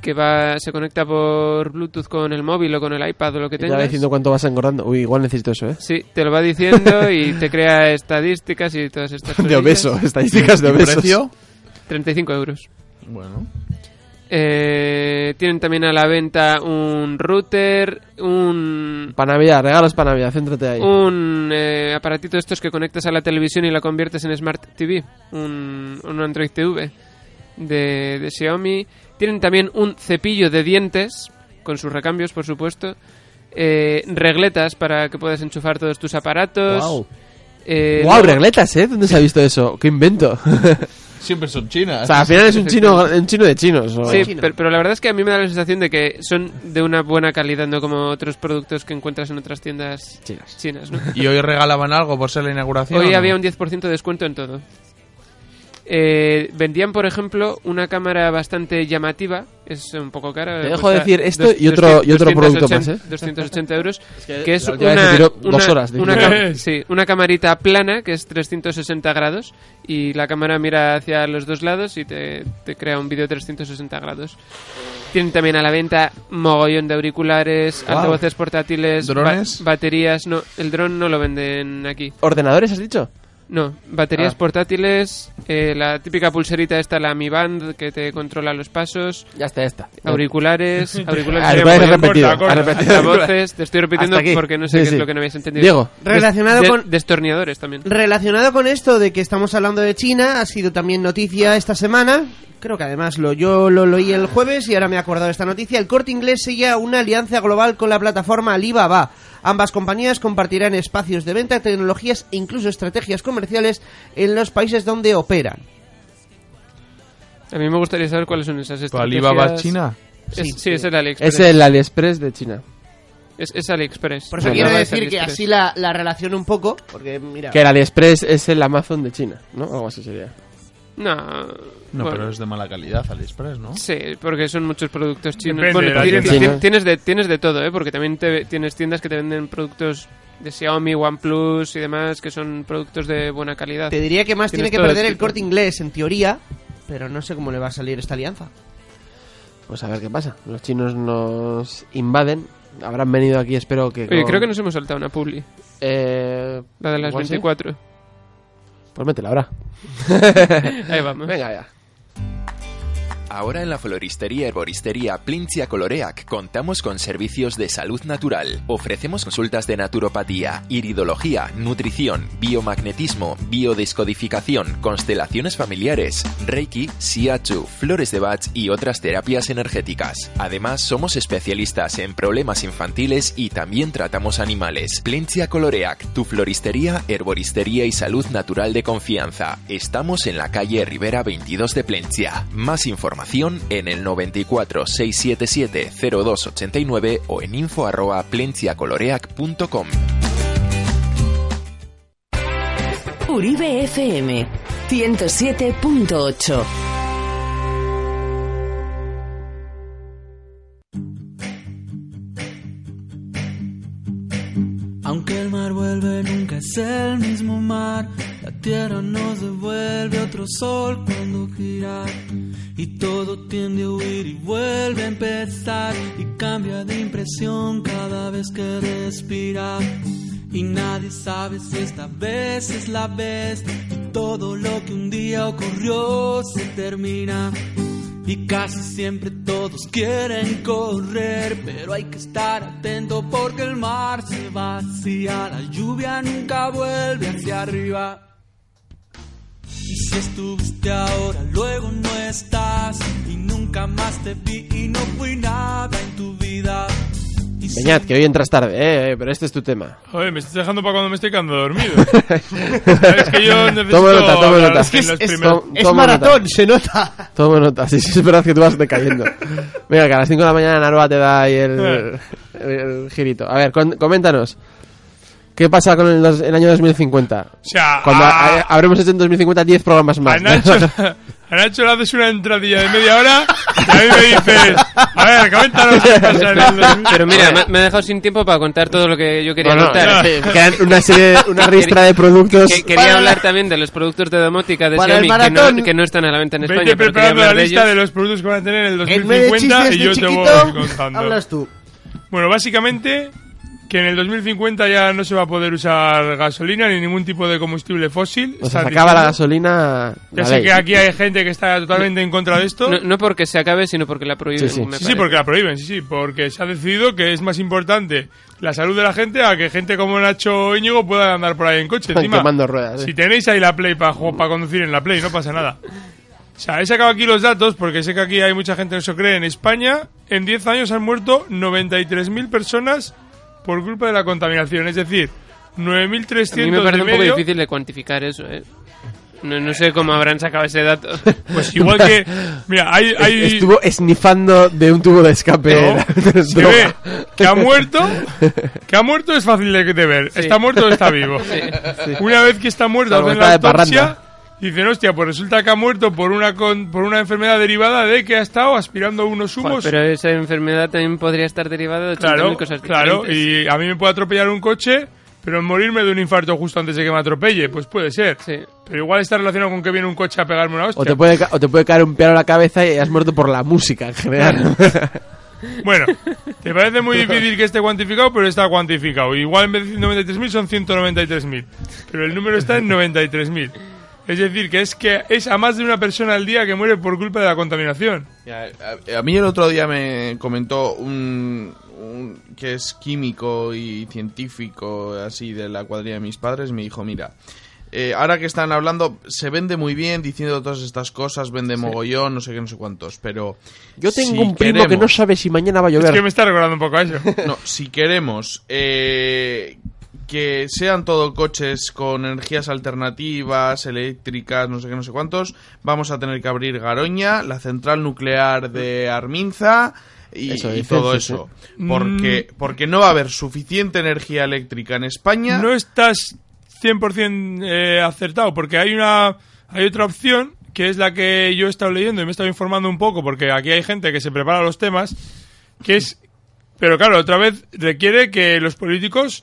S5: que va se conecta por Bluetooth con el móvil o con el iPad o lo que
S3: Ya va
S5: tengas.
S3: diciendo cuánto vas engordando. Uy, igual necesito eso, ¿eh?
S5: Sí, te lo va diciendo y te crea estadísticas y todas estas
S3: De obeso,
S5: cosillas.
S3: estadísticas de ¿Y obesos. precio?
S5: 35 euros.
S6: Bueno.
S5: Eh, tienen también a la venta un router, un,
S3: Para Navidad, regalos para Navidad, céntrate ahí.
S5: un eh, aparatito de estos que conectas a la televisión y la conviertes en Smart TV, un, un Android TV de, de Xiaomi. Tienen también un cepillo de dientes, con sus recambios, por supuesto. eh, regletas para que puedas enchufar todos tus aparatos.
S3: Guau.
S5: Eh,
S3: wow,
S5: luego-
S3: regletas, ¿eh? ¿Dónde se ha visto eso? ¡Qué invento!
S6: Siempre son chinas.
S3: o sea, al final es un chino, un chino de chinos. o-
S5: Sí, pero, pero la verdad es que a mí me da la sensación de que son de una buena calidad, no como otros productos que encuentras en otras tiendas chinas. ¿no?
S6: ¿Y hoy regalaban algo por ser la inauguración?
S5: Hoy
S6: o no?
S5: había un 10% de descuento en todo. Eh, vendían, por ejemplo, una cámara bastante llamativa. Es un poco cara.
S3: Te dejo
S5: cuesta
S3: decir esto y otro- y otro producto más, ¿eh?
S5: 280 euros.
S3: que
S5: que, es
S3: la última vez
S5: una,
S3: que tiró
S5: una-
S3: dos horas, dije.
S5: Una, cam- sí, una camarita plana que es 360 grados. Y la cámara mira hacia los dos lados y te, te crea un vídeo 360 grados. Tienen también a la venta mogollón de auriculares,
S3: Guau.
S5: altavoces portátiles, ba-
S3: ¿Drones?
S5: baterías. No, el dron no lo venden aquí.
S3: ¿Ordenadores has dicho?
S5: No, baterías
S3: Ah.
S5: portátiles, eh, la típica pulserita esta, la Mi Band, que te controla los pasos.
S3: Ya está, ya está.
S5: Auriculares, auriculares.
S3: Auriculares
S5: Corta,
S3: has repetido,
S5: corta,
S3: has
S5: corta.
S3: repetido.
S5: Altavoces, te estoy repitiendo
S3: Hasta aquí.
S5: porque no sé
S3: Sí,
S5: qué
S3: sí.
S5: es lo que no habías entendido.
S3: Diego.
S5: Des-
S2: Relacionado
S5: de-
S2: con-
S5: Destornilladores también.
S2: Relacionado con esto de que estamos hablando de China, ha sido también noticia esta semana. Creo que además lo, yo lo leí el jueves y ahora me he acordado de esta noticia. El corte inglés sella una alianza global con la plataforma Alibaba. Ambas compañías compartirán espacios de venta, tecnologías e incluso estrategias comerciales en los países donde operan.
S5: A mí me gustaría saber cuáles son esas estrategias.
S6: Alibaba China?
S5: Es- sí,
S6: Sí.
S5: es el AliExpress.
S3: Es el AliExpress de China.
S5: Es, es AliExpress.
S2: Por eso
S3: Bueno,
S2: quiero
S3: no
S5: es
S2: decir que
S5: AliExpress.
S2: así la, la relaciono un poco, porque mira...
S3: Que el AliExpress es el Amazon de China, ¿no? Algo así sería.
S5: No,
S6: No,
S5: bueno.
S6: pero es de mala calidad AliExpress, ¿no?
S5: Sí, porque son muchos productos chinos.
S6: Depende
S5: Bueno,
S6: de la
S5: ti-
S6: tienda.
S5: ti-
S6: China.
S5: tienes, de, tienes de todo, ¿eh? Porque también te- tienes tiendas que te venden productos de Xiaomi, OnePlus y demás, que son productos de buena calidad.
S2: Te diría que más tiene
S5: Tienes
S2: que
S5: todo
S2: perder el
S5: tipo.
S2: corte inglés, en teoría, pero no sé cómo le va a salir esta alianza.
S3: Pues a ver qué pasa. Los chinos nos invaden. Habrán venido aquí, espero que.
S5: Oye,
S3: con-
S5: creo que nos hemos saltado una publi.
S2: Eh,
S5: La de las
S3: igual sí.
S5: 24.
S3: Pues métela ahora.
S5: Ahí vamos.
S3: Venga, ya.
S8: Ahora en la floristería herboristería Plincia Coloreac contamos con servicios de salud natural. Ofrecemos consultas de naturopatía, iridología, nutrición, biomagnetismo, biodescodificación, constelaciones familiares, reiki, siachu, flores de bach y otras terapias energéticas. Además, somos especialistas en problemas infantiles y también tratamos animales. Plincia Coloreac, tu floristería, herboristería y salud natural de confianza. Estamos en la calle Rivera 22 de Plencia. Más información en el 94 677 0289 o en info arroba plenciacoloreac.com.
S9: Uribe FM 107.8.
S15: Aunque el mar vuelve, nunca es el mismo mar. La tierra nos devuelve otro sol cuando gira. Y todo tiende a huir y vuelve a empezar. Y cambia de impresión cada vez que respira. Y nadie sabe si esta vez es la vez. Y todo lo que un día ocurrió se termina. Y casi siempre todos quieren correr, pero hay que estar atento porque el mar se vacía, la lluvia nunca vuelve hacia arriba. Y si estuviste ahora, luego no estás, y nunca más te vi y no fui nada en tu vida. Y si
S3: Beñat, que hoy entras tarde, eh, eh, pero este es tu tema.
S4: Joder, me estás dejando para cuando me estoy quedando dormido. es que yo necesito...
S3: Toma nota, toma
S4: hablar
S3: nota.
S4: en las primeras-
S2: se nota.
S3: Toma nota, sí, sí, es verdad que tú vas decayendo. Venga, que a las 5 de la mañana Naroa te da ahí
S4: Eh.
S3: el, el girito. A ver, con- coméntanos. ¿Qué pasa con el, dos- el año 2050? O
S4: sea,
S3: Cuando
S4: a-
S3: ha- habremos hecho en 2050 10 programas más.
S4: A Nacho, a Nacho le haces una entradilla de media hora y a mí me dices... A ver, coméntanos qué pasa en el...
S5: Pero mira, me, me ha dejado sin tiempo para contar todo lo que yo quería
S3: Bueno,
S5: contar.
S3: eh, quedan una serie- una ristra de productos.
S5: Que- quería
S3: Para-
S5: hablar también de los productos de domótica de
S3: Para el
S5: Xiaomi que
S3: maratón.
S5: no, que no están a la venta en
S4: Vete
S5: España. pero quería
S4: preparando la
S5: hablar de
S4: lista
S5: ellos.
S4: de los productos que van a tener en el
S5: En vez de
S4: 2050
S5: chistes
S4: y
S5: de
S4: yo te voy
S5: chiquito,
S4: contando.
S2: hablas tú.
S4: Bueno, básicamente que en el 2050 ya no se va a poder usar gasolina ni ningún tipo de combustible fósil.
S3: O sea, Pues se
S4: Estás
S3: acaba la
S4: diciendo-
S3: gasolina.
S4: Ya
S3: la
S4: sé
S3: ley.
S4: que aquí hay gente que está totalmente en contra de esto.
S5: No, no porque se acabe, sino porque la prohíben.
S4: Sí, sí, porque la prohíben, sí, sí, porque se ha decidido que es más importante la salud de la gente a que gente como Nacho Íñigo pueda andar por ahí en coche.
S3: Están
S4: Encima,
S3: quemando ruedas, eh.
S4: Si tenéis ahí la Play para conducir en la Play, no pasa nada. O sea, he sacado aquí los datos porque sé que aquí hay mucha gente que no se lo cree. En España, en 10 años han muerto 93.000 personas por culpa de la contaminación, es decir, 9.300
S5: A
S4: de
S5: mí me parece un poco
S4: medio.
S5: difícil de cuantificar eso, ¿eh? No, no sé cómo habrán sacado ese dato.
S4: Pues igual que... Mira, hay... hay
S3: Estuvo esnifando de un tubo de escape. de
S4: Se
S3: droga.
S4: ve que ha muerto, que ha muerto es fácil de, de ver.
S3: Sí.
S4: Está muerto o está vivo.
S3: Sí. Sí.
S4: Una vez que está muerto,
S3: Salvo
S4: hacen
S3: está
S4: la
S3: de
S4: autopsia
S3: parranda.
S4: y dicen, hostia, pues resulta que ha muerto por una con- por una enfermedad derivada de que ha estado aspirando unos
S5: Joder,
S4: humos.
S5: pero esa enfermedad también podría estar derivada de 80.000
S4: claro,
S5: cosas
S4: claro.
S5: diferentes.
S4: Y a mí me puede atropellar un coche, pero morirme de un infarto justo antes de que me atropelle, pues puede ser. Pero igual está relacionado con que viene un coche a pegarme una hostia.
S3: O te, puede, ca- o te puede caer un piano a la cabeza y has muerto por la música en general.
S4: Bueno, te parece muy difícil que esté cuantificado, pero está cuantificado. Igual en vez de 93.000 son 193.000, pero el número está en 93.000. Es decir, que es que es a más de una persona al día que muere por culpa de la contaminación.
S6: A mí el otro día me comentó un, un que es químico y científico, así de la cuadrilla de mis padres, me dijo, mira, eh, ahora que están hablando, se vende muy bien diciendo todas estas cosas, vende mogollón, no sé qué, no sé cuántos, pero...
S3: Yo tengo
S6: si
S3: un primo que no
S6: queremos-
S3: sabe si mañana va a llover.
S4: está recordando un poco a eso.
S6: No, si queremos eh, que sean todo coches con energías alternativas, eléctricas, no sé qué, no sé cuántos, vamos a tener que abrir Garoña, la central nuclear de Arminza y,
S3: Eso
S6: y
S3: dicen,
S6: todo
S3: sí,
S6: eso.
S4: sí.
S6: Porque, porque no va a haber suficiente energía eléctrica en España.
S4: No estás 100% eh, acertado, porque hay una hay otra opción que es la que yo he estado leyendo y me he estado informando un poco, porque aquí hay gente que se prepara los temas, que es... Pero claro, otra vez requiere que los políticos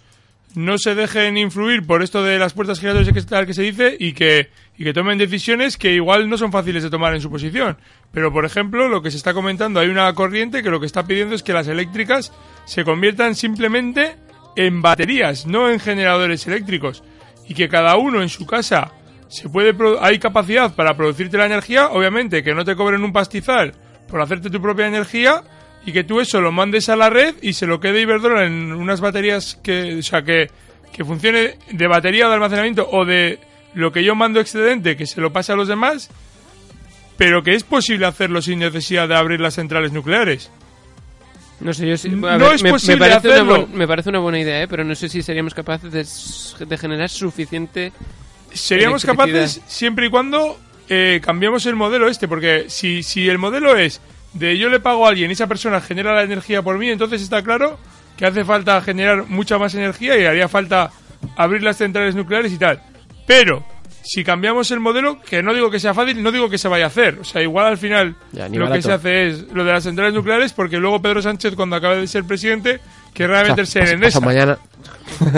S4: no se dejen influir por esto de las puertas giratorias que, tal que se dice y que, y que tomen decisiones que igual no son fáciles de tomar en su posición. Pero, por ejemplo, lo que se está comentando, hay una corriente que lo que está pidiendo es que las eléctricas se conviertan simplemente en baterías, no en generadores eléctricos. Y que cada uno en su casa se puede pro- hay capacidad para producirte la energía, obviamente que no te cobren un pastizal por hacerte tu propia energía y que tú eso lo mandes a la red y se lo quede Iberdrola en unas baterías que, o sea, que, que funcione de batería o de almacenamiento o de lo que yo mando excedente que se lo pase a los demás, pero que es posible hacerlo sin necesidad de abrir las centrales nucleares.
S5: No sé, yo sí-
S4: No
S5: a ver,
S4: es
S5: me, me
S4: posible
S5: parece una
S4: hacerlo.
S5: buen- me parece una buena idea, ¿eh? pero no sé si seríamos capaces de, s- de generar suficiente.
S4: Seríamos
S5: electricidad.
S4: capaces siempre y cuando eh, cambiamos el modelo este, porque si, si el modelo es de yo le pago a alguien y esa persona genera la energía por mí, entonces está claro que hace falta generar mucha más energía y haría falta abrir las centrales nucleares y tal. Pero si cambiamos el modelo, que no digo que sea fácil, no digo que se vaya a hacer. O sea, igual al final
S3: Ya, ni
S4: lo que
S3: barato.
S4: se hace es lo de las centrales nucleares, porque luego Pedro Sánchez, cuando acabe de ser presidente, querrá
S3: O sea,
S4: meterse
S3: pasa-
S4: en Endesa.
S3: pasa mañana.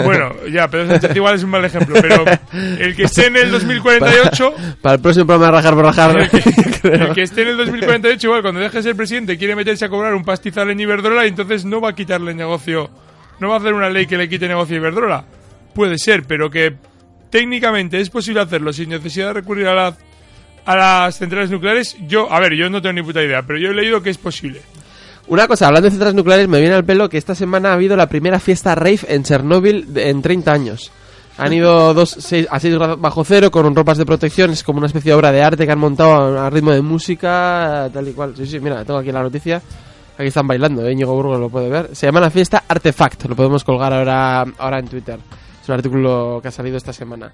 S4: Bueno, ya, Pedro Sánchez igual es un mal ejemplo, pero el que esté en el 2048,
S3: Para, para el próximo programa de Rajar por Rajar.
S4: el que esté en el 2048 igual cuando deje de ser presidente quiere meterse a cobrar un pastizal en Iberdrola y entonces no va a quitarle negocio, no va a hacer una ley que le quite negocio a Iberdrola. puede ser, pero que técnicamente es posible hacerlo sin necesidad de recurrir a, la- a las centrales nucleares, yo, a ver, yo no tengo ni puta idea, pero yo he leído que es posible.
S3: Una cosa, hablando de centrales nucleares, me viene al pelo que esta semana ha habido la primera fiesta rave en Chernóbil de- en 30 años. Han ido dos, seis- a 6 grados bajo cero con ropas de protección, es como una especie de obra de arte que han montado a a ritmo de música, tal y cual. Sí, sí, mira, tengo aquí la noticia. Aquí están bailando, ¿eh? Íñigo Burgos lo puede ver. Se llama la fiesta Artefact, lo podemos colgar ahora, ahora en Twitter. Es un artículo que ha salido esta semana.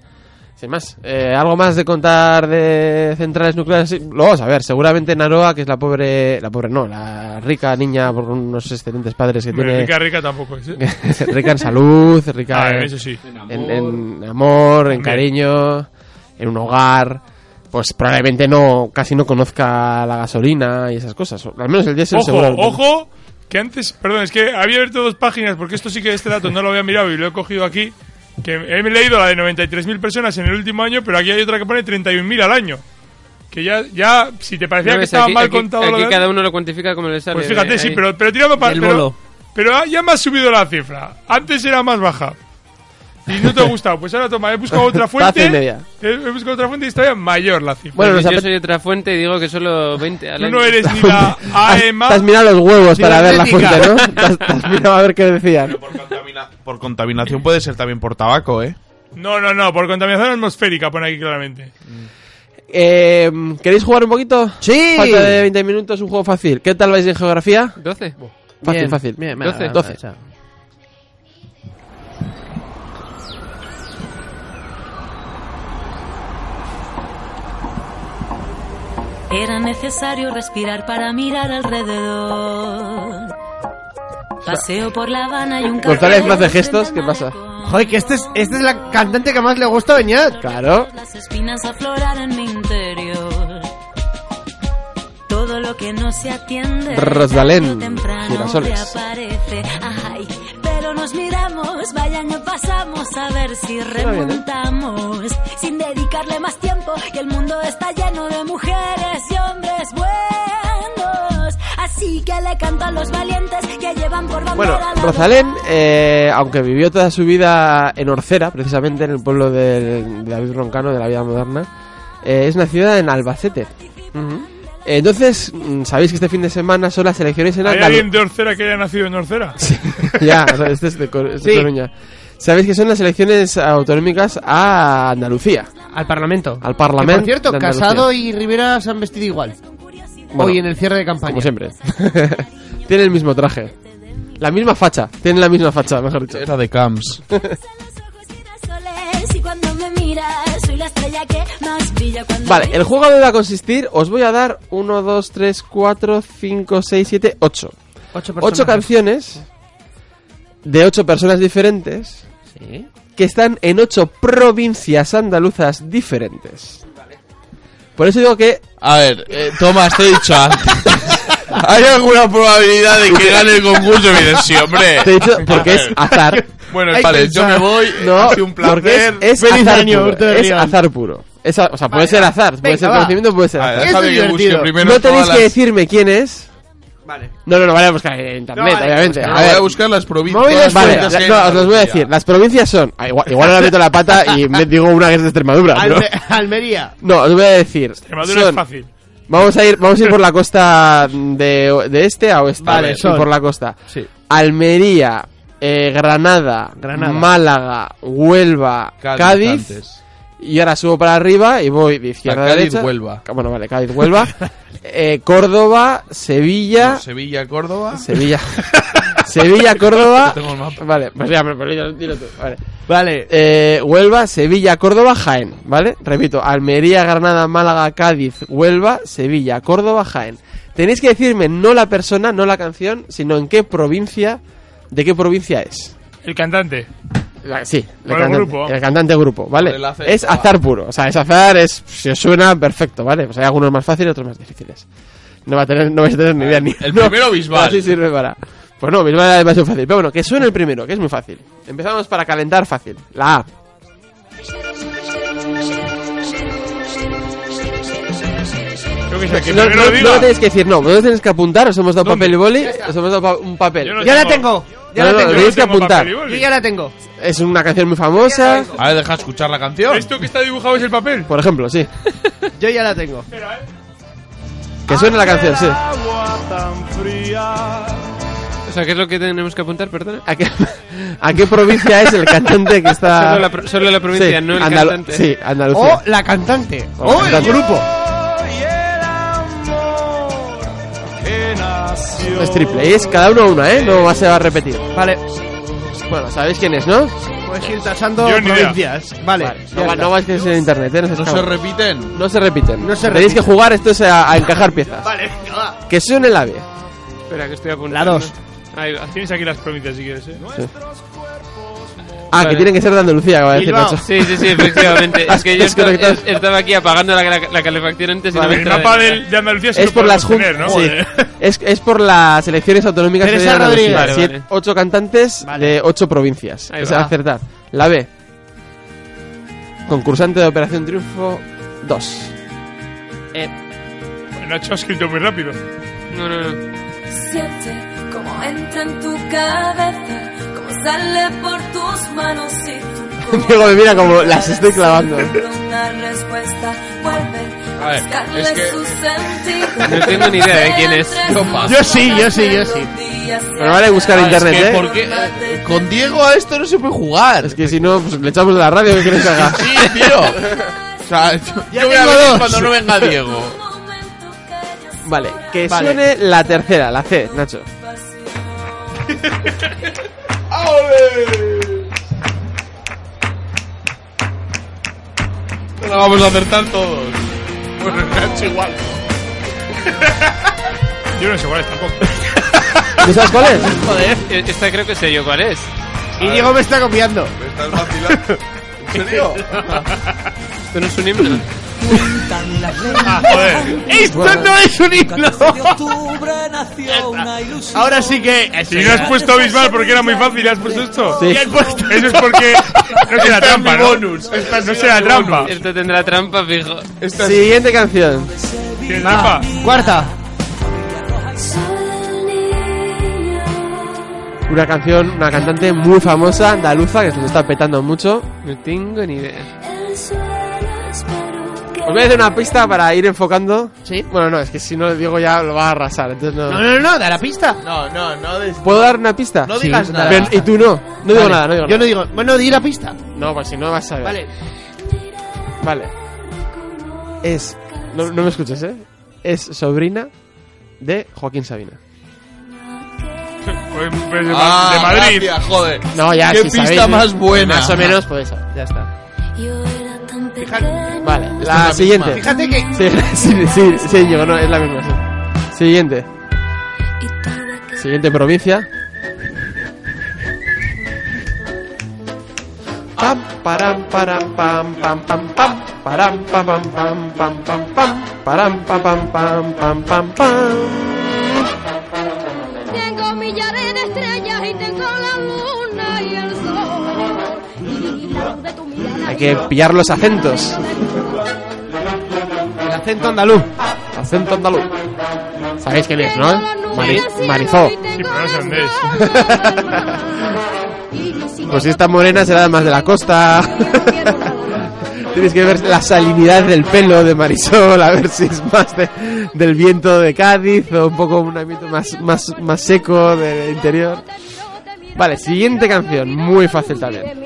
S3: Sin más, eh, algo más de contar de centrales nucleares. Sí, Lo vamos a ver, seguramente Naroa, que es la pobre, la pobre no, la rica niña por unos excelentes padres que
S4: Hombre,
S3: tiene.
S4: rica, rica tampoco es, ¿eh?
S3: rica en salud, rica
S4: Ah, en
S3: en,
S4: eso sí.
S5: Oh.
S3: en- en amor, en cariño, en un hogar. Pues probablemente no, casi no conozca la gasolina y esas cosas. o Al menos el diésel
S4: Ojo,
S3: seguramente.
S4: ojo, que antes, perdón, es que había abierto dos páginas, porque esto sí que este dato no lo había mirado y lo he cogido aquí, que he leído la de 93.000 personas en el último año, pero aquí hay otra que pone 31.000 al año. Que ya, ya si te parecía
S5: No,
S4: que
S5: ves,
S4: estaba
S5: aquí-
S4: mal
S5: aquí-
S4: contado lo
S5: aquí
S4: de-
S5: cada uno lo cuantifica como le sale.
S4: Pues fíjate,
S5: eh,
S4: sí,
S5: ahí.
S4: pero, pero tirando para...
S5: Del
S4: Pero,
S5: bolo.
S4: pero ya me has subido la cifra. Antes era más baja. Y no te ha gustado. Pues ahora toma, he buscado otra fuente.
S3: Taza y media.
S4: He he buscado otra fuente y está mayor la cifra.
S5: Bueno, Pues yo soy otra fuente y digo que solo 20 al
S4: Tú
S5: año.
S4: no eres ni la E AEMA.
S3: Te has mirado los huevos
S4: Ni
S3: para
S4: la
S3: ver la
S4: estética.
S3: fuente, ¿no? Te has- te has mirado a ver qué decían.
S6: Por contaminación puede ser también por tabaco, ¿eh?
S4: No, no, no, por contaminación atmosférica, pone aquí claramente.
S5: Mm.
S3: Eh, ¿Queréis jugar un poquito?
S2: Sí.
S3: Falta de 20 minutos, un juego fácil. ¿Qué tal vais en geografía?
S5: 12.
S3: Fácil,
S2: Bien,
S3: fácil.
S2: bien, venga,
S3: 12.
S2: va,
S3: 12.
S2: chao.
S19: Era necesario respirar para mirar alrededor. Paseo por La Habana y un café
S3: González
S19: de
S3: me hace
S19: dos en
S3: gestos, ¿qué pasa?
S2: Joder, que este es, este es la cantante que más le gusta a Beñat.
S3: Claro.
S19: Las espinas aflorar en mi interior. Todo lo que no se atiende.
S3: Rosbalén,
S19: tarde o temprano
S3: girasoles.
S19: reaparece. Ay, pero nos miramos, vaya que pasamos a ver si
S3: bien, ¿eh?
S19: remontamos. Sin dedicarle más tiempo, que el mundo está lleno de mujeres y hombres buenos. Así que le canto a los valientes que llevan por bandera
S3: Bueno,
S19: la
S3: Rosalén, eh, aunque vivió toda su vida en Orcera, precisamente en el pueblo del- de David Roncano, de la vida moderna, eh, es nacida en Albacete. Entonces, mm, sabéis que este fin de semana son las elecciones en
S4: ¿Hay
S3: Andalucía.
S4: alguien de Orcera que haya nacido en Orcera?
S3: ya, no, este es de, Cor- es de
S4: Sí.
S3: Coruña. Sabéis que son las elecciones autonómicas a Andalucía.
S2: Al Parlamento.
S3: Al
S2: Que,
S3: Parlamento.
S2: por cierto,
S3: de Andalucía.
S2: Casado y Rivera se han vestido igual.
S3: Bueno,
S2: Hoy en el cierre de campaña.
S3: Como siempre. Tiene el mismo traje. La misma facha. Tiene la misma facha, mejor dicho. Era
S6: de Camps.
S19: soles y cuando me miras, soy la estrella que más brilla cuando
S3: Vale, el juego debe consistir, os voy a dar 1, 2, 3, 4, 5, 6, 7, 8.
S2: Ocho
S3: 8
S2: personajes.
S3: canciones de 8 personas diferentes que están en 8 provincias andaluzas diferentes. Por eso digo que...
S6: A ver, eh, Tomás, te he dicho antes. ¿Hay alguna probabilidad de que gane el concurso? Y dices, sí, hombre.
S3: Te he dicho, porque es azar.
S6: Bueno, vale, yo me voy.
S3: No,
S6: ha sido un placer.
S3: porque es, es
S6: Feliz
S3: azar
S6: año,
S3: puro,
S6: Urte de
S3: es
S6: Rial.
S3: azar puro. Es a- o sea, puede
S6: Vale,
S3: ser
S6: va.
S3: azar, puede
S6: Venga,
S3: ser
S6: va.
S3: conocimiento, puede ser
S6: Vale,
S3: azar.
S6: déjame Es que busque divertido. primero
S3: no tenéis
S6: todas
S3: que
S6: las-
S3: decirme quién es. Vale. No, no, no, vale, a buscar en internet,
S6: vale,
S3: obviamente.
S6: pues
S3: A
S6: no, voy
S3: ver.
S6: a buscar las provincias. todas las
S3: Vale,
S6: provincias
S3: la-
S6: que
S3: no,
S6: hay en
S3: os los voy a decir. Las provincias son. ah, igual, igual ahora meto la pata y me digo una que es de Extremadura. pero-
S2: Alme- Almería.
S3: no, os voy a decir.
S4: Extremadura es
S3: son-
S4: fácil.
S3: Vamos a ir, vamos a ir por la costa de, de este a oeste.
S2: Vale,
S3: A ver,
S2: son-
S3: y por la costa.
S2: Sí.
S3: Almería, eh, Granada,
S2: Granada.
S3: Málaga, Huelva, Cádiz.
S6: Cádiz antes.
S3: y ahora subo para arriba y voy de izquierda a
S6: Cádiz,
S3: derecha.
S6: Huelva.
S3: Bueno, vale, Cádiz, Huelva. Eh, Córdoba, Sevilla.
S6: No, Sevilla, Córdoba.
S3: Sevilla. Sevilla, Córdoba.
S6: Yo tengo el mapa.
S3: Vale, pues ya, pero- pero ya, dilo tú. Vale. Eh, Huelva, Sevilla, Córdoba, Jaén. ¿Vale? Repito, Almería, Granada, Málaga, Cádiz, Huelva, Sevilla, Córdoba, Jaén. Tenéis que decirme no la persona, no la canción, sino en qué provincia, de qué provincia es.
S4: El cantante.
S3: La- Eh, Sí,
S4: Por el
S3: cantante,
S4: grupo.
S3: el cantante grupo, ¿vale?
S4: Por el acento,
S3: Es azar puro, o sea, es azar, es, si os suena, perfecto, ¿vale? Pues hay algunos más fáciles, otros más difíciles. No, va a tener, no vais a tener ni idea ni...
S6: El
S3: no,
S6: primero, Bisbal.
S3: no, sí sirve para... Pues no, Bisbal era demasiado fácil, pero bueno, que suene el primero, que es muy fácil. Empezamos para calentar fácil, la A.
S4: Creo
S5: Pues
S4: que es el que
S3: no,
S4: primero
S3: no-
S4: lo diga.
S3: no lo tenéis que decir, no, vosotros tenéis que apuntar, os hemos dado papel y boli, os hemos dado pa- un papel.
S4: Yo no ¡Ya la tengo.
S2: tengo! Ya
S3: No,
S2: la
S3: no,
S2: tengo.
S3: lo tenéis que apuntar.
S2: Yo ya la tengo.
S3: Es una canción muy famosa. A ver, deja escuchar la canción.
S4: ¿Esto que está dibujado es el papel?
S3: Por ejemplo, sí.
S2: Yo ya la tengo.
S3: Que suene la canción, sí.
S16: Agua tan fría.
S5: O sea, ¿qué es lo que tenemos que apuntar, perdona?
S3: ¿A qué, a qué provincia es el cantante que está...?
S5: Solo la pro- solo la provincia, no el
S3: Andalu-
S5: cantante.
S3: Sí, Andalucía.
S2: O la cantante.
S3: O
S2: O Oh, el
S3: cantante.
S2: grupo.
S3: Es triple, es cada uno una, ¿eh? No va- se va a repetir. Vale. Bueno, sabéis quién es, ¿no?
S2: Puedes ir Pues tasando
S3: Yo ni idea.
S2: provincias. Vale.
S3: No, va- no vais a en internet, ¿eh? No se,
S6: No se
S3: escapan.
S6: repiten.
S3: No se repiten.
S6: No se
S3: Tenéis que
S6: repiten.
S3: jugar esto es a, a encajar piezas.
S2: Vale,
S3: Que suene la B.
S5: Espera, que estoy apuntando.
S3: La dos.
S5: Ahí va.
S4: Tienes aquí las provincias si quieres, eh.
S3: Sí. Ah, que tienen que ser de Andalucía, acaba de decir Nacho.
S5: Sí, sí, sí, efectivamente. es que yo
S3: Es
S5: esta-
S3: correcto.
S5: es- estaba aquí apagando la, la- la calefacción antes y no
S3: Vale.
S5: me
S3: El
S5: entraba
S3: mapa
S5: de-
S4: del- de Andalucía sí
S3: Es
S4: lo
S3: por las
S4: podemos
S3: juntas.
S4: tener, ¿no?
S3: sí. es, es por las elecciones autonómicas que
S4: Teresa
S3: hay en Andalucía.
S4: Rodríguez. Vale,
S3: Siete-
S4: vale.
S3: Ocho cantantes de ocho provincias.
S4: Ahí
S3: Es
S4: va.
S3: acertar. La B. Concursante de Operación Triunfo 2.
S4: Nacho ha escrito muy rápido.
S5: No, no, no.
S13: Siente cómo entra en tu cabeza, cómo sale por tus manos y tu
S3: Diego me mira como las estoy clavando.
S13: una respuesta vuelve
S3: A
S13: a
S3: ver,
S13: buscarle
S3: es que-
S13: su sentido.
S3: No tengo ni idea de quién es. Yo paso. Yo sí, yo sí, yo sí. Pero vale buscar
S6: Ah,
S3: internet,
S6: es que
S3: ¿eh?
S6: ¿por qué? Eh, Con Diego a esto no se puede jugar.
S3: Es que si no, pues le echamos de la radio que quieres que haga.
S6: Sí, tío. O sea, yo, yo voy a
S3: tengo
S6: venir
S3: dos.
S6: cuando no venga Diego.
S3: Vale, que
S6: Vale.
S3: suene la tercera, la C, Nacho.
S6: No la vamos a acertar todos. Bueno, Nacho igual.
S4: Yo no sé cuál es tampoco.
S3: ¿Tú sabes cuál es?
S5: Joder, e- esta creo que sé yo cuál es.
S2: Y Diego me está copiando.
S6: Me estás vacilando. ¿En serio?
S5: Esto no es un himno.
S15: Ah,
S5: joder.
S15: Esto no es un himno.
S2: Ahora sí que.
S4: Si no has puesto Bisbal porque era muy fácil, has puesto esto.
S3: Sí.
S4: has puesto Eso es porque. No será
S5: Está en mi
S4: trampa, ¿no?
S5: bonus.
S4: No será trampa.
S5: Esto tendrá trampa, fijo.
S3: Siguiente canción.
S2: Ah.
S4: trampa?
S2: Cuarta.
S3: Una canción, una cantante muy famosa, andaluza, que se lo está petando mucho.
S5: No tengo ni idea.
S3: Os voy a hacer una pista para ir enfocando.
S2: Sí.
S3: Bueno, no, es que si no, Diego ya lo va a arrasar. Entonces no.
S2: No, no, no, da la pista.
S6: No, no, no.
S3: ¿Puedo dar una pista?
S2: No digas nada.
S3: Pero- y tú no. No digo
S2: Vale,
S3: nada, no digo
S2: Yo no
S3: nada.
S2: digo. Bueno, di la pista.
S3: No, pues si no vas a ver.
S2: Vale.
S3: Vale. Es. No, no me escuches, ¿eh? Es sobrina de Joaquín Sabina.
S4: Pues de,
S6: Ah,
S4: Ma- de Madrid.
S6: gracias, joder.
S3: No, ya
S6: Qué
S3: sí
S6: pista
S3: sabéis, ¿eh?
S6: más buena.
S3: Más o menos, pues esa. Ya está. Vale,
S6: es
S3: la,
S6: la
S3: siguiente.
S6: misma. Fíjate
S2: que-
S3: Sí, sí, sí, sí, Íñigo, no, es la misma. sí. Siguiente. Siguiente provincia. Pam, param, param, pam, pam, pam, pam. Param, pam, pam, pam, pam, pam, pam. Param, pam, pam, pam, pam, pam, pam.
S13: Tengo millares de estrellas y tengo la luna y el sol. Y la luz de tu mirada.
S3: Hay que pillar los acentos. El acento andaluz. Acento andaluz. ¿Sabéis quién es, no? Mari Marizó.
S4: Sí, pero no es andés.
S3: Pues si esta morena será más de la costa. Tienes que ver la salinidad del pelo de Marisol, a ver si es más de- del viento de Cádiz o un poco un ambiente más, más, más seco del interior. Vale, siguiente canción, muy fácil también.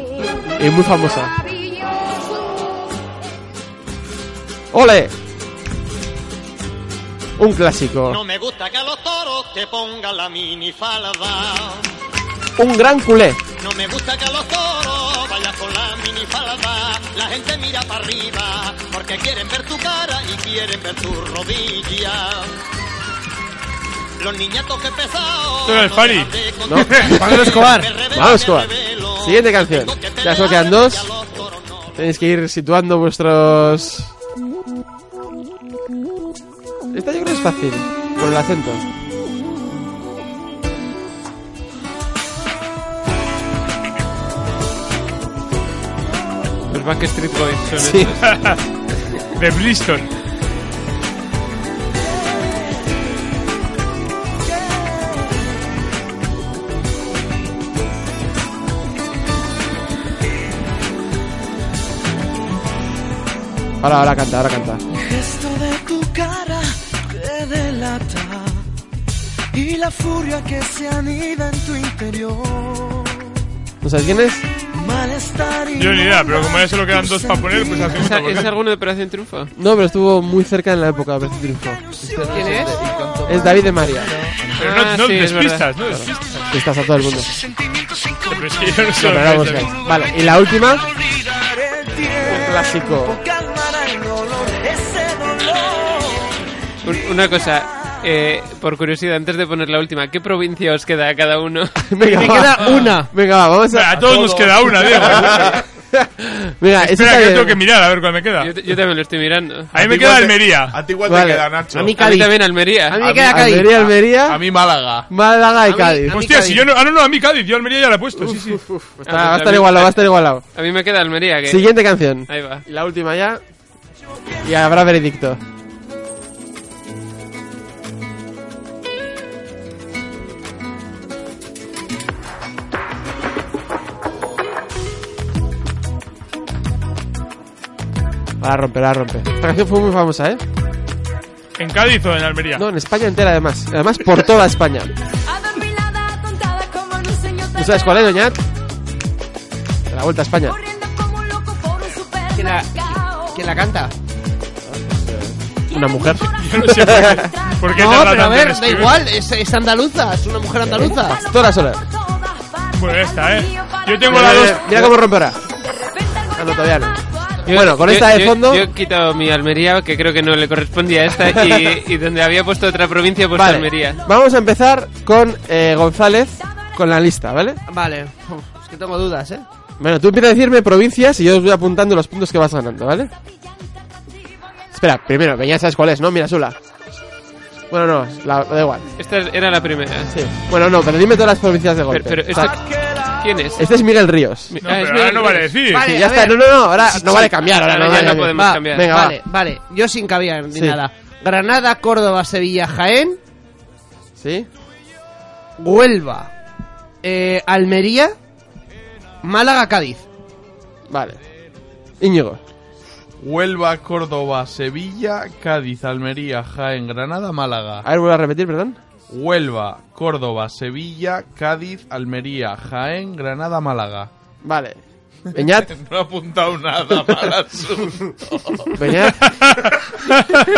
S3: Y muy famosa. ¡Ole! Un clásico.
S20: No me gusta que a los toros te pongan la minifalda.
S3: Un gran culé.
S20: No me gusta que a los toros vayas con la minifalda. La gente mira para arriba porque quieren ver tu cara y quieren ver tu rodilla. Los niñatos que pesados.
S4: Esto era el Fari.
S3: No.
S4: Pablo Escobar.
S3: Pablo Escobar. Siguiente canción. Ya solo quedan dos. Tenéis que ir situando vuestros. Esta yo creo que es fácil. Por el acento.
S5: Los Backstreet Boys son
S3: Sí.
S5: estos.
S4: De Bristol.
S3: Ahora, ahora canta, ahora canta.
S7: gesto de tu cara te delata y la furia que se anida en tu interior.
S3: ¿No sabes quién es?
S7: Malestar y
S4: Yo ni idea, pero como ya solo quedan dos para poner, pues hacemos
S5: ¿Esa-
S4: una
S5: ¿Es
S4: cosa.
S5: alguno de Operación Triunfo?
S3: No, pero estuvo muy cerca en la época de Operación Triunfo.
S5: ¿Quién es? Ah.
S3: Es David de María.
S4: Pero no, no
S5: sí, es
S4: despistas,
S5: verdad.
S4: no despistas.
S3: Estás a todo el mundo.
S4: Pero es que pues yo no sé
S3: No,
S4: lo
S3: pero
S4: que
S3: vamos
S4: es.
S3: a ver. Vale, y la última. Un clásico.
S5: Un- Una cosa, eh, por curiosidad, antes de poner la última, ¿qué provincia os queda a cada uno?
S3: Venga, va. Venga, va, vamos a.
S5: A todos nos queda una, Diego.
S3: Mira,
S4: Espera,
S3: esa
S4: que
S3: está
S4: yo
S3: bien.
S4: tengo que mirar a ver cuál me queda.
S5: Yo, yo también lo estoy mirando.
S4: A mí me queda Almería.
S6: A ti igual
S4: Vale.
S6: te queda, Nacho.
S5: A mí Cádiz. A mí también Almería. A mí me queda Cádiz.
S3: Almería, Almería.
S6: A mí Málaga.
S3: Málaga y Cádiz.
S4: Hostia, si yo no. Ah, no, no, a mí Cádiz. Yo Almería ya la he puesto. sí, sí.
S3: Ah, va a estar igualado, va a estar igualado.
S5: A mí me queda Almería. que-
S3: Siguiente canción.
S5: Ahí va.
S3: La última ¿eh? ya. Y habrá veredicto. Ahora rompe, ahora rompe. Esta canción fue muy famosa, ¿eh?
S4: ¿En Cádiz o en Almería?
S3: No, en España entera además. Además por toda España. ¿Tú sabes cuál es, Doña? De la Vuelta a España.
S2: ¿Quién la, quién la canta?
S3: Una mujer.
S4: Yo no sé por qué- por qué
S2: no,
S4: tarda
S2: pero a
S4: tanto en
S2: ver, da
S4: escribir.
S3: eh,
S2: igual, es, es andaluza, es una mujer andaluza.
S3: Toda sola.
S4: Bueno, esta, eh. Yo tengo
S3: Mira,
S4: la dos.
S3: mira, mira cómo rompe ahora. Ah, no, todavía no. Bueno, con
S5: Yo-
S3: esta de
S5: yo-
S3: fondo-
S5: Yo he quitado mi Almería, que creo que no le correspondía a esta, y, y donde había puesto otra provincia he puesto
S3: Vale.
S5: Almería.
S3: Vamos a empezar con eh, González, con la lista, ¿vale?
S2: Vale, Uf, es que tengo dudas, ¿eh?
S3: Bueno, tú empieza a decirme provincias y yo os voy apuntando los puntos que vas ganando, ¿vale? Espera, primero, que ya sabes cuál es, ¿no? Mira, Sula. Bueno, no, la, da igual.
S5: Esta era la primera.
S3: Sí. Bueno, no, pero dime todas las provincias de golpe.
S5: Pero
S3: O
S5: esta-
S3: sea,
S5: ¿Quién es?
S3: Este es Miguel Ríos.
S5: Mi-
S4: No,
S5: ah, es
S4: pero
S5: Miguel
S4: ahora no vale
S5: Ríos.
S4: decir.
S2: Vale,
S3: Sí, ya
S2: a
S3: está.
S2: ver.
S3: No, no, no, ahora no vale cambiar. Ahora,
S5: Ahora
S3: no,
S5: ya
S3: vale
S5: no
S3: cambiar.
S5: podemos
S3: Va,
S5: cambiar.
S3: Venga,
S2: vale,
S3: va.
S2: vale, yo sin cambiar ni
S3: Sí.
S2: nada. Granada, Córdoba, Sevilla, Jaén,
S3: ¿Sí?
S2: Huelva, eh, Almería, Málaga, Cádiz.
S3: Vale. Íñigo.
S6: Huelva, Córdoba, Sevilla, Cádiz, Almería, Jaén, Granada, Málaga.
S3: A ver, vuelvo a repetir, perdón.
S6: Huelva, Córdoba, Sevilla, Cádiz, Almería, Jaén, Granada, Málaga.
S3: Vale. Beñat.
S6: No he apuntado nada para el asunto.
S3: Beñat.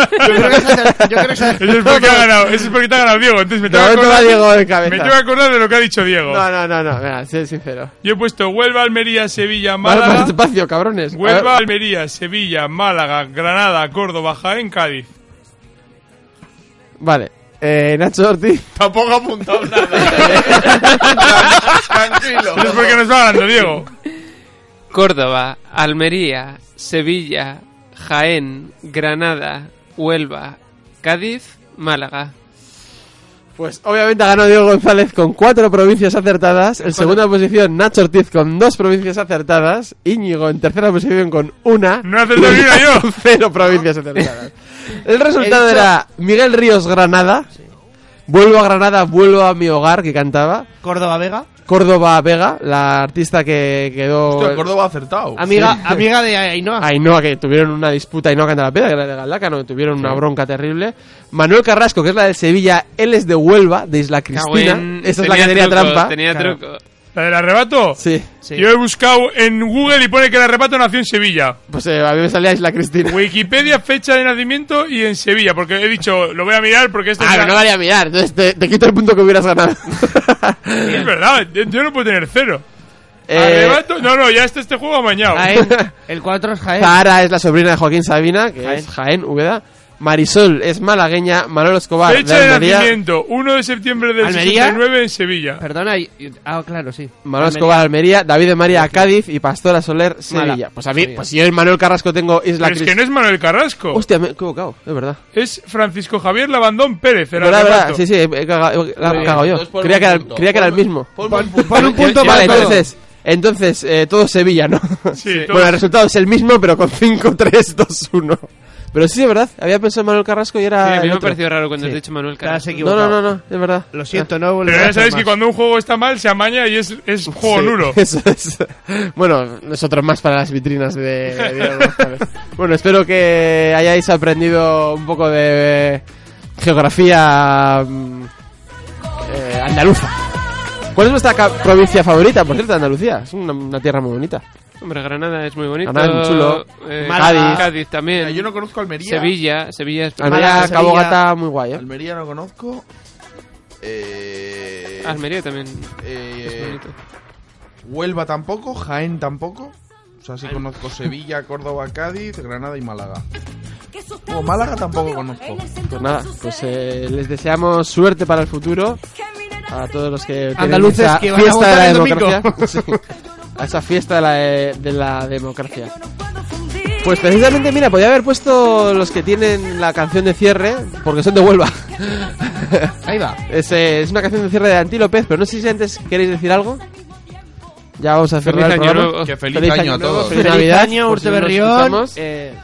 S4: Eso es porque ha ganado. Eso es porque te ha ganado Diego. Entonces me
S3: De
S4: tengo que
S3: momento va
S4: acordar.
S3: Diego en
S4: Me
S3: cabeza.
S4: tengo que acordar de lo que ha dicho Diego.
S3: No, no, no, no. Venga, sé sincero.
S4: Yo he puesto Huelva, Almería, Sevilla,
S3: Vale, más
S4: Málaga.
S3: despacio, cabrones. A ver,
S4: Huelva, Almería, Sevilla, Málaga, Granada, Córdoba, Jaén, Cádiz.
S3: Vale. Eh, Nacho Ortiz.
S6: Tampoco he apuntado nada. Tranquilo.
S4: Eso es porque nos va ganando Diego.
S5: Córdoba, Almería, Sevilla, Jaén, Granada, Huelva, Cádiz, Málaga.
S3: Pues obviamente ha ganado Diego González con cuatro provincias acertadas. En segunda posición, Nacho Ortiz con dos provincias acertadas. Íñigo en tercera posición con una.
S4: No he acertado
S3: Y
S4: ni una yo.
S3: con Cero provincias acertadas. El resultado
S2: He dicho-
S3: era Miguel Ríos Granada. Vuelvo a Granada, vuelvo a mi hogar, que cantaba.
S2: Córdoba, Vega.
S3: Córdoba Vega, la artista que quedó.
S6: Hostia, Córdoba ha acertado.
S2: Amiga, amiga de Ainhoa.
S3: Ainhoa, que tuvieron una disputa, Ainhoa Cantalapeda, que era de Galácano, que tuvieron una bronca terrible. Manuel Carrasco, que es la de Sevilla, él es de Huelva, de Isla Cristina.
S5: Cagüen,
S3: Esa es la que tenía
S5: tenía truco,
S3: trampa.
S5: Tenía
S3: Claro.
S5: truco.
S4: ¿La del arrebato?
S3: Sí.
S4: Yo he buscado en Google y pone que el arrebato nació en Sevilla.
S3: Pues eh, a mí me salía Isla Cristina.
S4: Wikipedia, fecha de nacimiento y en Sevilla. Porque he dicho, lo voy a mirar porque este
S3: Ah,
S4: es,
S3: pero
S4: la-
S3: no valía mirar, entonces te, te quito el punto que hubieras ganado.
S4: es verdad. Yo no puedo tener cero.
S3: Eh,
S4: Arrebato. No, no, ya está este juego amañado.
S2: Jaén. El 4 es Jaén.
S3: Zahara es la sobrina de Joaquín Sabina, que es Jaén, Úbeda. Marisol es malagueña, Manuel Escobar
S4: Fecha
S3: de
S4: de
S3: Almería,
S4: nacimiento, 1 de septiembre del
S2: ¿Almería?
S4: 69 en Sevilla.
S2: Perdona, y- y- ah, claro, sí.
S3: Manuel
S2: Almería.
S3: Escobar Almería, David de María Cádiz y Pastora Soler Sevilla.
S2: Mala.
S3: Pues a mí, pues si yo en Manuel Carrasco tengo Isla
S4: Pero es que
S3: Cristina.
S4: no es Manuel Carrasco.
S3: Hostia, me he equivocado, es verdad.
S4: Es Francisco Javier Labandón Pérez. El
S3: verdad, verdad,
S4: arrebato.
S3: sí, sí, he cagado, he cagado- he cagado
S6: Entonces
S3: yo.
S6: ponme
S3: Creía que,
S6: un
S3: era,
S6: punto.
S3: creía que era el
S6: Ponme-
S3: mismo.
S6: ponme un punto.
S2: pon un punto para
S3: Vale,
S2: todo.
S3: entonces, entonces eh, todo Sevilla, ¿no?
S4: Sí, todo-
S3: Bueno, el resultado es el mismo, pero con 5, 3, 2, 1. Pero sí, de verdad, había pensado en Manuel Carrasco y era.
S5: Sí, a mí
S3: el
S5: me ha
S3: otro.
S5: parecido raro cuando
S3: Sí.
S5: has dicho Manuel
S3: Te has
S5: Carrasco.
S3: equivocado. No, no, no, no, es verdad.
S2: Lo siento, no
S4: Pero ya sabéis que cuando un juego está mal se amaña y es, es juego
S3: Sí,
S4: nulo.
S3: eso es. Bueno, nosotros más para las vitrinas de, de Diego González. Bueno, espero que hayáis aprendido un poco de geografía mm, eh, andaluza. ¿Cuál es vuestra ca- provincia favorita, por cierto, de Andalucía? Es una, una tierra muy bonita.
S5: Hombre, Granada es muy bonito.
S3: Granada es muy chulo.
S5: Eh,
S3: Málaga.
S5: Cádiz. Cádiz también.
S6: Ah, Yo no conozco Almería.
S5: Sevilla. Sevilla es
S3: Almería,
S5: Málaga,
S3: Cabo
S5: Sevilla.
S3: Gata, muy guay, ¿eh?
S6: Almería no conozco. Eh,
S5: Ah, Almería también.
S6: eh,
S5: es bonito.
S6: Huelva tampoco, Jaén tampoco. O sea, sí conozco Sevilla, Córdoba, Cádiz, Granada y Málaga. O Málaga tampoco conozco.
S3: Pues nada, pues eh, les deseamos suerte para el futuro a todos los que tienen
S2: Andaluces
S3: esa
S2: que van a
S3: fiesta de
S2: votar
S3: la
S2: el domingo.
S3: democracia. Sí, a esa fiesta de la, eh, de la democracia. Pues precisamente, mira, podía haber puesto los que tienen la canción de cierre, porque son de Huelva.
S6: Ahí va.
S3: Es, eh, es una canción de cierre de Antílopez, pero no sé si antes queréis decir algo. Ya vamos a cerrar
S6: Feliz
S3: el
S6: año
S3: programa.
S6: nuevo. Que feliz año a todos.
S3: Feliz,
S6: Feliz
S3: Navidad.
S6: año,
S3: por si no nos
S6: Urteberrión.
S3: escuchamos.
S2: Eh,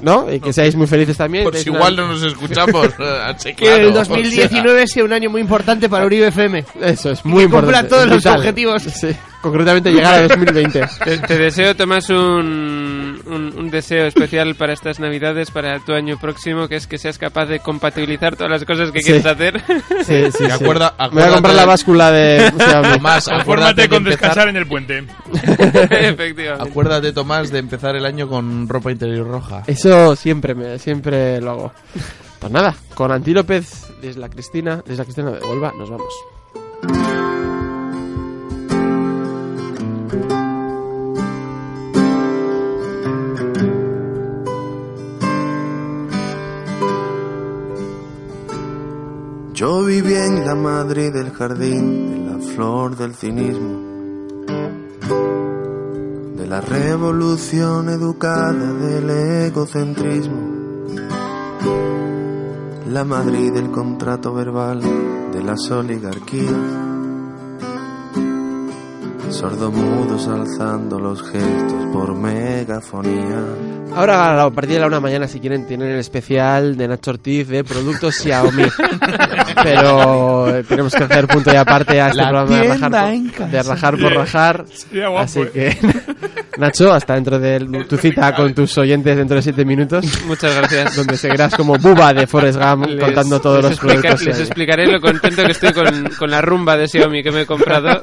S3: ¿No? Y que seáis muy felices también.
S6: Pues
S3: Tenéis
S6: igual
S3: una-
S6: no nos escuchamos.
S3: eh,
S6: así
S2: Que el
S6: claro, o sea.
S2: 2019 sea un año muy importante para Uribe FM.
S3: Eso es
S2: que
S3: muy
S2: cumpla
S3: importante,
S2: todos los
S3: vital.
S2: objetivos.
S3: Sí, concretamente llegar a 2020.
S5: Te, te deseo, Tomás, un, un, un deseo especial para estas Navidades, para tu año próximo, que es que seas capaz de compatibilizar todas las cosas que
S3: Sí.
S5: quieres hacer.
S3: Sí, sí,
S6: Y acuerda-
S3: Me voy a comprar
S6: acuérdate-
S3: la báscula de... ¿cómo se llama?
S6: Tomás, acuérdate
S4: Confórmate
S6: de
S4: con
S6: empezar-
S4: descansar en el puente.
S5: Efectivamente.
S6: Acuérdate, Tomás, de empezar el año con ropa interior roja.
S3: Eso siempre, me, siempre lo hago. Pues nada, con Antílopez, desde la Cristina, desde la Cristina de Huelva, nos vamos.
S21: Yo viví en la Madrid del jardín, de la flor del cinismo, de la revolución educada del egocentrismo, la Madrid del contrato verbal, de las oligarquías, sordomudos alzando los gestos por megafonía.
S3: Ahora a la- a partir de la una mañana, si quieren, tienen el especial de Nacho Ortiz de productos Xiaomi. Pero eh, tenemos que hacer punto y aparte a este
S6: La
S3: programa de
S6: tienda
S3: rajar, por,
S6: en casa.
S3: de rajar por
S6: Bien.
S3: rajar.
S6: Sería guapo,
S5: eh.
S3: Así que, Nacho, hasta dentro de el- tu cita con tus oyentes dentro de siete minutos.
S5: Muchas gracias.
S3: Donde seguirás como buba de Forrest Gump
S5: Les-
S3: contando todos
S5: les
S3: los
S5: explica-
S3: productos.
S5: Les
S3: Xiaomi.
S5: explicaré lo contento que estoy con, con la rumba de Xiaomi que me he comprado,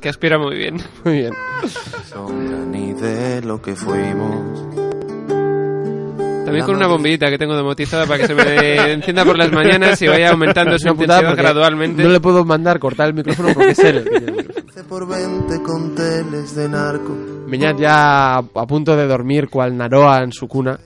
S5: que aspira muy bien.
S3: Muy bien.
S21: Sombra ni de lo que fuimos.
S5: También con una bombillita que tengo demotizada para que se me encienda por las mañanas y vaya aumentando su
S3: Una putada
S5: intensidad
S3: porque
S5: gradualmente.
S3: No le puedo mandar cortar el micrófono porque es él el que tiene el micrófono.
S21: por 20 con teles de narco.
S3: Beñat ya a a punto de dormir cual Naroa en su cuna.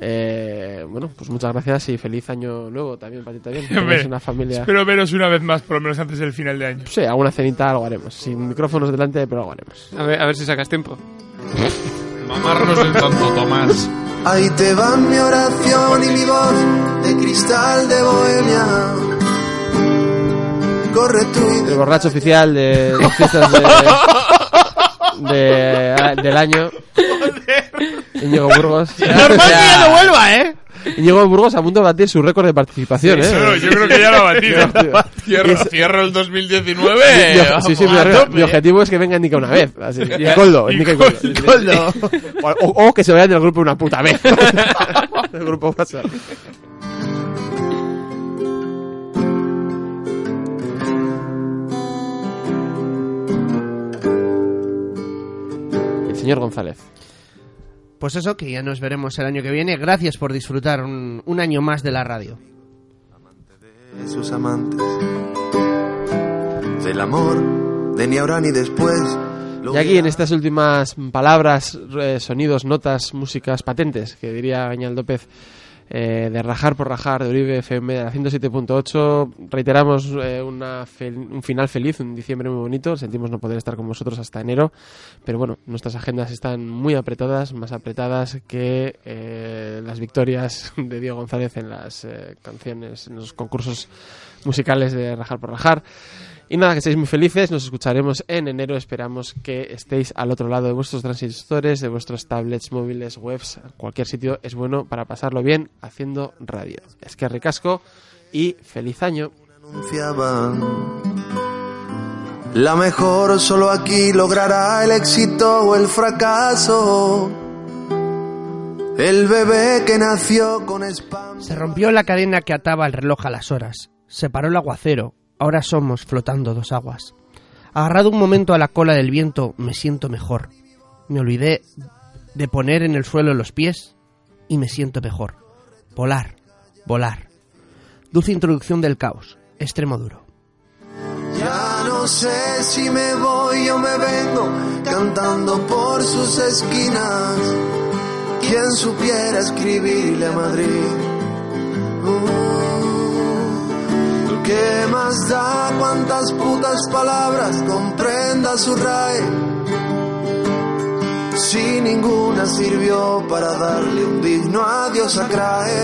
S3: Eh, bueno, pues muchas gracias y feliz año nuevo también para ti también. que
S4: Hombre,
S3: tengas una familia.
S4: Espero veros una vez más, por lo menos antes del final de año.
S3: Sí, alguna cenita algo haremos. Sin micrófonos delante, pero algo haremos.
S5: A ver, a ver si sacas tiempo.
S6: Mamarnos el tanto, Tomás.
S21: Ahí te va mi oración y mi voz de cristal de bohemia. Corre tú y
S3: El borracho oficial de las fiestas de- de- a- del año. Iñigo Burgos.
S2: Normal que ya no vuelva, ¿eh?
S3: Iñigo Burgos a punto de batir su récord de participación,
S6: Sí,
S3: ¿eh?
S6: solo, yo
S4: creo que ya lo ha batido.
S6: Cierro, cierro el
S3: Mi-
S6: 2019.
S3: mi oje- sí, sí, mi,
S6: a
S3: arreglo-
S6: tope.
S3: mi objetivo es que vengan ni que una vez. Así,
S6: Ya.
S3: y Coldo,
S6: Y
S3: ni que
S6: Coldo.
S3: Coldo. O, o que se vayan del grupo una puta vez. el grupo WhatsApp. El señor González.
S2: Pues eso, que ya nos veremos el año que viene. Gracias por disfrutar un, un año más de la radio.
S21: de sus amantes. Del amor, de ni ahora ni después.
S3: Y aquí en estas últimas palabras, eh, sonidos, notas, músicas patentes, que diría Gañal López, eh, de Rajar por Rajar, de Uribe FM, de la 107.8, reiteramos eh, una fel- un final feliz, un diciembre muy bonito, sentimos no poder estar con vosotros hasta enero, pero bueno, nuestras agendas están muy apretadas, más apretadas que eh, las victorias de Diego González en las eh, canciones, en los concursos musicales de Rajar por Rajar. Y nada, que seáis muy felices. Nos escucharemos en enero. Esperamos que estéis al otro lado de vuestros transistores, de vuestros tablets, móviles, webs. Cualquier sitio es bueno para pasarlo bien haciendo radio. Es que recasco y feliz año.
S21: anunciaban. La mejor solo aquí logrará el éxito o el fracaso. El bebé que nació con spam.
S2: Se rompió la cadena que ataba el reloj a las horas. Se paró el aguacero. Ahora somos flotando dos aguas. Agarrado un momento a la cola del viento, me siento mejor. Me olvidé de poner en el suelo los pies y me siento mejor. Volar, volar. Dulce introducción del caos. Extremo duro.
S21: Ya no sé si me voy o me vengo cantando por sus esquinas. Quien supiera escribirle a Madrid. Uh, ¿Qué más da cuántas putas palabras comprenda su RAE? Si ninguna sirvió para darle un digno adiós a Crae.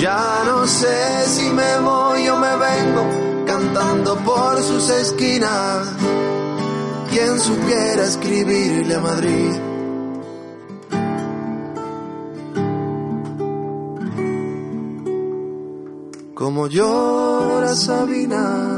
S21: Ya no sé si me voy o me vengo cantando por sus esquinas. Quien supiera escribirle a Madrid. Como llora Sabina.